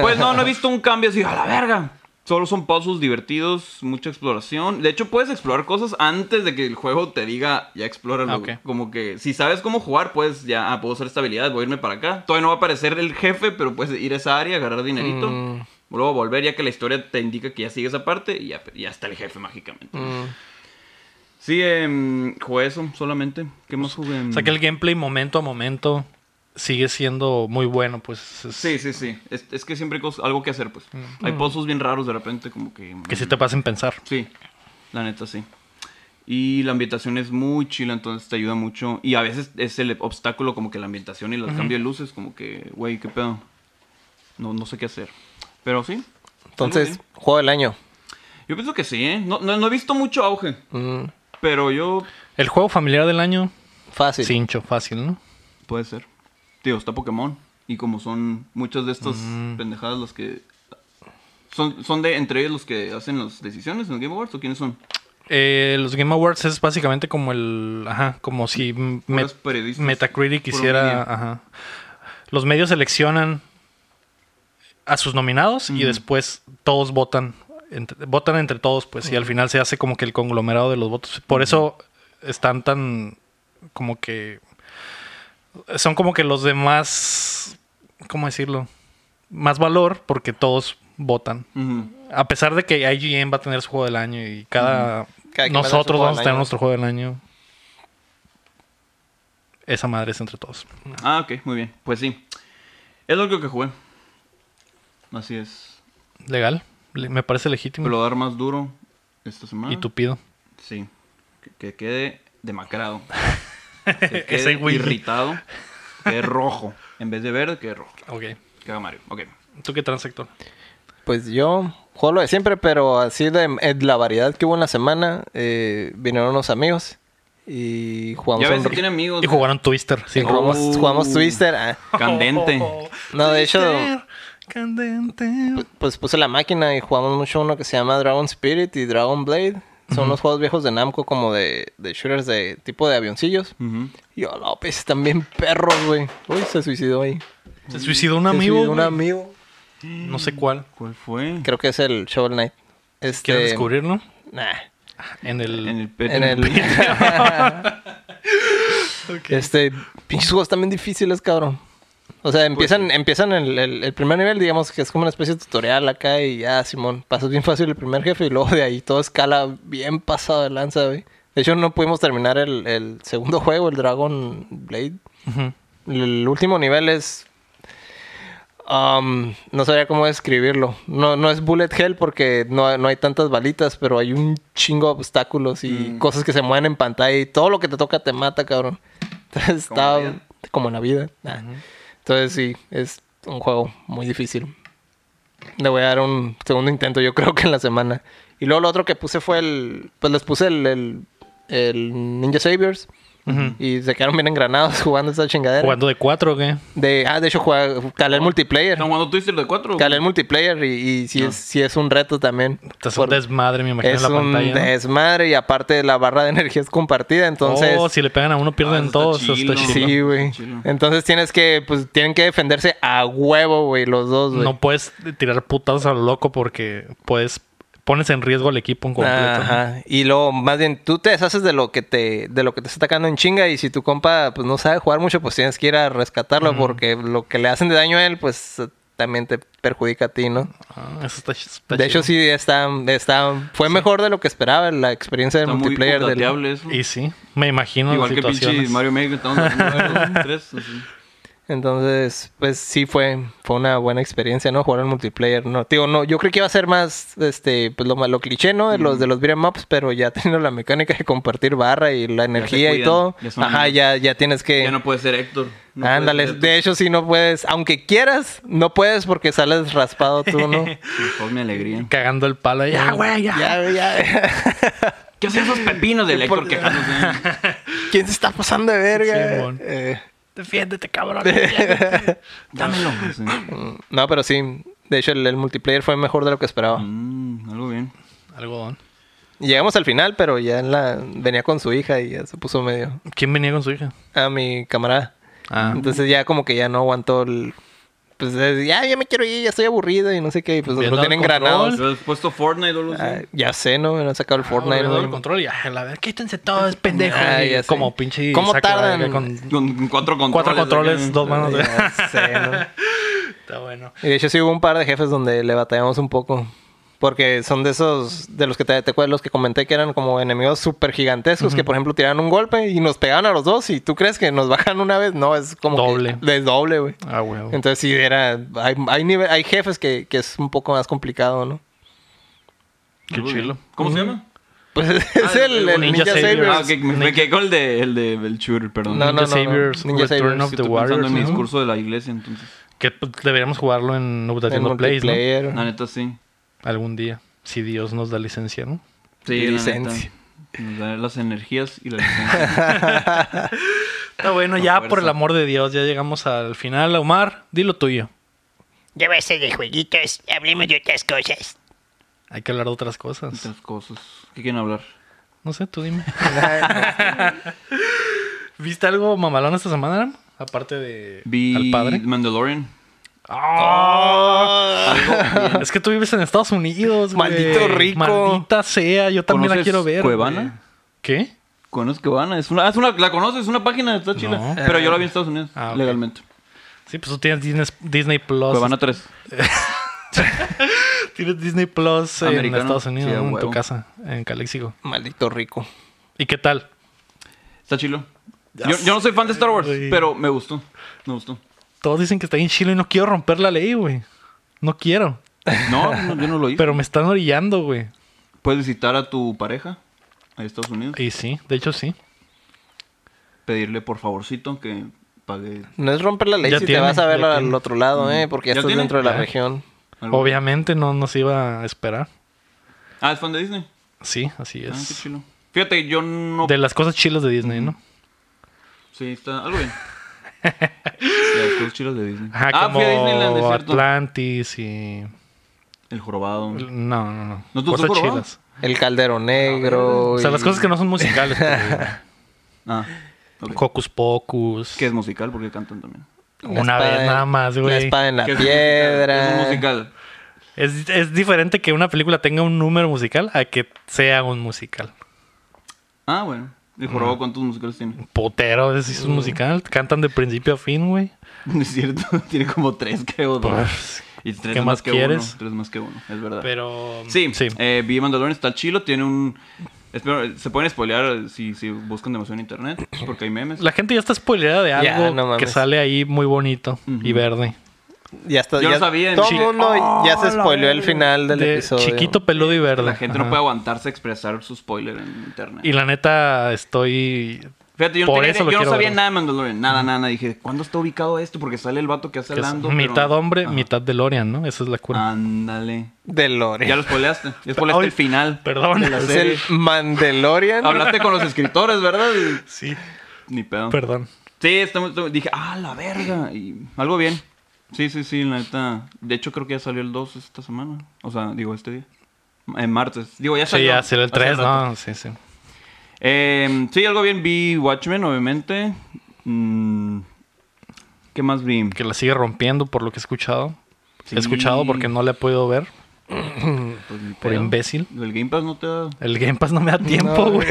Speaker 3: Pues no, no he visto un cambio así a la verga. Solo son puzzles divertidos, mucha exploración. De hecho, puedes explorar cosas antes de que el juego te diga, ya explóralo.
Speaker 1: Ah, ok.
Speaker 3: güey". Como que si sabes cómo jugar, pues ya, ah, puedo usar esta habilidad, voy a irme para acá. Todavía no va a aparecer el jefe, pero puedes ir a esa área, agarrar dinerito.
Speaker 2: Mm.
Speaker 3: Luego volver ya que la historia te indica que ya sigue esa parte y ya, ya está el jefe mágicamente.
Speaker 2: Mm.
Speaker 3: Sí, em, jugué eso solamente. ¿Qué más jugué? Em,
Speaker 1: O sea que el gameplay momento a momento sigue siendo muy bueno, pues. es-
Speaker 3: Sí, sí, sí. Es, es que siempre hay cosas- algo que hacer, pues. Hay puzzles bien raros de repente, como que...
Speaker 1: Mm. Que sí te pasen pensar.
Speaker 3: Sí, la neta sí. Y la ambientación es muy chila, entonces te ayuda mucho. Y a veces es el obstáculo como que la ambientación y el cambio de luces, como que, güey, qué pedo. No, no sé qué hacer. Pero sí.
Speaker 2: Entonces,
Speaker 3: algo
Speaker 2: juego del año.
Speaker 3: bien. Yo pienso que sí, ¿eh? No, no, no he visto mucho auge,
Speaker 2: Mm,
Speaker 3: pero yo...
Speaker 1: El juego familiar del año,
Speaker 2: Fácil.
Speaker 1: cincho, fácil, ¿no?
Speaker 3: Puede ser. Tío, está Pokémon. Y como son muchas de estas pendejadas las que... Son, son de entre ellos los que hacen las decisiones en los Game Awards o quiénes son?
Speaker 1: Eh, los Game Awards es básicamente como el. Ajá, como si m-
Speaker 3: Puros
Speaker 1: Met-
Speaker 3: periodistas.
Speaker 1: Metacritic
Speaker 3: Puro
Speaker 1: hiciera.
Speaker 3: media.
Speaker 1: Ajá. Los medios seleccionan a sus nominados y
Speaker 3: Ujú.
Speaker 1: después todos votan. entre- votan entre todos, pues, y al final se hace como que el conglomerado de los votos. Por eso están tan. como que. Son como que los de más. ¿Cómo decirlo? Más valor porque todos votan.
Speaker 3: Ujú.
Speaker 1: A pesar de que IGN va a tener su juego del año y cada.
Speaker 2: Cada quien va a tener su
Speaker 1: nosotros
Speaker 2: juego
Speaker 1: vamos a
Speaker 2: del
Speaker 1: tener
Speaker 2: año.
Speaker 1: nuestro juego del año. Esa madre es entre todos.
Speaker 3: Ah, ok, muy bien. Pues sí. Es lo único que jugué. Así es.
Speaker 1: Legal. le- Me parece legítimo.
Speaker 3: Me lo voy a dar más duro esta semana.
Speaker 1: Mm.
Speaker 2: Ah.
Speaker 1: y tupido.
Speaker 3: Sí. Que, que quede demacrado. Que quede
Speaker 1: Ese güey.
Speaker 3: irritado. Que quede rojo. En vez de verde, que rojo.
Speaker 1: Ok.
Speaker 3: Que haga Mario. Ok.
Speaker 1: ¿Tú qué transector?
Speaker 2: Pues yo juego lo de siempre, pero así de en la variedad que hubo en la semana, eh, vinieron unos amigos y jugamos
Speaker 3: Ya ves,
Speaker 2: un-
Speaker 3: si tiene amigos.
Speaker 1: Y jugaron Twister. Sí.
Speaker 2: y jugamos,
Speaker 3: Oh.
Speaker 2: jugamos Twister. ah,
Speaker 3: Candente.
Speaker 2: No, de hecho-
Speaker 1: Twister, Candente.
Speaker 2: pues puse la máquina y jugamos mucho uno que se llama Dragon Spirit y Dragon Blade. Son unos juegos viejos de Namco como de, de shooters de tipo de avioncillos. Y oh, López, están bien perros, güey. Uy, se suicidó ahí.
Speaker 1: Se suicidó un
Speaker 2: Se
Speaker 1: amigo.
Speaker 2: suicidó un
Speaker 1: güey.
Speaker 2: amigo.
Speaker 1: No sé cuál.
Speaker 3: ¿Cuál fue?
Speaker 2: Creo que es el Shovel Knight. Este,
Speaker 1: ¿Quieres descubrirlo?
Speaker 2: Nah.
Speaker 1: En el.
Speaker 3: En el,
Speaker 2: En el... Este, pinches juegos también difíciles, cabrón. O sea, empiezan, empiezan el, el- el primer nivel, digamos que es como una especie de tutorial acá y ya, Simón, pasas bien fácil el primer jefe y luego de ahí todo escala bien pasado de lanza, güey. De hecho, no pudimos terminar el, el segundo juego, el Dragon Blade.
Speaker 1: Ujú.
Speaker 2: El último nivel es... am, no sabría cómo describirlo. No, no es bullet hell porque no, no hay tantas balitas, pero hay un chingo de obstáculos y
Speaker 3: Mm.
Speaker 2: cosas que se mueven en pantalla y todo lo que te toca te mata, cabrón. Entonces
Speaker 3: Como
Speaker 2: está
Speaker 3: la vida.
Speaker 2: como en la vida. Nah. Entonces sí, es un juego muy difícil. Le voy a dar un segundo intento, yo creo que en la semana. Y luego lo otro que puse fue el. Pues les puse el, el, el Ninja Saviors. Y se quedaron bien engranados jugando esa chingadera.
Speaker 1: ¿Jugando de cuatro o qué?
Speaker 2: De, ah, de hecho, juega, calé el multiplayer.
Speaker 3: ¿Están jugando Twister de 4?
Speaker 2: Calé el multiplayer y, y sí, es, sí es un reto también.
Speaker 1: Ah. Te hace un
Speaker 2: Por-
Speaker 1: desmadre, me imagino, en
Speaker 2: es
Speaker 1: la
Speaker 2: un
Speaker 1: pantalla. ¿no?
Speaker 2: desmadre y aparte la barra de energía es compartida, entonces...
Speaker 1: oh, si le pegan a uno,
Speaker 3: Ah, eso
Speaker 1: pierden
Speaker 3: está
Speaker 1: todos. Eso está
Speaker 3: chilo.
Speaker 1: chilo.
Speaker 2: Sí, güey.
Speaker 3: Chilo.
Speaker 2: Entonces tienes que, pues, tienen que defenderse a huevo, güey, los dos, güey.
Speaker 1: No puedes tirar putados a lo loco porque puedes pones en riesgo al equipo en completo. ¿no?
Speaker 2: Ajá. Y luego, más bien, tú te deshaces de lo que te, de lo que te está atacando en chinga. Y si tu compa pues no sabe jugar mucho, pues tienes que ir a rescatarlo, porque lo que le hacen de daño a él, pues también te perjudica a ti, ¿no?
Speaker 1: Ah, eso está, ch- está
Speaker 2: De hecho,
Speaker 1: chido.
Speaker 2: sí está, está, fue mejor de lo que esperaba la experiencia del
Speaker 3: Está muy
Speaker 2: multiplayer del
Speaker 3: putateable eso.
Speaker 1: Y sí, me imagino
Speaker 3: Igual
Speaker 1: las
Speaker 3: que pinche
Speaker 1: situaciones.
Speaker 3: Mario Maker. Estamos haciendo tres. así.
Speaker 2: Entonces, pues sí fue, fue una buena experiencia, ¿no? Jugar al multiplayer, ¿no? Digo, no, yo creo que iba a ser más, este, pues lo, más- lo cliché, ¿no? De los, de los beat'em ups, pero ya teniendo la mecánica de compartir barra y la energía y
Speaker 3: cuidan,
Speaker 2: todo.
Speaker 3: ya son
Speaker 2: Ajá,
Speaker 3: amigos.
Speaker 2: ya, ya tienes que...
Speaker 3: Ya no puede ser Héctor. No puede
Speaker 2: Ándale,
Speaker 3: ser Héctor.
Speaker 2: de hecho sí no puedes, aunque quieras, no puedes porque sales raspado tú, ¿no?
Speaker 3: Por mi alegría.
Speaker 1: Cagando el palo. Ya, güey, ya.
Speaker 2: ya, ya.
Speaker 3: ¿Qué hacen esos pepinos del Héctor
Speaker 2: Por-
Speaker 3: quejándose?
Speaker 2: ¿Quién se está pasando de verga?
Speaker 1: Simón.
Speaker 2: Eh,
Speaker 1: Defiéndete, cabrón.
Speaker 3: Dámelo. Sí.
Speaker 2: no, pero sí, de hecho el, el multiplayer fue mejor de lo que esperaba.
Speaker 3: Mm, algo bien.
Speaker 1: Algodón.
Speaker 2: Llegamos al final, pero ya en la venía con su hija y ya se puso medio
Speaker 1: ¿Quién venía con su hija?
Speaker 2: a mi camarada.
Speaker 1: Ah.
Speaker 2: Entonces ya como que ya no aguantó el pues es, ya ya me quiero ir, ya estoy aburrido y no sé qué, y pues
Speaker 1: Bien
Speaker 2: nosotros
Speaker 1: dado el
Speaker 2: tienen granados. Ah,
Speaker 3: ¿Lo has puesto Fortnite o algo así?
Speaker 2: ya sé, ¿no? Me han sacado el Fortnite.
Speaker 1: Olvidado Ah, el
Speaker 2: güey.
Speaker 1: control y a la vez quítense todos, pendejos.
Speaker 2: Ah,
Speaker 1: Y
Speaker 2: ya sé.
Speaker 1: como pinche.
Speaker 2: ¿Cómo
Speaker 1: saco de
Speaker 2: tardan?
Speaker 1: aire Con
Speaker 3: Con cuatro controles.
Speaker 1: cuatro
Speaker 3: acá.
Speaker 1: controles, dos manos. de-
Speaker 2: Ya sé, ¿no?
Speaker 1: Está bueno.
Speaker 2: Y de hecho sí hubo un par de jefes donde le batallamos un poco. Porque son de esos, de los que te, te acuerdas, los que comenté que eran como enemigos súper gigantescos, que por ejemplo tiraban un golpe y nos pegaban a los dos y tú crees que nos bajan una vez, no, es como... que-
Speaker 1: Doble.
Speaker 2: es doble, güey.
Speaker 1: Ah, huevo.
Speaker 2: Entonces sí era, hay, hay, nive- hay jefes que, que es un poco más complicado, ¿no?
Speaker 1: Qué
Speaker 3: Algo bien.
Speaker 1: chilo.
Speaker 3: ¿Cómo se llama?
Speaker 2: Pues es
Speaker 3: Ah,
Speaker 2: el, el Ninja, Savior.
Speaker 3: Ah, ok, me, me quedé con el, de, el de el shooter, perdón.
Speaker 1: Ninja
Speaker 2: No, no, no, no.
Speaker 1: Saviors,
Speaker 2: Ninja
Speaker 1: Return
Speaker 2: Saviors.
Speaker 1: of
Speaker 3: Es que
Speaker 1: the
Speaker 3: estoy pensando
Speaker 1: Warriors.
Speaker 3: en mi
Speaker 1: ¿no?
Speaker 3: discurso de la iglesia, entonces.
Speaker 1: Que pues, deberíamos jugarlo en
Speaker 2: el
Speaker 1: Ubutación Plays, ¿no?
Speaker 2: multiplayer.
Speaker 3: La neta, sí.
Speaker 1: Algún día. Si Dios nos da licencia, ¿no?
Speaker 3: Sí,
Speaker 2: Y
Speaker 3: la
Speaker 2: licencia.
Speaker 3: neta. Nos da las energías y la licencia.
Speaker 1: Está Ah, bueno,
Speaker 3: Con
Speaker 1: ya
Speaker 3: fuerza.
Speaker 1: por el amor de Dios, ya llegamos al final. Omar, di lo tuyo.
Speaker 4: Ya basta de jueguitos, hablemos de otras cosas.
Speaker 1: Hay que hablar de otras cosas.
Speaker 3: Muchas cosas. ¿Qué quieren hablar?
Speaker 1: No sé, tú dime. ¿Viste algo mamalón esta semana, Aram? Aparte de
Speaker 3: Vi Oh,
Speaker 1: al padre.
Speaker 3: Mandalorian.
Speaker 2: Ah.
Speaker 1: Es que tú vives en Estados Unidos, güey.
Speaker 2: Maldito rico.
Speaker 1: Maldita sea, yo también la
Speaker 3: ¿Conoces
Speaker 1: quiero ver.
Speaker 3: Cuevana?
Speaker 1: güey. ¿Qué?
Speaker 3: Conozco Cuevana. Es una, es una, la conoces, es una página, está chila.
Speaker 1: No.
Speaker 3: Pero yo la vi en Estados Unidos,
Speaker 1: Ah, ok.
Speaker 3: legalmente.
Speaker 1: Sí, pues tú tienes Disney, Disney Plus.
Speaker 3: Cuevana 3.
Speaker 1: Tienes Disney Plus en
Speaker 3: Americano.
Speaker 1: Estados Unidos,
Speaker 3: Sí, a
Speaker 1: ¿no? en tu
Speaker 3: huevo.
Speaker 1: casa, en Calexico.
Speaker 2: Maldito rico.
Speaker 1: ¿Y qué tal?
Speaker 3: Está chilo. Yo, yo no soy fan de Star Wars,
Speaker 1: güey.
Speaker 3: pero me gustó. Me gustó.
Speaker 1: Todos dicen que está en Chile y no quiero romper la ley, güey. No quiero.
Speaker 3: No, no, yo no lo hice.
Speaker 1: Pero me están orillando, güey.
Speaker 3: Puedes visitar a tu pareja a Estados Unidos.
Speaker 1: Y sí, de hecho sí.
Speaker 3: Pedirle por favorcito que pague
Speaker 2: No es romper la ley
Speaker 1: Ya
Speaker 2: si
Speaker 1: tiene,
Speaker 2: te vas a ver
Speaker 1: ya
Speaker 2: al
Speaker 1: tiene.
Speaker 2: otro lado, ¿eh? Porque ya,
Speaker 3: ¿Ya
Speaker 2: estás
Speaker 3: tiene?
Speaker 2: dentro de la
Speaker 1: Ya.
Speaker 2: región.
Speaker 3: algo.
Speaker 1: Obviamente no nos iba a esperar.
Speaker 3: Ah, es fan de Disney.
Speaker 1: Sí, así
Speaker 3: Ah, qué
Speaker 1: es.
Speaker 3: chilo. Fíjate, yo no.
Speaker 1: De las cosas chilas de Disney, ¿no?
Speaker 3: Sí, está algo bien. Las cosas chilas de Disney.
Speaker 1: Ajá,
Speaker 3: ah,
Speaker 1: como
Speaker 3: fui a Disneyland, es cierto.
Speaker 1: Atlantis y...
Speaker 3: El jorobado.
Speaker 1: No, no, no.
Speaker 3: ¿No te
Speaker 1: cosas
Speaker 3: gustó Jorobado?
Speaker 1: chilas.
Speaker 2: El Caldero Negro.
Speaker 1: Ah, O sea,
Speaker 2: y-
Speaker 1: las cosas que no son musicales. pero-
Speaker 3: Ah, ok.
Speaker 1: Hocus Pocus.
Speaker 3: Que es musical porque cantan también.
Speaker 2: la
Speaker 1: Una
Speaker 2: espada
Speaker 1: vez
Speaker 2: en-
Speaker 1: nada más,
Speaker 2: La
Speaker 1: güey.
Speaker 2: espada en la
Speaker 3: Que es
Speaker 2: piedra.
Speaker 3: musical,
Speaker 1: Es, es diferente que una película tenga un número musical a que sea un musical.
Speaker 3: Es un musical. Ah, bueno. Y jorobo cuántos musicales tiene.
Speaker 1: Potero, ese es un musical. Cantan de principio a fin, güey.
Speaker 3: No es cierto. Tiene como tres, creo. ¿no?
Speaker 1: Pues,
Speaker 3: Y tres
Speaker 1: ¿qué más
Speaker 3: que
Speaker 1: quieres?
Speaker 3: Uno, tres más que uno, es verdad.
Speaker 1: Pero.
Speaker 3: Sí, Eh, vi Mandalorian, está chilo, tiene un... Espero, se pueden spoilear eh, si, si buscan demasiado en internet, porque hay memes.
Speaker 1: La gente ya está spoileada de
Speaker 2: Ya,
Speaker 1: algo
Speaker 2: no mames.
Speaker 1: que sale ahí muy bonito y verde.
Speaker 2: Ya está,
Speaker 3: Yo
Speaker 2: ya-
Speaker 3: no sabía, en
Speaker 2: Todo el
Speaker 3: Chile-
Speaker 2: mundo ya se spoileó el final del
Speaker 1: Oh, De
Speaker 2: episodio.
Speaker 1: chiquito, peludo y verde.
Speaker 3: La gente no
Speaker 1: Ajá.
Speaker 3: puede aguantarse a expresar su spoiler en internet.
Speaker 1: Y la neta, estoy.
Speaker 3: Fíjate, yo no,
Speaker 1: por
Speaker 3: tenía-
Speaker 1: eso lo
Speaker 3: yo no
Speaker 1: quiero
Speaker 3: sabía
Speaker 1: ver.
Speaker 3: nada de Mandalorian, nada, nada, nada. Dije, ¿cuándo está ubicado esto? Porque sale el vato que hace
Speaker 1: que es
Speaker 3: Lando. pero-
Speaker 1: mitad hombre,
Speaker 3: Ajá. Ah.
Speaker 1: mitad DeLorean, ¿no? Esa es la cura.
Speaker 3: Ándale.
Speaker 2: De Lore.
Speaker 3: Ya lo spoileaste. Ya spoileaste
Speaker 1: Eh. Ay,
Speaker 3: el final.
Speaker 1: perdón.
Speaker 3: de la
Speaker 2: Es
Speaker 3: serie.
Speaker 2: el Mandalorian.
Speaker 3: Hablaste con los escritores, ¿verdad? Y-
Speaker 1: Sí,
Speaker 3: Ni pedo.
Speaker 1: perdón.
Speaker 3: Sí, estamos, estamos- dije, ah, la verga. Y algo bien. Sí, sí, sí, la neta. De hecho, creo que ya salió el 2 esta semana. O sea, digo, este día. En martes. Digo, ya
Speaker 1: Sí,
Speaker 3: salió.
Speaker 1: ya salió el
Speaker 3: hace
Speaker 1: 3,
Speaker 3: rato.
Speaker 1: ¿no? Sí, sí.
Speaker 3: Eh, sí, algo bien. Vi Watchmen, obviamente. Mm, ¿Qué más vi?
Speaker 1: Que la sigue rompiendo por lo que he escuchado.
Speaker 3: Sí.
Speaker 1: He escuchado porque no la he podido ver.
Speaker 3: Pues, ni
Speaker 1: Por
Speaker 3: pedo.
Speaker 1: imbécil.
Speaker 3: El Game Pass no te da.
Speaker 1: El Game Pass no me da tiempo, güey.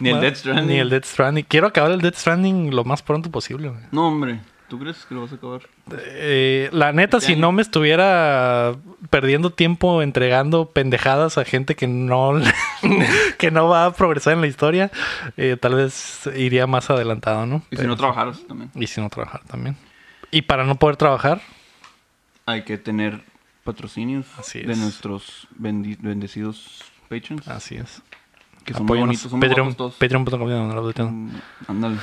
Speaker 3: Ni el
Speaker 1: Ma-
Speaker 3: Dead Stranding.
Speaker 1: Ni el Dead Stranding. Quiero acabar el Dead Stranding lo más pronto posible, güey.
Speaker 3: No, hombre. ¿Tú crees que lo vas a acabar?
Speaker 1: Eh, la neta, si
Speaker 3: año.
Speaker 1: no me estuviera perdiendo tiempo entregando pendejadas a gente que no, que no va a progresar en la historia, eh, tal vez iría más adelantado, ¿no?
Speaker 3: Y si no trabajaras también.
Speaker 1: Y si no trabajar también. Y para no poder trabajar,
Speaker 3: Hay que tener patrocinios
Speaker 1: Así
Speaker 3: de
Speaker 1: es.
Speaker 3: nuestros bendi- bendecidos patrons.
Speaker 1: así es.
Speaker 3: que son muy
Speaker 1: Apóyanos.
Speaker 3: bonitos, son muy
Speaker 1: Patreon-
Speaker 3: guapos todos.
Speaker 1: Patreon.com. no, no, no, no.
Speaker 3: Mm, Ándale.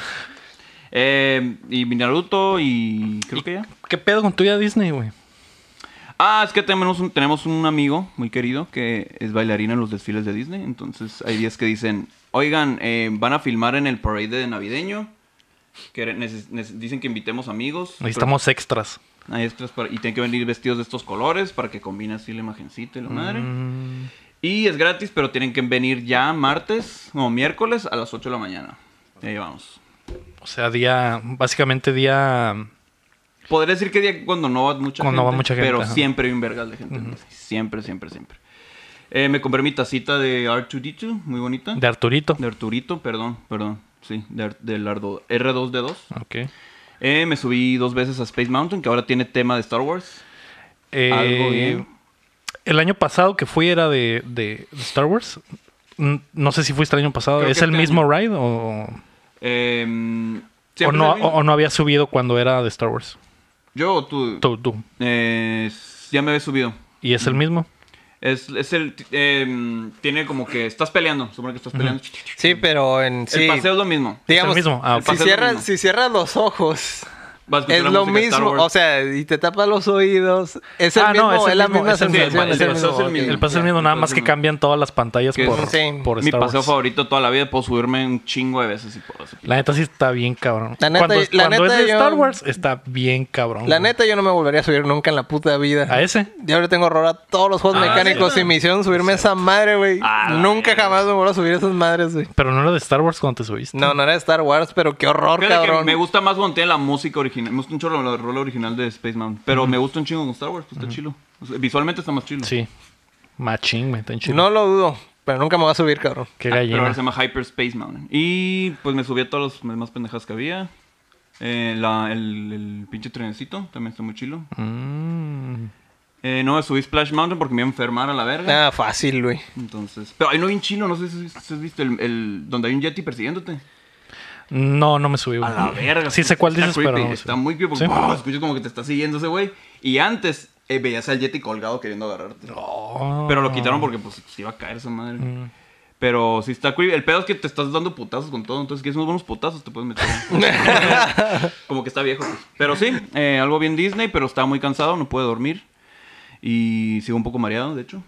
Speaker 3: Eh, y mi Naruto y creo que ya.
Speaker 1: ¿Qué pedo con tu vida Disney, güey?
Speaker 3: Ah, es que tenemos un, tenemos un amigo muy querido que es bailarina en los desfiles de Disney. Entonces hay días que dicen, oigan, eh, van a filmar en el parade de navideño. Que neces- neces- dicen que invitemos amigos.
Speaker 1: Necesitamos extras.
Speaker 3: Hay extras para- y tienen que venir vestidos de estos colores para que combine así la imagencita y la madre.
Speaker 1: Mm,
Speaker 3: Y es gratis, pero tienen que venir ya martes o miércoles a las 8 de la mañana. Y ahí vamos.
Speaker 1: o sea, día. Básicamente día.
Speaker 3: Podría decir que día cuando no va mucha
Speaker 1: Cuando
Speaker 3: gente.
Speaker 1: va mucha gente,
Speaker 3: Pero
Speaker 1: ajá.
Speaker 3: siempre hay un vergal de gente. Siempre, siempre, siempre. Eh, me compré mi tacita de R2D2, muy bonita.
Speaker 1: De
Speaker 3: De,
Speaker 1: Arturito.
Speaker 3: Arturito, perdón, perdón. Sí, de Ar- del Ardo- R2D2.
Speaker 1: Ok.
Speaker 3: Eh, me subí dos veces a Space Mountain, que ahora tiene tema de Star Wars.
Speaker 1: Eh,
Speaker 3: Algo bien.
Speaker 1: El año pasado que fui era de, de Star Wars. Mm, No sé si fuiste el año pasado.
Speaker 3: Creo que
Speaker 1: ¿Es el
Speaker 3: este
Speaker 1: mismo ride o,
Speaker 3: Em,
Speaker 1: o,
Speaker 3: siempre
Speaker 1: no,
Speaker 3: es el mismo.
Speaker 1: o no había subido cuando era de Star Wars?
Speaker 3: Yo o tú.
Speaker 1: Tú, tú.
Speaker 3: Eh, ya me había subido.
Speaker 1: ¿Y es el
Speaker 3: Mm.
Speaker 1: mismo?
Speaker 3: Es, es el. t- em, tiene como que. Estás peleando. Supone que estás peleando.
Speaker 2: Sí, pero en sí.
Speaker 3: El paseo es lo mismo.
Speaker 2: digamos,
Speaker 1: mismo. Ah, ok.
Speaker 2: si,
Speaker 3: Paseo es lo
Speaker 2: cierras,
Speaker 3: mismo.
Speaker 2: si cierras los ojos,
Speaker 3: Vas a
Speaker 2: es
Speaker 3: escuchar la
Speaker 2: lo
Speaker 3: música de Star
Speaker 2: mismo.
Speaker 3: Wars.
Speaker 2: O sea, y te tapas los oídos. Es el
Speaker 1: Ah,
Speaker 2: mismo,
Speaker 1: no,
Speaker 2: es,
Speaker 1: es el
Speaker 2: la
Speaker 1: mismo,
Speaker 2: misma
Speaker 1: es el mismo,
Speaker 2: sensación.
Speaker 1: el
Speaker 2: es el
Speaker 3: paseo es el
Speaker 2: mismo.
Speaker 3: mismo.
Speaker 1: El paso es el mismo, nada más que cambian todas las pantallas
Speaker 3: Que es-
Speaker 1: por,
Speaker 2: sí.
Speaker 1: por
Speaker 3: Mi
Speaker 1: Star
Speaker 3: paseo
Speaker 1: Wars.
Speaker 3: favorito toda la vida puedo subirme un chingo de veces y puedo hacer-
Speaker 1: La neta sí está bien cabrón.
Speaker 2: La neta-
Speaker 1: cuando es-
Speaker 2: la
Speaker 1: cuando
Speaker 2: neta
Speaker 1: es de
Speaker 2: yo-
Speaker 1: Star Wars está bien cabrón.
Speaker 2: La
Speaker 1: güey.
Speaker 2: neta, yo no me volvería a subir nunca en la puta vida.
Speaker 1: ¿A ese?
Speaker 2: Yo le tengo horror a todos los juegos
Speaker 3: Ah,
Speaker 2: mecánicos
Speaker 3: sí,
Speaker 2: y misión subirme a esa madre, güey.
Speaker 3: Ah, la
Speaker 2: Nunca
Speaker 3: verga.
Speaker 2: jamás me vuelvo a subir a esas madres, güey.
Speaker 1: Pero no era de Star Wars cuando te subiste.
Speaker 2: No, no era Star Wars, pero qué horror,
Speaker 3: Fíjate que
Speaker 2: cabrón.
Speaker 3: me gusta más cuando tiene la música original. Me gusta un chorro la rola original de Space Mountain. Pero me gusta un chingo con Star Wars, pues está chilo. O sea, visualmente está más chilo.
Speaker 1: Sí. Machín, me está en chido.
Speaker 2: No lo dudo, pero nunca me voy a subir, cabrón.
Speaker 1: Qué
Speaker 3: Ah, Pero ahora
Speaker 1: gallina.
Speaker 3: se llama Hyperspace Mountain. Y pues me subí a todas las demás pendejas que había. Eh, la- el, el pinche trenecito también está muy chilo.
Speaker 1: Mm.
Speaker 3: Eh, no me subí Splash Mountain porque me iba a enfermar a la verga.
Speaker 2: Nada fácil, güey.
Speaker 3: Entonces. Pero hay no bien chilo, no sé si, si has visto el, el- donde hay un Yeti persiguiéndote.
Speaker 1: No, no me subí. güey.
Speaker 3: A la verga.
Speaker 1: Sí sé cuál
Speaker 3: está
Speaker 1: dices,
Speaker 3: creepy,
Speaker 1: pero no me subí.
Speaker 3: Está muy creepy porque
Speaker 1: ¿Sí?
Speaker 3: ¡oh! escuchas como que te está siguiendo ese güey. Y antes eh, veías al Yeti colgado queriendo agarrarte.
Speaker 1: Oh.
Speaker 3: Pero lo quitaron porque pues se iba a caer esa madre.
Speaker 1: Mm.
Speaker 3: Pero sí está creepy. El pedo es que te estás dando putazos con todo. Entonces, quieres unos buenos putazos, te puedes meter. como que está viejo. pues. Pero sí, eh, algo bien Disney, pero estaba muy cansado, no pude dormir. Y sigo un poco mareado, de hecho.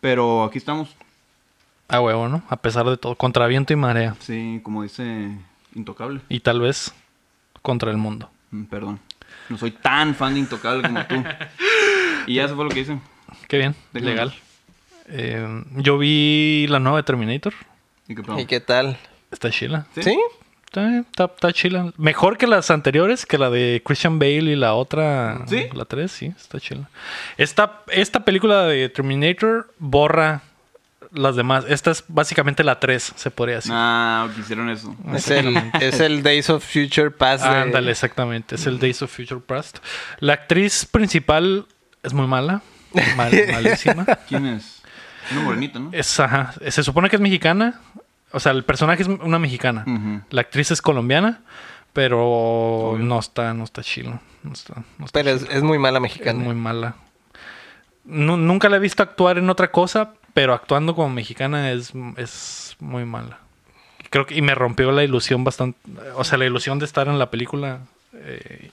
Speaker 3: Pero aquí estamos.
Speaker 1: A huevo, ¿no? A pesar de todo, contra viento y marea.
Speaker 3: Sí, como dice Intocable.
Speaker 1: Y tal vez contra el mundo.
Speaker 3: Mm, Perdón. No soy tan fan de Intocable como tú. Y ya eso fue lo que hice.
Speaker 1: Qué bien,
Speaker 3: De
Speaker 1: legal. Eh, yo vi la nueva de Terminator.
Speaker 3: ¿Y qué pedo?
Speaker 2: ¿Y qué tal?
Speaker 1: Está chila.
Speaker 3: ¿Sí?
Speaker 2: ¿Sí?
Speaker 1: Está, está- está chila. Mejor que las anteriores, que la de Christian Bale y la otra.
Speaker 3: ¿Sí?
Speaker 1: La 3, sí, está chila. Esta, esta película de Terminator borra las demás. Esta es básicamente la 3, se podría decir.
Speaker 3: Ah, quisieron eso.
Speaker 2: Es el, es el Days of Future Past. de-
Speaker 1: Ándale, exactamente. Es el Days of Future Past. La actriz principal es muy mala. Mal- malísima.
Speaker 3: ¿Quién es? Una morenita, ¿no?
Speaker 1: Es, ajá, se supone que es mexicana. O sea, el personaje es una mexicana.
Speaker 3: Ujú.
Speaker 1: La actriz es colombiana, pero no está, no está chilo. No está, no está
Speaker 2: Pero es, es muy mala
Speaker 1: es
Speaker 2: mexicana.
Speaker 1: muy mala. Nu- nunca la he visto actuar en otra cosa, pero actuando como mexicana es, es muy mala. Creo que, y me rompió la ilusión bastante. O sea, la ilusión de estar en la película, eh,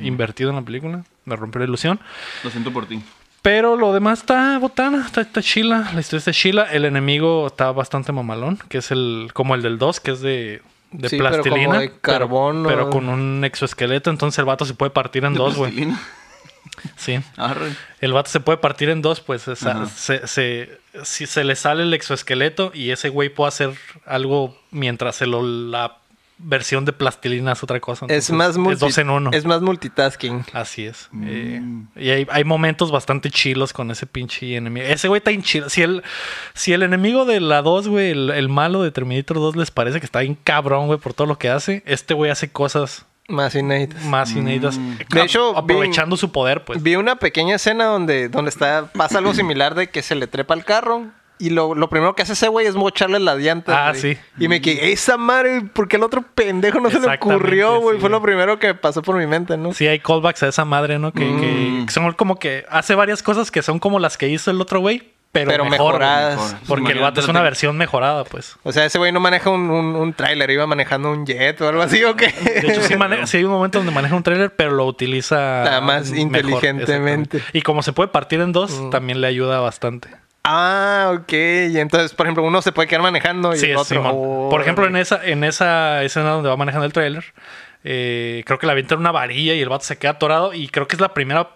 Speaker 1: invertido en la película, me rompió la ilusión.
Speaker 3: Lo siento por ti.
Speaker 1: Pero lo demás está botana, está, está chila. La historia está chila. El enemigo está bastante mamalón, que es el como el del 2, que es de, de
Speaker 2: Sí, pero como
Speaker 1: plastilina.
Speaker 2: de carbón,
Speaker 1: Pero,
Speaker 2: ¿no?
Speaker 1: con un exoesqueleto, entonces el vato se puede partir en
Speaker 3: De
Speaker 1: dos, güey.
Speaker 3: plastilina.
Speaker 1: Sí.
Speaker 3: Arre.
Speaker 1: El vato se puede partir en dos, pues o sea,
Speaker 3: Ajá.
Speaker 1: se, se- si se le sale el exoesqueleto y ese güey puede hacer algo mientras se lo la versión de plastilina es otra cosa. entonces,
Speaker 2: Es más multi-
Speaker 1: es dos en uno.
Speaker 2: Es Mm. más multitasking.
Speaker 1: Así es. Eh, y hay, hay momentos bastante chilos con ese pinche enemigo. Ese güey está bien chilo. Si el, si el enemigo de la 2, güey, el, el malo de Terminator 2 les parece que está bien cabrón, güey, por todo lo que hace, este güey hace cosas
Speaker 2: Más inéditas.
Speaker 1: más inéditas.
Speaker 2: Mm. De hecho, vi-
Speaker 1: aprovechando su poder, pues.
Speaker 2: Vi una pequeña escena donde, donde está, pasa algo similar de que se le trepa al carro. Y lo, lo primero que hace ese güey es mocharle la dianta.
Speaker 1: Ah,
Speaker 2: güey.
Speaker 1: sí.
Speaker 2: Y me quedé, esa madre, porque el otro pendejo no se le
Speaker 1: Exactamente,
Speaker 2: ocurrió, güey?
Speaker 1: sí,
Speaker 2: Fue
Speaker 1: güey.
Speaker 2: lo primero que pasó por mi mente, ¿no?
Speaker 1: Sí, hay callbacks a esa madre, ¿no? Que,
Speaker 2: Mm.
Speaker 1: que- que son como que hace varias cosas que son como las que hizo el otro güey, pero,
Speaker 2: Pero
Speaker 1: mejor, güey.
Speaker 2: mejoradas.
Speaker 3: Mejor.
Speaker 1: Porque el vato es una versión mejorada, pues.
Speaker 2: O sea, ese güey no maneja un, un, un tráiler, iba manejando un jet o algo así, ¿o qué?
Speaker 1: De hecho, sí, mane- sí hay un momento donde maneja un trailer, pero lo utiliza.
Speaker 2: Nada más
Speaker 1: mejor,
Speaker 2: inteligentemente.
Speaker 1: exactamente. Y como se puede partir en dos, también le ayuda bastante.
Speaker 2: ah, ok. Y entonces, por ejemplo, uno se puede quedar manejando y
Speaker 1: Sí,
Speaker 2: el otro... "Oh,
Speaker 1: Simón. Por ejemplo, en
Speaker 2: órale.
Speaker 1: esa, en esa escena donde va manejando el trailer, creo que le avientan una varilla y el vato se queda atorado. Y creo que es la primera.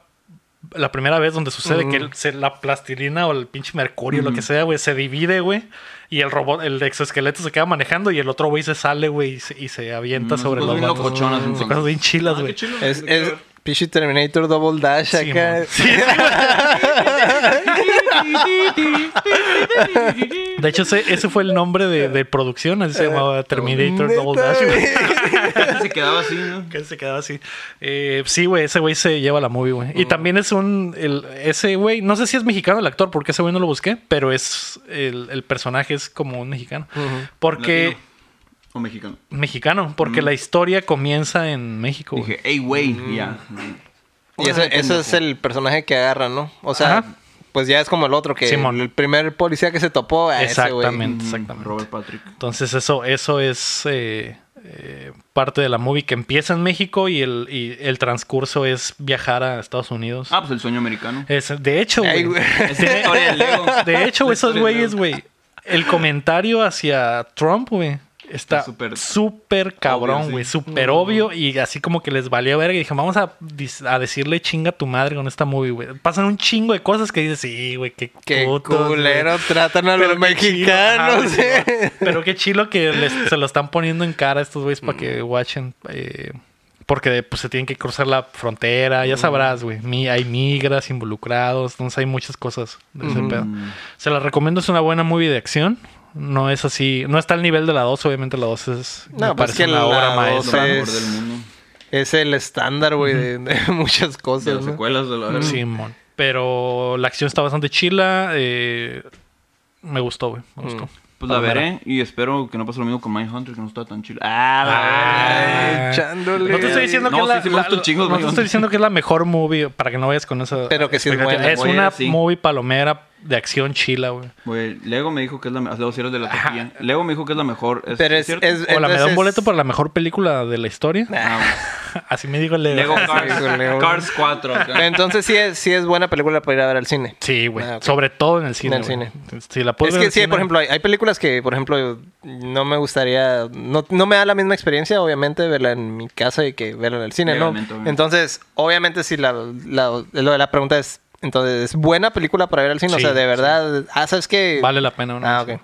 Speaker 1: La primera vez donde sucede que el- se- la plastilina o el pinche mercurio, lo que sea, güey, se divide, güey. Y el robot, el exoesqueleto se queda manejando y el otro güey se sale, güey, y se, y se avienta sobre los
Speaker 3: bien
Speaker 1: vatos.
Speaker 3: locochonas,
Speaker 1: Son
Speaker 3: entonces.
Speaker 1: cosas bien
Speaker 2: Ah,
Speaker 1: chilas, güey.
Speaker 2: Es, es Pichi Terminator Double Dash
Speaker 1: Sí,
Speaker 2: acá.
Speaker 1: mon. Sí, sí, güey. De hecho, ese, ese fue el nombre de, de producción, así se llamaba Terminator
Speaker 2: Eh, Neta,
Speaker 1: Double Dash. güey.
Speaker 2: güey.
Speaker 3: Se quedaba así, ¿no?
Speaker 1: Que se quedaba así. Eh, sí, güey, ese güey se lleva la movie, güey. Y también es un. el- ese güey, no sé si es mexicano el actor, porque ese güey no lo busqué, pero es. El, el personaje es como un mexicano. Porque.
Speaker 3: Latino. O mexicano.
Speaker 1: Mexicano, porque la historia comienza en México. güey.
Speaker 3: Dije, hey, güey.
Speaker 1: Mm.
Speaker 3: Y ya.
Speaker 2: Y ese,
Speaker 3: Órale,
Speaker 2: ese es
Speaker 3: pendejo.
Speaker 2: el personaje que agarra, ¿no? O sea,
Speaker 1: Ajá.
Speaker 2: pues ya es como el otro que...
Speaker 1: Simón.
Speaker 2: El primer policía que se topó a ese güey.
Speaker 1: Exactamente,
Speaker 3: Mm,
Speaker 1: exactamente.
Speaker 3: Robert Patrick.
Speaker 1: Entonces eso, eso es eh, eh, parte de la movie que empieza en México y el, y el transcurso es viajar a Estados Unidos.
Speaker 3: Ah, pues el sueño americano.
Speaker 1: Es- de hecho,
Speaker 2: Ay,
Speaker 1: güey,
Speaker 2: güey.
Speaker 3: Es la historia del Lego.
Speaker 1: Eh, de hecho,
Speaker 3: La
Speaker 1: güey, esos
Speaker 3: historia del
Speaker 1: güeyes,
Speaker 3: Lego.
Speaker 1: güey, el comentario hacia Trump, güey, está
Speaker 3: Está súper-
Speaker 1: súper
Speaker 3: obvio,
Speaker 1: cabrón,
Speaker 3: sí.
Speaker 1: güey, súper obvio y así como que les valió verga y dijeron, vamos a, dis- a decirle chinga tu madre con esta movie, güey. Pasan un chingo de cosas que dices, sí, güey, qué,
Speaker 2: Qué
Speaker 1: putos, güey".
Speaker 2: culero tratan a los
Speaker 1: Pero qué chilo, ajá,
Speaker 2: mexicanos.
Speaker 1: güey,
Speaker 2: eh.
Speaker 1: sí, Pero qué chilo que les- se lo están poniendo en cara a estos güeyes para
Speaker 2: Mm.
Speaker 1: que watchen. eh, porque pues, se tienen que cruzar la frontera,
Speaker 2: Mm.
Speaker 1: ya sabrás, güey. Mi- Hay migras involucrados, entonces hay muchas cosas de ese pedo.
Speaker 3: Mm.
Speaker 1: Se la recomiendo, es una buena movie de acción. No es así, no está al nivel de la 2, obviamente la 2 es
Speaker 2: No,
Speaker 1: me
Speaker 2: pues
Speaker 1: parece
Speaker 2: que
Speaker 1: una
Speaker 2: la
Speaker 1: obra
Speaker 2: dos
Speaker 3: Otro
Speaker 1: maestra.
Speaker 2: es-
Speaker 3: mejor del mundo.
Speaker 2: Es el estándar, güey, de, de muchas
Speaker 3: De
Speaker 2: cosas.
Speaker 3: las
Speaker 2: ¿no?
Speaker 3: secuelas de la
Speaker 1: Mm.
Speaker 3: verga.
Speaker 1: Simón. Pero la acción está bastante chila. eh, me gustó, güey.
Speaker 2: Mm.
Speaker 1: Me gustó.
Speaker 3: Pues la
Speaker 1: Palomera.
Speaker 3: veré y espero que no pase lo mismo con Mindhunter, que no está tan chila. ¡Ah, la verga.
Speaker 2: Ay, echándole.
Speaker 1: Ah. No te estoy diciendo
Speaker 3: No,
Speaker 1: que es
Speaker 3: sí,
Speaker 1: la,
Speaker 3: sí me
Speaker 1: la-
Speaker 3: gusta un chingo,
Speaker 1: no te
Speaker 3: güey.
Speaker 1: estoy diciendo que es la mejor movie para que no vayas con esa.
Speaker 2: Pero que sí es
Speaker 1: expectativa.
Speaker 2: buena,
Speaker 1: Es
Speaker 3: voy a
Speaker 1: una
Speaker 3: decir.
Speaker 1: movie palomera de acción chila, güey.
Speaker 3: Güey, Lego me dijo que es la mejor. Los cielos de la taquilla. Lego me dijo que es la mejor. ¿Es
Speaker 2: Pero es,
Speaker 3: cierto?
Speaker 2: es-
Speaker 1: O la me da
Speaker 2: entonces-
Speaker 1: un boleto para la mejor película de la historia.
Speaker 3: Ah, güey.
Speaker 1: Así me digo el Leo.
Speaker 3: Lego Cars,
Speaker 2: Sí, Lego.
Speaker 3: Cars 4. acá.
Speaker 2: Entonces sí es, sí es buena película para ir a ver al cine.
Speaker 1: Sí, güey.
Speaker 2: Ah, ok.
Speaker 1: Sobre todo en el cine.
Speaker 2: En el
Speaker 1: güey.
Speaker 2: cine.
Speaker 1: Si la puedes
Speaker 2: es
Speaker 1: ver en
Speaker 2: que
Speaker 1: el
Speaker 2: sí,
Speaker 1: cine,
Speaker 2: por ejemplo, hay, hay películas que, por ejemplo, no me gustaría, no, no me da la misma experiencia, obviamente, verla en mi casa y que verla en el cine,
Speaker 3: Sí,
Speaker 2: ¿no?
Speaker 3: obviamente, obviamente.
Speaker 2: Entonces, obviamente, si la, la- lo de la pregunta es, Entonces, es buena película para ver al cine. o
Speaker 1: Sí,
Speaker 2: sea, de verdad. Ah, ¿sabes qué?
Speaker 1: Vale la pena. una
Speaker 2: Ah,
Speaker 1: vez.
Speaker 2: ok.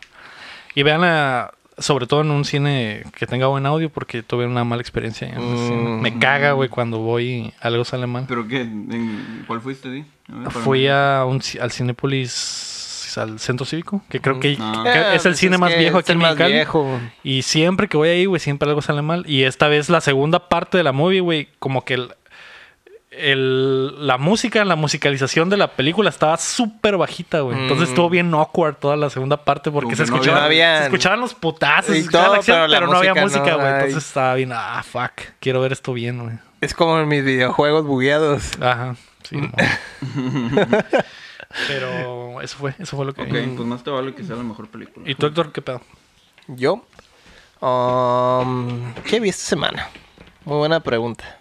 Speaker 1: Y vean, sobre todo en un cine que tenga buen audio, porque tuve una mala experiencia. en ese cine.
Speaker 2: Mm.
Speaker 1: Me caga, güey, cuando voy y algo sale mal.
Speaker 3: ¿Pero qué? ¿En ¿Cuál fuiste, Di? A ver, para
Speaker 1: Fui
Speaker 3: mí.
Speaker 1: a un, ci- al Cinépolis, al Centro Cívico, que creo que,
Speaker 3: Ah.
Speaker 1: que
Speaker 2: Eh,
Speaker 1: es el
Speaker 2: pues
Speaker 1: cine
Speaker 2: es
Speaker 1: más
Speaker 2: que
Speaker 1: viejo
Speaker 2: es
Speaker 1: aquí
Speaker 2: el
Speaker 1: en
Speaker 2: más
Speaker 1: Mexicali.
Speaker 2: viejo.
Speaker 1: Y siempre que voy ahí, güey, siempre algo sale mal. Y esta vez la segunda parte de la movie, güey, como que el, el- la música, la musicalización de la película estaba súper bajita, güey. Entonces
Speaker 2: Mm.
Speaker 1: estuvo bien awkward toda la segunda parte porque
Speaker 3: Como
Speaker 1: se
Speaker 3: que no había-
Speaker 1: escuchaban,
Speaker 2: no habían-
Speaker 1: se escuchaban los putazos,
Speaker 2: Y
Speaker 1: se escuchaba
Speaker 2: todo,
Speaker 1: la acción,
Speaker 2: pero
Speaker 1: pero,
Speaker 2: la
Speaker 1: no había
Speaker 2: música no,
Speaker 1: música, güey.
Speaker 2: ay.
Speaker 1: Entonces estaba bien, ah, fuck, quiero ver esto bien, güey.
Speaker 2: Es como en mis videojuegos bugueados.
Speaker 1: Ajá, sí. mo.
Speaker 2: Mm.
Speaker 1: pero eso fue, eso fue lo que...
Speaker 3: Ok,
Speaker 1: vi.
Speaker 3: pues más te vale que sea la mejor película.
Speaker 1: ¿Y tú, Héctor, qué pedo?
Speaker 2: Yo. Um, ¿Qué vi esta semana? Muy buena pregunta.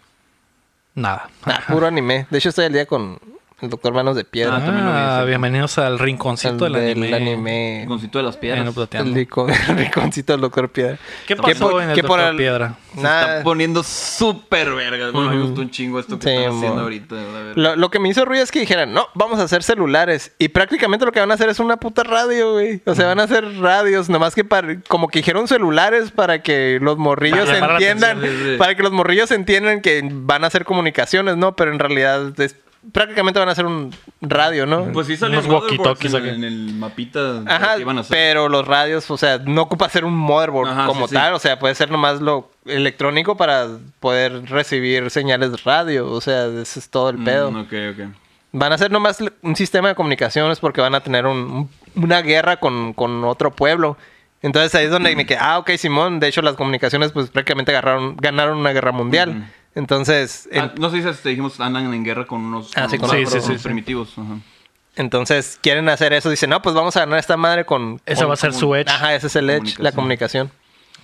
Speaker 1: Nada.
Speaker 2: Ah, puro anime. De hecho, estoy al día con el Doctor Manos de
Speaker 3: Ah,
Speaker 2: Piedra.
Speaker 3: también lo vi,
Speaker 1: Ah,
Speaker 3: sí.
Speaker 1: bienvenidos al
Speaker 2: el
Speaker 1: rinconcito del, anime.
Speaker 2: anime.
Speaker 3: Concito de las
Speaker 1: Ahí
Speaker 3: piedras.
Speaker 1: no plateando.
Speaker 2: El rico- el rinconcito del Doctor Piedra.
Speaker 1: ¿Qué
Speaker 2: Que
Speaker 1: pasó
Speaker 2: por-
Speaker 1: en el
Speaker 2: que por
Speaker 1: Doctor
Speaker 2: al-
Speaker 1: Piedra?
Speaker 3: Se
Speaker 2: Nada.
Speaker 3: está poniendo súper verga. Bueno, me
Speaker 2: Ujú.
Speaker 3: gustó un chingo esto que
Speaker 2: Sí,
Speaker 3: están
Speaker 2: mo.
Speaker 3: haciendo ahorita. la verga.
Speaker 2: Lo, lo que me hizo ruido es que dijeran, no, vamos a hacer celulares. Y prácticamente lo que van a hacer es una puta radio, güey. O sea, van a hacer radios, nomás que para, como que dijeron celulares para que los morrillos
Speaker 1: Para llamar la
Speaker 2: entiendan,
Speaker 3: atención, sí, sí.
Speaker 2: para que los morrillos entiendan que van a hacer comunicaciones, ¿no? Pero en realidad es- prácticamente van a hacer un radio, ¿no?
Speaker 3: Pues sí salió
Speaker 1: Unos
Speaker 3: Motherboards
Speaker 1: walkie-talkies
Speaker 3: en,
Speaker 1: acá.
Speaker 3: en el mapita de
Speaker 2: Ajá,
Speaker 3: que iban a hacer.
Speaker 2: pero los radios, o sea, no ocupa ser un motherboard
Speaker 3: Ajá,
Speaker 2: como
Speaker 3: sí, sí.
Speaker 2: tal, o sea, puede ser nomás lo electrónico para poder recibir señales radio, o sea, ese es todo el pedo.
Speaker 3: Mm, ok, ok.
Speaker 2: Van a ser nomás l- un sistema de comunicaciones porque van a tener un- un- una guerra con, con otro pueblo. Entonces ahí es donde me quedé, ah, ok, Simón. De hecho, las comunicaciones pues prácticamente agarraron, ganaron una guerra mundial. Entonces, en-
Speaker 3: Ah, no sé si te dijimos andan en guerra con unos,
Speaker 2: Ah, sí,
Speaker 3: con
Speaker 1: con-
Speaker 3: unos
Speaker 1: sí, sí, sí, sí.
Speaker 3: primitivos. Ajá.
Speaker 2: entonces quieren hacer eso. Dicen, no, pues vamos a ganar esta madre con...
Speaker 1: Esa
Speaker 2: con-
Speaker 1: va a ser
Speaker 3: con-
Speaker 1: su edge.
Speaker 2: Ajá, ese es el edge, la comunicación.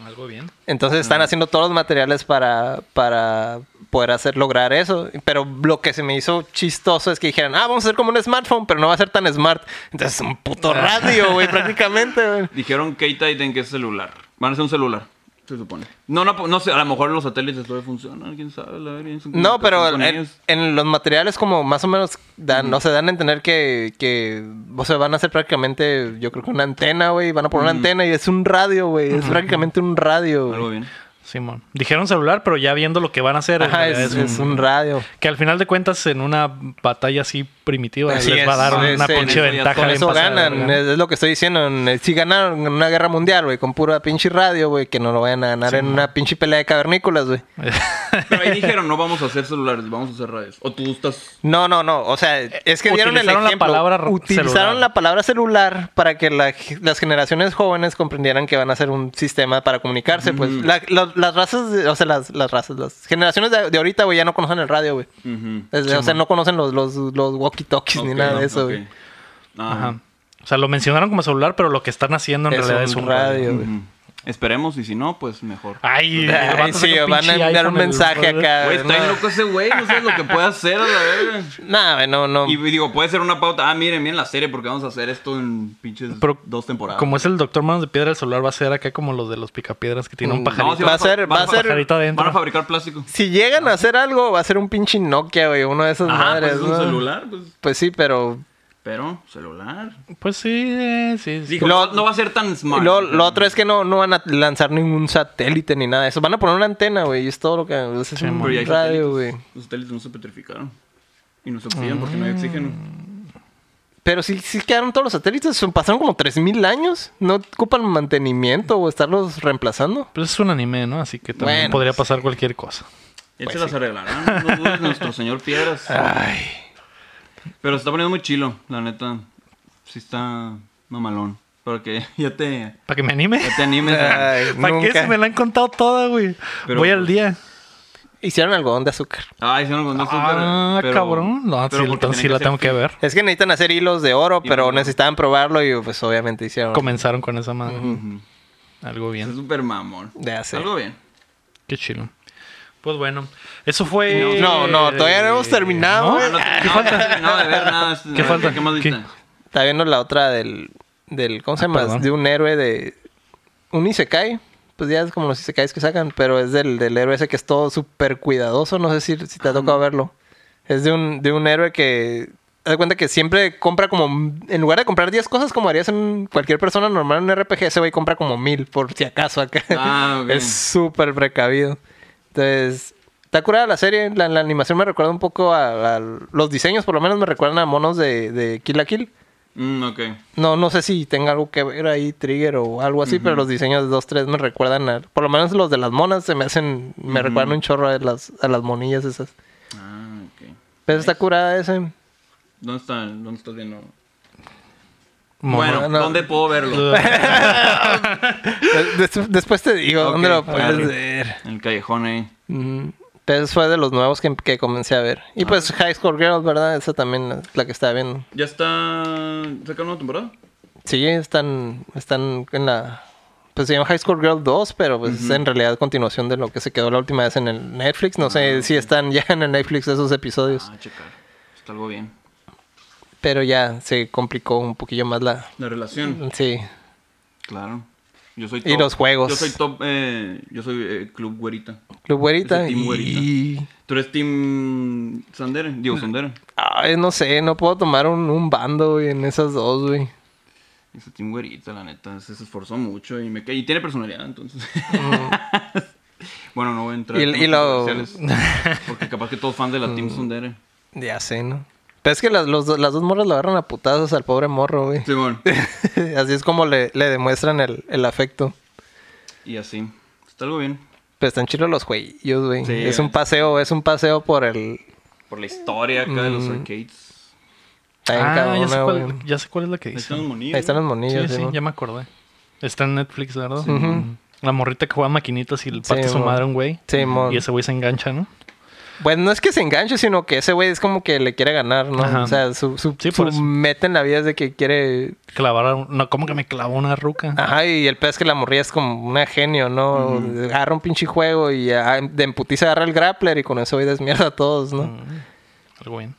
Speaker 1: Algo bien.
Speaker 2: Entonces están haciendo todos los materiales para, para poder hacer lograr eso. Pero lo que se me hizo chistoso es que dijeran, ah, vamos a hacer como un smartphone, pero no va a ser tan smart. Entonces es un puto
Speaker 3: Ah.
Speaker 2: radio, güey, prácticamente, güey.
Speaker 3: Dijeron K-Titan que es celular. Van a ser un celular. Se supone. No, no, no sé, a lo mejor los satélites todavía funcionan, quién sabe. La verga, es un-
Speaker 2: No, pero
Speaker 3: con
Speaker 2: en,
Speaker 3: ellos.
Speaker 2: en los materiales como más o menos dan, no se dan a entender que, que, o sea, van a ser prácticamente, yo creo que una antena, güey, van a poner una antena y es un radio, güey, es prácticamente un radio. güey.
Speaker 3: Algo bien.
Speaker 1: Simón. Dijeron celular, pero ya viendo lo que van a hacer. en
Speaker 2: Ajá, es,
Speaker 1: realidad
Speaker 2: es un... radio.
Speaker 1: Que al final de cuentas, en una batalla así primitiva,
Speaker 2: Así
Speaker 1: Pues les va a
Speaker 2: es,
Speaker 1: dar una
Speaker 2: sí, sí,
Speaker 1: pinche
Speaker 3: sí,
Speaker 1: ventaja.
Speaker 2: Con
Speaker 1: bien
Speaker 2: eso
Speaker 1: pasada,
Speaker 2: ganan,
Speaker 1: ¿verdad?
Speaker 2: es, es lo que estoy diciendo. en- eh, Si ganaron en una guerra mundial, güey, con pura pinche radio, güey, que no lo vayan a ganar en una pinche pelea de cavernícolas, güey.
Speaker 3: Pero ahí dijeron, no vamos a hacer celulares, vamos a hacer radios. O tú estás.
Speaker 2: No, no, no. O sea, es que dieron el
Speaker 1: utilizaron la
Speaker 2: ejemplo.
Speaker 1: palabra r-
Speaker 2: utilizaron
Speaker 1: celular.
Speaker 2: la palabra celular para que la g- las generaciones jóvenes comprendieran que van a ser un sistema para comunicarse. Pues
Speaker 1: Mm.
Speaker 2: La- la- las razas, de- o sea, las, las razas, las generaciones de, de ahorita, güey, ya no conocen el radio, güey.
Speaker 3: Ujú.
Speaker 2: Es- o sea, no conocen los, los, los walkie-talkies ni
Speaker 3: Ok,
Speaker 2: nada de
Speaker 3: ok.
Speaker 2: eso, güey.
Speaker 3: Ah,
Speaker 1: Ajá. O sea, lo mencionaron como celular, pero lo que están haciendo en
Speaker 2: Es
Speaker 1: realidad
Speaker 2: un
Speaker 1: es un radio.
Speaker 2: radio.
Speaker 3: ujú. Esperemos, y si no, pues mejor.
Speaker 1: Ay, el
Speaker 2: Ay,
Speaker 1: vato
Speaker 2: sí,
Speaker 1: saca
Speaker 2: van a
Speaker 1: pinche
Speaker 2: enviar un
Speaker 1: iPhone, el
Speaker 2: mensaje
Speaker 1: brother.
Speaker 2: acá.
Speaker 3: Güey, está bien
Speaker 2: Ah, no.
Speaker 3: loco ese güey, no sabes lo que puede hacer a la verga.
Speaker 2: Nah, güey, no, no.
Speaker 3: Y digo, puede ser una pauta. Ah, miren, miren la serie porque vamos a hacer esto en pinches
Speaker 1: Pero
Speaker 3: dos temporadas.
Speaker 1: Como es el Doctor Manos de Piedra, el celular va a ser acá como los de los picapiedras que tiene un
Speaker 2: Mm,
Speaker 1: pajarito.
Speaker 3: No, sí,
Speaker 2: Va
Speaker 3: van
Speaker 2: a ser-
Speaker 3: van
Speaker 2: va a ser-
Speaker 1: Pajarito adentro.
Speaker 3: Van a fabricar plástico.
Speaker 2: Si llegan a hacer algo, va a ser un pinche Nokia, güey, uno de esas
Speaker 3: Ah,
Speaker 2: madres,
Speaker 3: pues es un
Speaker 2: ¿no?
Speaker 3: celular, pues.
Speaker 2: Pues sí, pero
Speaker 3: Pero, celular.
Speaker 1: Pues sí, eh, sí. sí.
Speaker 3: Dijo,
Speaker 2: Lo-
Speaker 3: no va a ser tan
Speaker 2: Y
Speaker 3: smart.
Speaker 2: luego, lo otro es que no, no van a lanzar ningún satélite ni nada de eso. Van a poner una antena, güey. y Es todo lo que... o sea, Es
Speaker 1: Sí,
Speaker 2: un
Speaker 1: mon.
Speaker 3: Pero ya hay
Speaker 2: radio,
Speaker 3: satélites.
Speaker 2: güey. Mm.
Speaker 3: Los satélites no se petrificaron. Y no se oxidan porque no hay oxígeno.
Speaker 2: Pero sí, sí quedaron todos los satélites. son- Pasaron como 3.000 años. No ocupan mantenimiento o estarlos reemplazando.
Speaker 1: Pues es un anime, ¿no? Así que también
Speaker 2: Bueno,
Speaker 1: podría pasar cualquier cosa.
Speaker 3: Él
Speaker 2: Pues
Speaker 3: se las arreglará. No dudes, nuestro señor Piedras.
Speaker 2: Ah.
Speaker 3: Pero se está poniendo muy chilo, la neta. Sí está mamalón. Porque ya te,
Speaker 1: ¿Para que me anime?
Speaker 3: ya te animes. a-
Speaker 2: Ay,
Speaker 1: ¿Para qué? Si me
Speaker 2: Eh, nunca. pues,
Speaker 1: la han contado toda, güey.
Speaker 3: Pero-
Speaker 1: Voy al día.
Speaker 2: Hicieron algodón de azúcar.
Speaker 3: Ay, sí, no, no,
Speaker 1: Ah,
Speaker 3: pero-
Speaker 1: cabrón. No,
Speaker 3: pero
Speaker 1: sí,
Speaker 3: porque
Speaker 1: entonces sí
Speaker 3: tenía
Speaker 1: la tengo
Speaker 3: ser
Speaker 1: que ver.
Speaker 2: Es que necesitan hacer hilos de oro,
Speaker 3: Y
Speaker 2: pero
Speaker 3: bueno.
Speaker 2: necesitaban probarlo y pues obviamente hicieron...
Speaker 1: Comenzaron con esa madre.
Speaker 3: Ujú.
Speaker 1: Algo
Speaker 3: Es
Speaker 1: bien.
Speaker 3: súper mamón.
Speaker 2: Ya sé.
Speaker 3: Algo bien.
Speaker 1: Qué chido. Pues bueno, eso fue.
Speaker 2: No, no, todavía no hemos terminado,
Speaker 1: ¿No?
Speaker 2: güey. Ah,
Speaker 3: No, no, falta? No, de ver nada.
Speaker 1: ¿Qué falta?
Speaker 3: ¿Qué más
Speaker 1: ¿Qué?
Speaker 3: viste?
Speaker 2: Está viendo la otra del... del ¿Cómo se
Speaker 1: Ah,
Speaker 2: llama?
Speaker 1: perdón.
Speaker 2: De un héroe de... Un Isekai. Pues ya es como los Isekais que sacan. Pero es del, del héroe ese que es todo súper cuidadoso. No sé si, si te ha tocado verlo. Es de un, de un héroe que... haz de cuenta que siempre compra como. En lugar de comprar 10 cosas como harías en cualquier persona normal en un RPG, ese güey compra como mil, por si acaso acá.
Speaker 3: Ah, ok.
Speaker 2: Es súper precavido. Entonces. Está curada la serie. La, la animación me recuerda un poco a, a- Los diseños, por lo menos, me recuerdan a monos de, de Kill la Kill.
Speaker 3: Mm, ok.
Speaker 2: No, no sé si tenga algo que ver ahí, Trigger o algo así, pero los diseños de 2, 3 me recuerdan a. Por lo menos los de las monas se me hacen. Me recuerdan un chorro a las, a las monillas esas.
Speaker 3: Ah, ok.
Speaker 2: Pero está curada ese. Eh,
Speaker 3: ¿Dónde, está, dónde estás viendo?
Speaker 1: Mono.
Speaker 3: Bueno,
Speaker 2: no.
Speaker 3: ¿dónde puedo verlo?
Speaker 2: Des- des- después te digo
Speaker 3: Ok,
Speaker 2: dónde lo
Speaker 3: arre.
Speaker 2: puedes ver.
Speaker 3: En el callejón ahí.
Speaker 2: Ujú. Pero eso fue de los nuevos que, que comencé a ver. Y pues High Score Girls, ¿verdad? Esa también es la que estaba viendo.
Speaker 3: ¿Ya está. ¿Sacaron una temporada?
Speaker 2: Sí, están, están en la. Pues se llama High School Girl 2, pero pues es en realidad continuación de lo que se quedó la última vez en el Netflix. No sé si están ya en el Netflix esos episodios.
Speaker 3: Ah, checar. Está algo bien.
Speaker 2: Pero ya se complicó un poquillo más la.
Speaker 3: La relación.
Speaker 2: Sí.
Speaker 3: Claro. Yo soy
Speaker 2: Y los juegos.
Speaker 3: Yo soy top. eh, yo soy eh, Club Güerita.
Speaker 2: Club Güerita
Speaker 3: Ese team Güerita.
Speaker 2: y.
Speaker 3: Tú eres Team Sandere. Digo, Sandere.
Speaker 2: Ay, no sé, no puedo tomar un, un bando, güey, en esas dos, güey.
Speaker 3: Ese Team Güerita, la neta. Se se esforzó mucho y me cae. Y tiene personalidad, entonces. bueno, no voy a entrar.
Speaker 2: Mm. Y-
Speaker 3: en
Speaker 2: y
Speaker 3: temas
Speaker 2: lo-
Speaker 3: comerciales, Porque capaz que todos fans de la Team Sandere.
Speaker 2: Ya sé, ¿no? Pero es que las, los do- las dos morras lo agarran a putazos al pobre morro, güey.
Speaker 3: Simón.
Speaker 2: Así es como le, le demuestran el, el afecto.
Speaker 3: Y así. Está algo bien.
Speaker 2: Pero están chilos los jueguillos, güey.
Speaker 3: Sí,
Speaker 2: es
Speaker 3: güey.
Speaker 2: un paseo, es un paseo por el.
Speaker 3: Por la historia acá de
Speaker 2: Mm.
Speaker 3: los arcades.
Speaker 2: está bien
Speaker 1: Ah, ya
Speaker 2: cabrona,
Speaker 1: sé,
Speaker 2: güey.
Speaker 1: cuál, ya sé cuál es la que
Speaker 3: Ahí están
Speaker 1: dice.
Speaker 3: los monillos.
Speaker 2: Ahí están los
Speaker 1: Sí,
Speaker 2: monillos,
Speaker 1: sí,
Speaker 2: sí,
Speaker 1: ya me acordé. Está en Netflix, ¿verdad? Ujú. La morrita que juega maquinitas y le parte su
Speaker 2: mon.
Speaker 1: madre a un güey.
Speaker 2: Sí, mon.
Speaker 1: Y ese güey se engancha, ¿no?
Speaker 2: Bueno, no es que se enganche, sino que ese güey es como que le quiere ganar, ¿no?
Speaker 1: Ajá.
Speaker 2: O sea, su, su,
Speaker 1: Sí, por
Speaker 2: su
Speaker 1: eso.
Speaker 2: meta en la vida es de que quiere.
Speaker 1: Clavar a un- No, como que me clavó una ruca.
Speaker 2: Ajá, y el pedo es que la morría es como una genio, ¿no? Agarra un pinche juego y ah, de emputiza agarra el grappler y con eso hoy desmierda a todos, ¿no?
Speaker 1: Algo bien.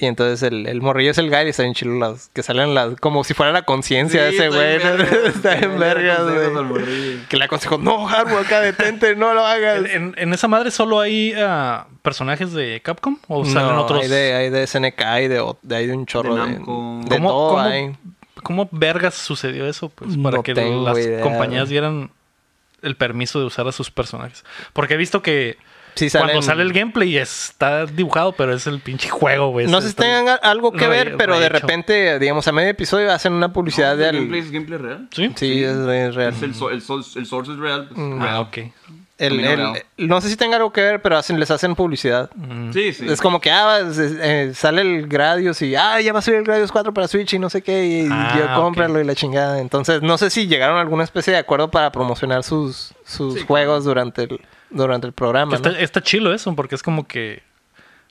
Speaker 2: Y entonces el, el morrillo es el guy y está bien chido las que salen las como si fuera la conciencia de
Speaker 3: Sí,
Speaker 2: ese
Speaker 3: está
Speaker 2: güey.
Speaker 3: bien vergas.
Speaker 2: está en
Speaker 3: Sí, le da
Speaker 2: vergas,
Speaker 3: consejos al
Speaker 2: güey.
Speaker 3: morrillo.
Speaker 2: Que le aconsejó, no, Haru, acá detente, no lo hagas.
Speaker 1: En, en- en esa madre solo hay ah, personajes de Capcom o salen
Speaker 2: no,
Speaker 1: otros.
Speaker 2: Hay de, hay de SNK, hay de, ot- hay de un chorro
Speaker 3: De
Speaker 2: de,
Speaker 3: Namco.
Speaker 2: de
Speaker 1: ¿Cómo,
Speaker 2: todo.
Speaker 1: cómo-
Speaker 2: hay.
Speaker 1: cómo vergas sucedió eso? Pues para
Speaker 2: No
Speaker 1: que
Speaker 2: tengo
Speaker 1: las
Speaker 2: idea,
Speaker 1: compañías
Speaker 2: güey.
Speaker 1: dieran el permiso de usar a sus personajes. Porque he visto que
Speaker 2: Sí,
Speaker 1: cuando
Speaker 2: salen-
Speaker 1: sale el gameplay está dibujado, pero es el pinche juego, güey.
Speaker 2: No
Speaker 1: Es-
Speaker 2: sé si
Speaker 1: está-
Speaker 2: tengan a- algo que
Speaker 1: re-
Speaker 2: ver, pero de
Speaker 1: rehecho.
Speaker 2: repente, digamos, a medio episodio hacen una publicidad
Speaker 3: Ah, ¿El
Speaker 2: del.
Speaker 3: gameplay es gameplay real?
Speaker 1: ¿Sí?
Speaker 2: Sí, es re- real.
Speaker 3: Es el, so- el, sol- el source es real. pues.
Speaker 1: Ah, ok.
Speaker 2: El-
Speaker 3: Camino
Speaker 2: el-
Speaker 3: Real.
Speaker 2: no sé si tenga algo que ver, pero hacen, les hacen publicidad.
Speaker 3: Sí, sí.
Speaker 2: Mm. Es como que ah, es- es- eh, sale el Gradius y ah, ya va a salir el Gradius 4 para Switch y no sé qué, y
Speaker 1: Ah,
Speaker 2: yo
Speaker 1: ok.
Speaker 2: cómpralo y la chingada. Entonces, no sé si llegaron a alguna especie de acuerdo para promocionar sus, sus juegos durante el, durante el programa.
Speaker 1: Está,
Speaker 2: ¿no?
Speaker 1: está chilo eso, porque es como que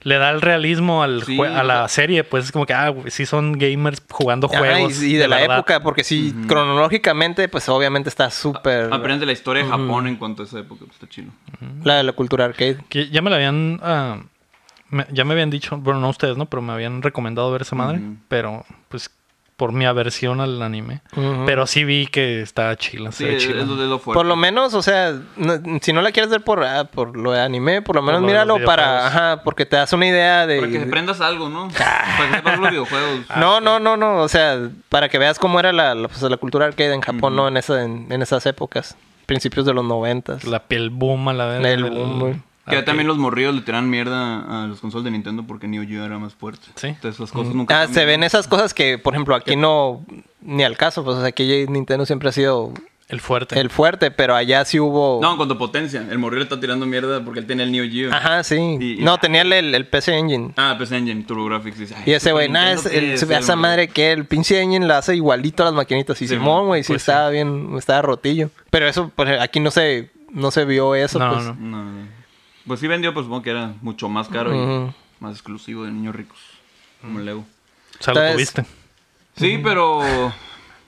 Speaker 1: le da el realismo al
Speaker 3: Sí,
Speaker 1: jue- a la
Speaker 3: claro.
Speaker 1: serie. Pues es como que, ah, güey, sí son gamers jugando
Speaker 2: Ajá, y-
Speaker 1: juegos.
Speaker 2: y, de, la
Speaker 1: verdad.
Speaker 2: época, porque si cronológicamente, pues obviamente está súper
Speaker 3: Aprende la historia de Japón en cuanto a esa época. pues, Está chido.
Speaker 2: la de la cultura arcade.
Speaker 1: Que ya me la habían. ah, me- ya me habían dicho, bueno, no ustedes, ¿no? Pero me habían recomendado ver esa madre. Pero, pues, por mi aversión al anime.
Speaker 2: Ujú.
Speaker 1: Pero sí vi que está chila.
Speaker 3: Sí,
Speaker 1: se ve
Speaker 3: es,
Speaker 1: chila.
Speaker 3: es lo, es lo fuerte.
Speaker 2: Por lo menos, o sea, no- si no la quieres ver por, ah, por lo de anime, por lo menos
Speaker 1: lo de los
Speaker 2: míralo para,
Speaker 1: videojuegos.
Speaker 2: ajá, porque te das una idea de...
Speaker 3: Para que aprendas algo, ¿no?
Speaker 2: Ah.
Speaker 3: Para que sepas los videojuegos.
Speaker 1: Ah,
Speaker 2: No, no, no, no. O sea, para que veas cómo era la, la- pues, la cultura arcade en Japón, ¿no? En, esa, en, en esas épocas. Principios de los noventas.
Speaker 1: La piel boom a la vez.
Speaker 2: El boom, güey.
Speaker 3: Que también los morridos le tiran mierda a los consoles de Nintendo porque Neo Geo era más fuerte.
Speaker 1: Sí.
Speaker 3: Entonces las cosas nunca.
Speaker 2: Ah, se
Speaker 3: cambian.
Speaker 2: ven esas cosas que, por ejemplo,
Speaker 3: Eh.
Speaker 2: aquí no... Ni al caso, pues o sea, aquí Nintendo siempre ha sido
Speaker 1: El fuerte.
Speaker 2: el fuerte, pero allá sí hubo...
Speaker 3: No, en cuanto a potencia. El morrido le está tirando mierda porque él tenía el Neo Geo.
Speaker 2: Ajá, sí.
Speaker 3: Y- y-
Speaker 2: no, tenía el, el, el PC Engine.
Speaker 3: Ah, pues Engine, TurboGrafx. Dice, ay,
Speaker 2: Y ese güey,
Speaker 3: Super
Speaker 2: nada, es,
Speaker 3: Nintendo, ¿qué
Speaker 2: el,
Speaker 3: es,
Speaker 2: se ve a esa
Speaker 3: el-
Speaker 2: madre que el pinche engine la hace igualito a las maquinitas. Y
Speaker 3: Sí,
Speaker 2: Simón, güey, sí
Speaker 1: pues sí.
Speaker 2: estaba bien, estaba rotillo. Pero eso, pues aquí no se, no se vio eso,
Speaker 1: No,
Speaker 2: pues.
Speaker 1: no.
Speaker 3: No, no. Pues sí vendió, pues supongo que era mucho más caro
Speaker 2: Ujú.
Speaker 3: y más exclusivo de niños ricos. Como el Lego.
Speaker 1: O sea, lo
Speaker 2: Entonces-
Speaker 1: tuviste.
Speaker 3: Sí, pero.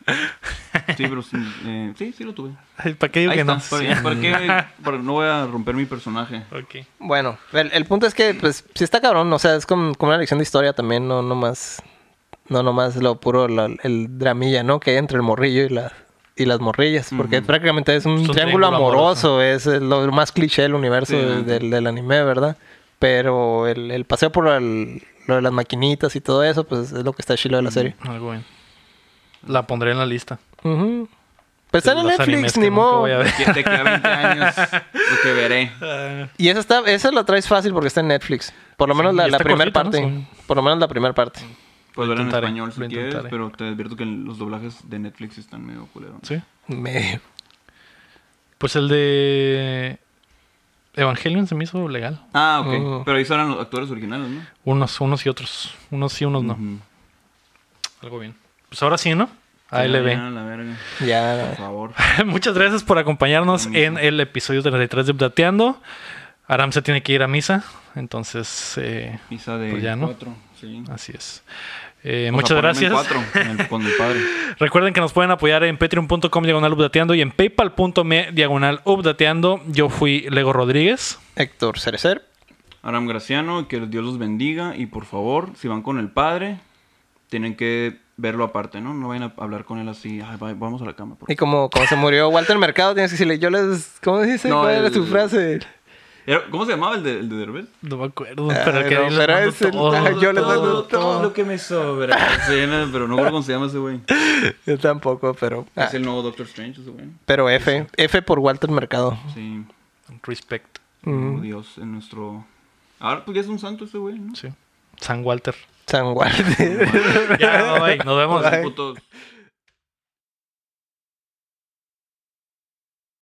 Speaker 3: Sí, pero sí, eh, sí, sí lo tuve.
Speaker 1: Ay, ¿Para qué digo
Speaker 3: Ahí
Speaker 1: que
Speaker 3: está.
Speaker 1: no?
Speaker 3: ¿Para,
Speaker 1: Sí.
Speaker 3: para qué? para- no voy a romper mi personaje.
Speaker 1: Ok.
Speaker 2: Bueno, el, el punto es que, pues, sí está cabrón. O sea, es como, como una lección de historia también, no nomás, no nomás lo puro, la- el dramilla, ¿no? Que hay entre el morrillo y la y las morrillas, porque prácticamente es un,
Speaker 1: Es un
Speaker 2: triángulo,
Speaker 1: triángulo
Speaker 2: amoroso, es lo lo más cliché del universo
Speaker 3: Sí,
Speaker 2: de-
Speaker 3: ajá.
Speaker 2: del, del anime, ¿verdad? Pero el, el paseo por el- lo de las maquinitas y todo eso, pues es lo que está chilo de la serie.
Speaker 1: Algo bien. La pondré en la lista.
Speaker 2: Ujú. Pues está en
Speaker 1: Los
Speaker 2: Netflix,
Speaker 1: animes que
Speaker 2: ni
Speaker 1: nunca
Speaker 2: modo.
Speaker 1: voy a ver.
Speaker 3: Que te queda 20 años lo que veré.
Speaker 2: Y esa está, esa la traes fácil porque está en Netflix. Por lo menos
Speaker 1: Sí,
Speaker 2: la,
Speaker 1: y
Speaker 2: la
Speaker 1: está
Speaker 2: primera
Speaker 1: cortita, ¿no?
Speaker 2: parte. Por lo menos la primera parte.
Speaker 3: Pues
Speaker 1: Lo
Speaker 3: ver en
Speaker 1: intentaré,
Speaker 3: español si
Speaker 1: lo
Speaker 3: quieres,
Speaker 1: intentaré.
Speaker 3: pero te advierto que los doblajes de Netflix están medio culeros.
Speaker 1: Sí.
Speaker 2: Medio.
Speaker 1: Pues el de Evangelion se me hizo legal.
Speaker 3: Ah, ok.
Speaker 2: Oh.
Speaker 3: Pero ahí eran los actores originales, ¿no?
Speaker 1: Unos, unos y otros. Unos sí, unos Pues no.
Speaker 3: Ujú.
Speaker 1: Algo bien. Pues ahora sí, ¿no?
Speaker 3: Ya,
Speaker 1: ALB.
Speaker 3: la verga. Por
Speaker 2: Ya.
Speaker 3: favor.
Speaker 1: Muchas gracias por acompañarnos en el episodio 33 de Updateando. Aram se tiene que ir a misa. Entonces, eh,
Speaker 3: Misa de
Speaker 1: Pues ya, ¿no?
Speaker 3: cuatro, sí.
Speaker 1: así es. Eh,
Speaker 3: Vamos a
Speaker 1: muchas
Speaker 3: ponerme en
Speaker 1: gracias.
Speaker 3: Cuatro, en el- con mi padre.
Speaker 1: Recuerden que nos pueden apoyar en patreon.com diagonal updateando y en paypal.me diagonal updateando. Yo fui Lego Rodríguez.
Speaker 2: Héctor Cerecer.
Speaker 3: Aram Graciano, que Dios los bendiga. Y por favor, si van con el padre, tienen que verlo aparte, ¿no? No vayan a hablar con él así. "Ay, va- vamos a la cama. por
Speaker 2: Y como, como se murió Walter Mercado, tienes que decirle, yo les. ¿Cómo dice?
Speaker 3: No,
Speaker 2: ¿Cuál era
Speaker 3: el-
Speaker 2: tu frase?
Speaker 3: favor". Era- ¿Cómo se llamaba el de, el de Derbez?
Speaker 1: No me acuerdo,
Speaker 2: Ah,
Speaker 1: pero que
Speaker 2: no,
Speaker 1: ahí les
Speaker 2: pero
Speaker 1: mando
Speaker 2: es el-
Speaker 1: todo.
Speaker 2: Ah, yo les mando todo.
Speaker 3: lo que me sobra. Sí, no, pero no recuerdo cómo se llama ese güey.
Speaker 2: Yo tampoco, pero. ah,
Speaker 3: Es el nuevo Doctor Strange, ese güey.
Speaker 2: pero F. F por Walter Mercado. Mm,
Speaker 3: Sí.
Speaker 1: Respect.
Speaker 3: Oh, Dios, en nuestro. Ahora, pues ya es un santo ese güey, ¿no?
Speaker 1: Sí. San Walter.
Speaker 2: San Walter.
Speaker 1: Ya, bye, bye. Nos vemos.
Speaker 3: Puto-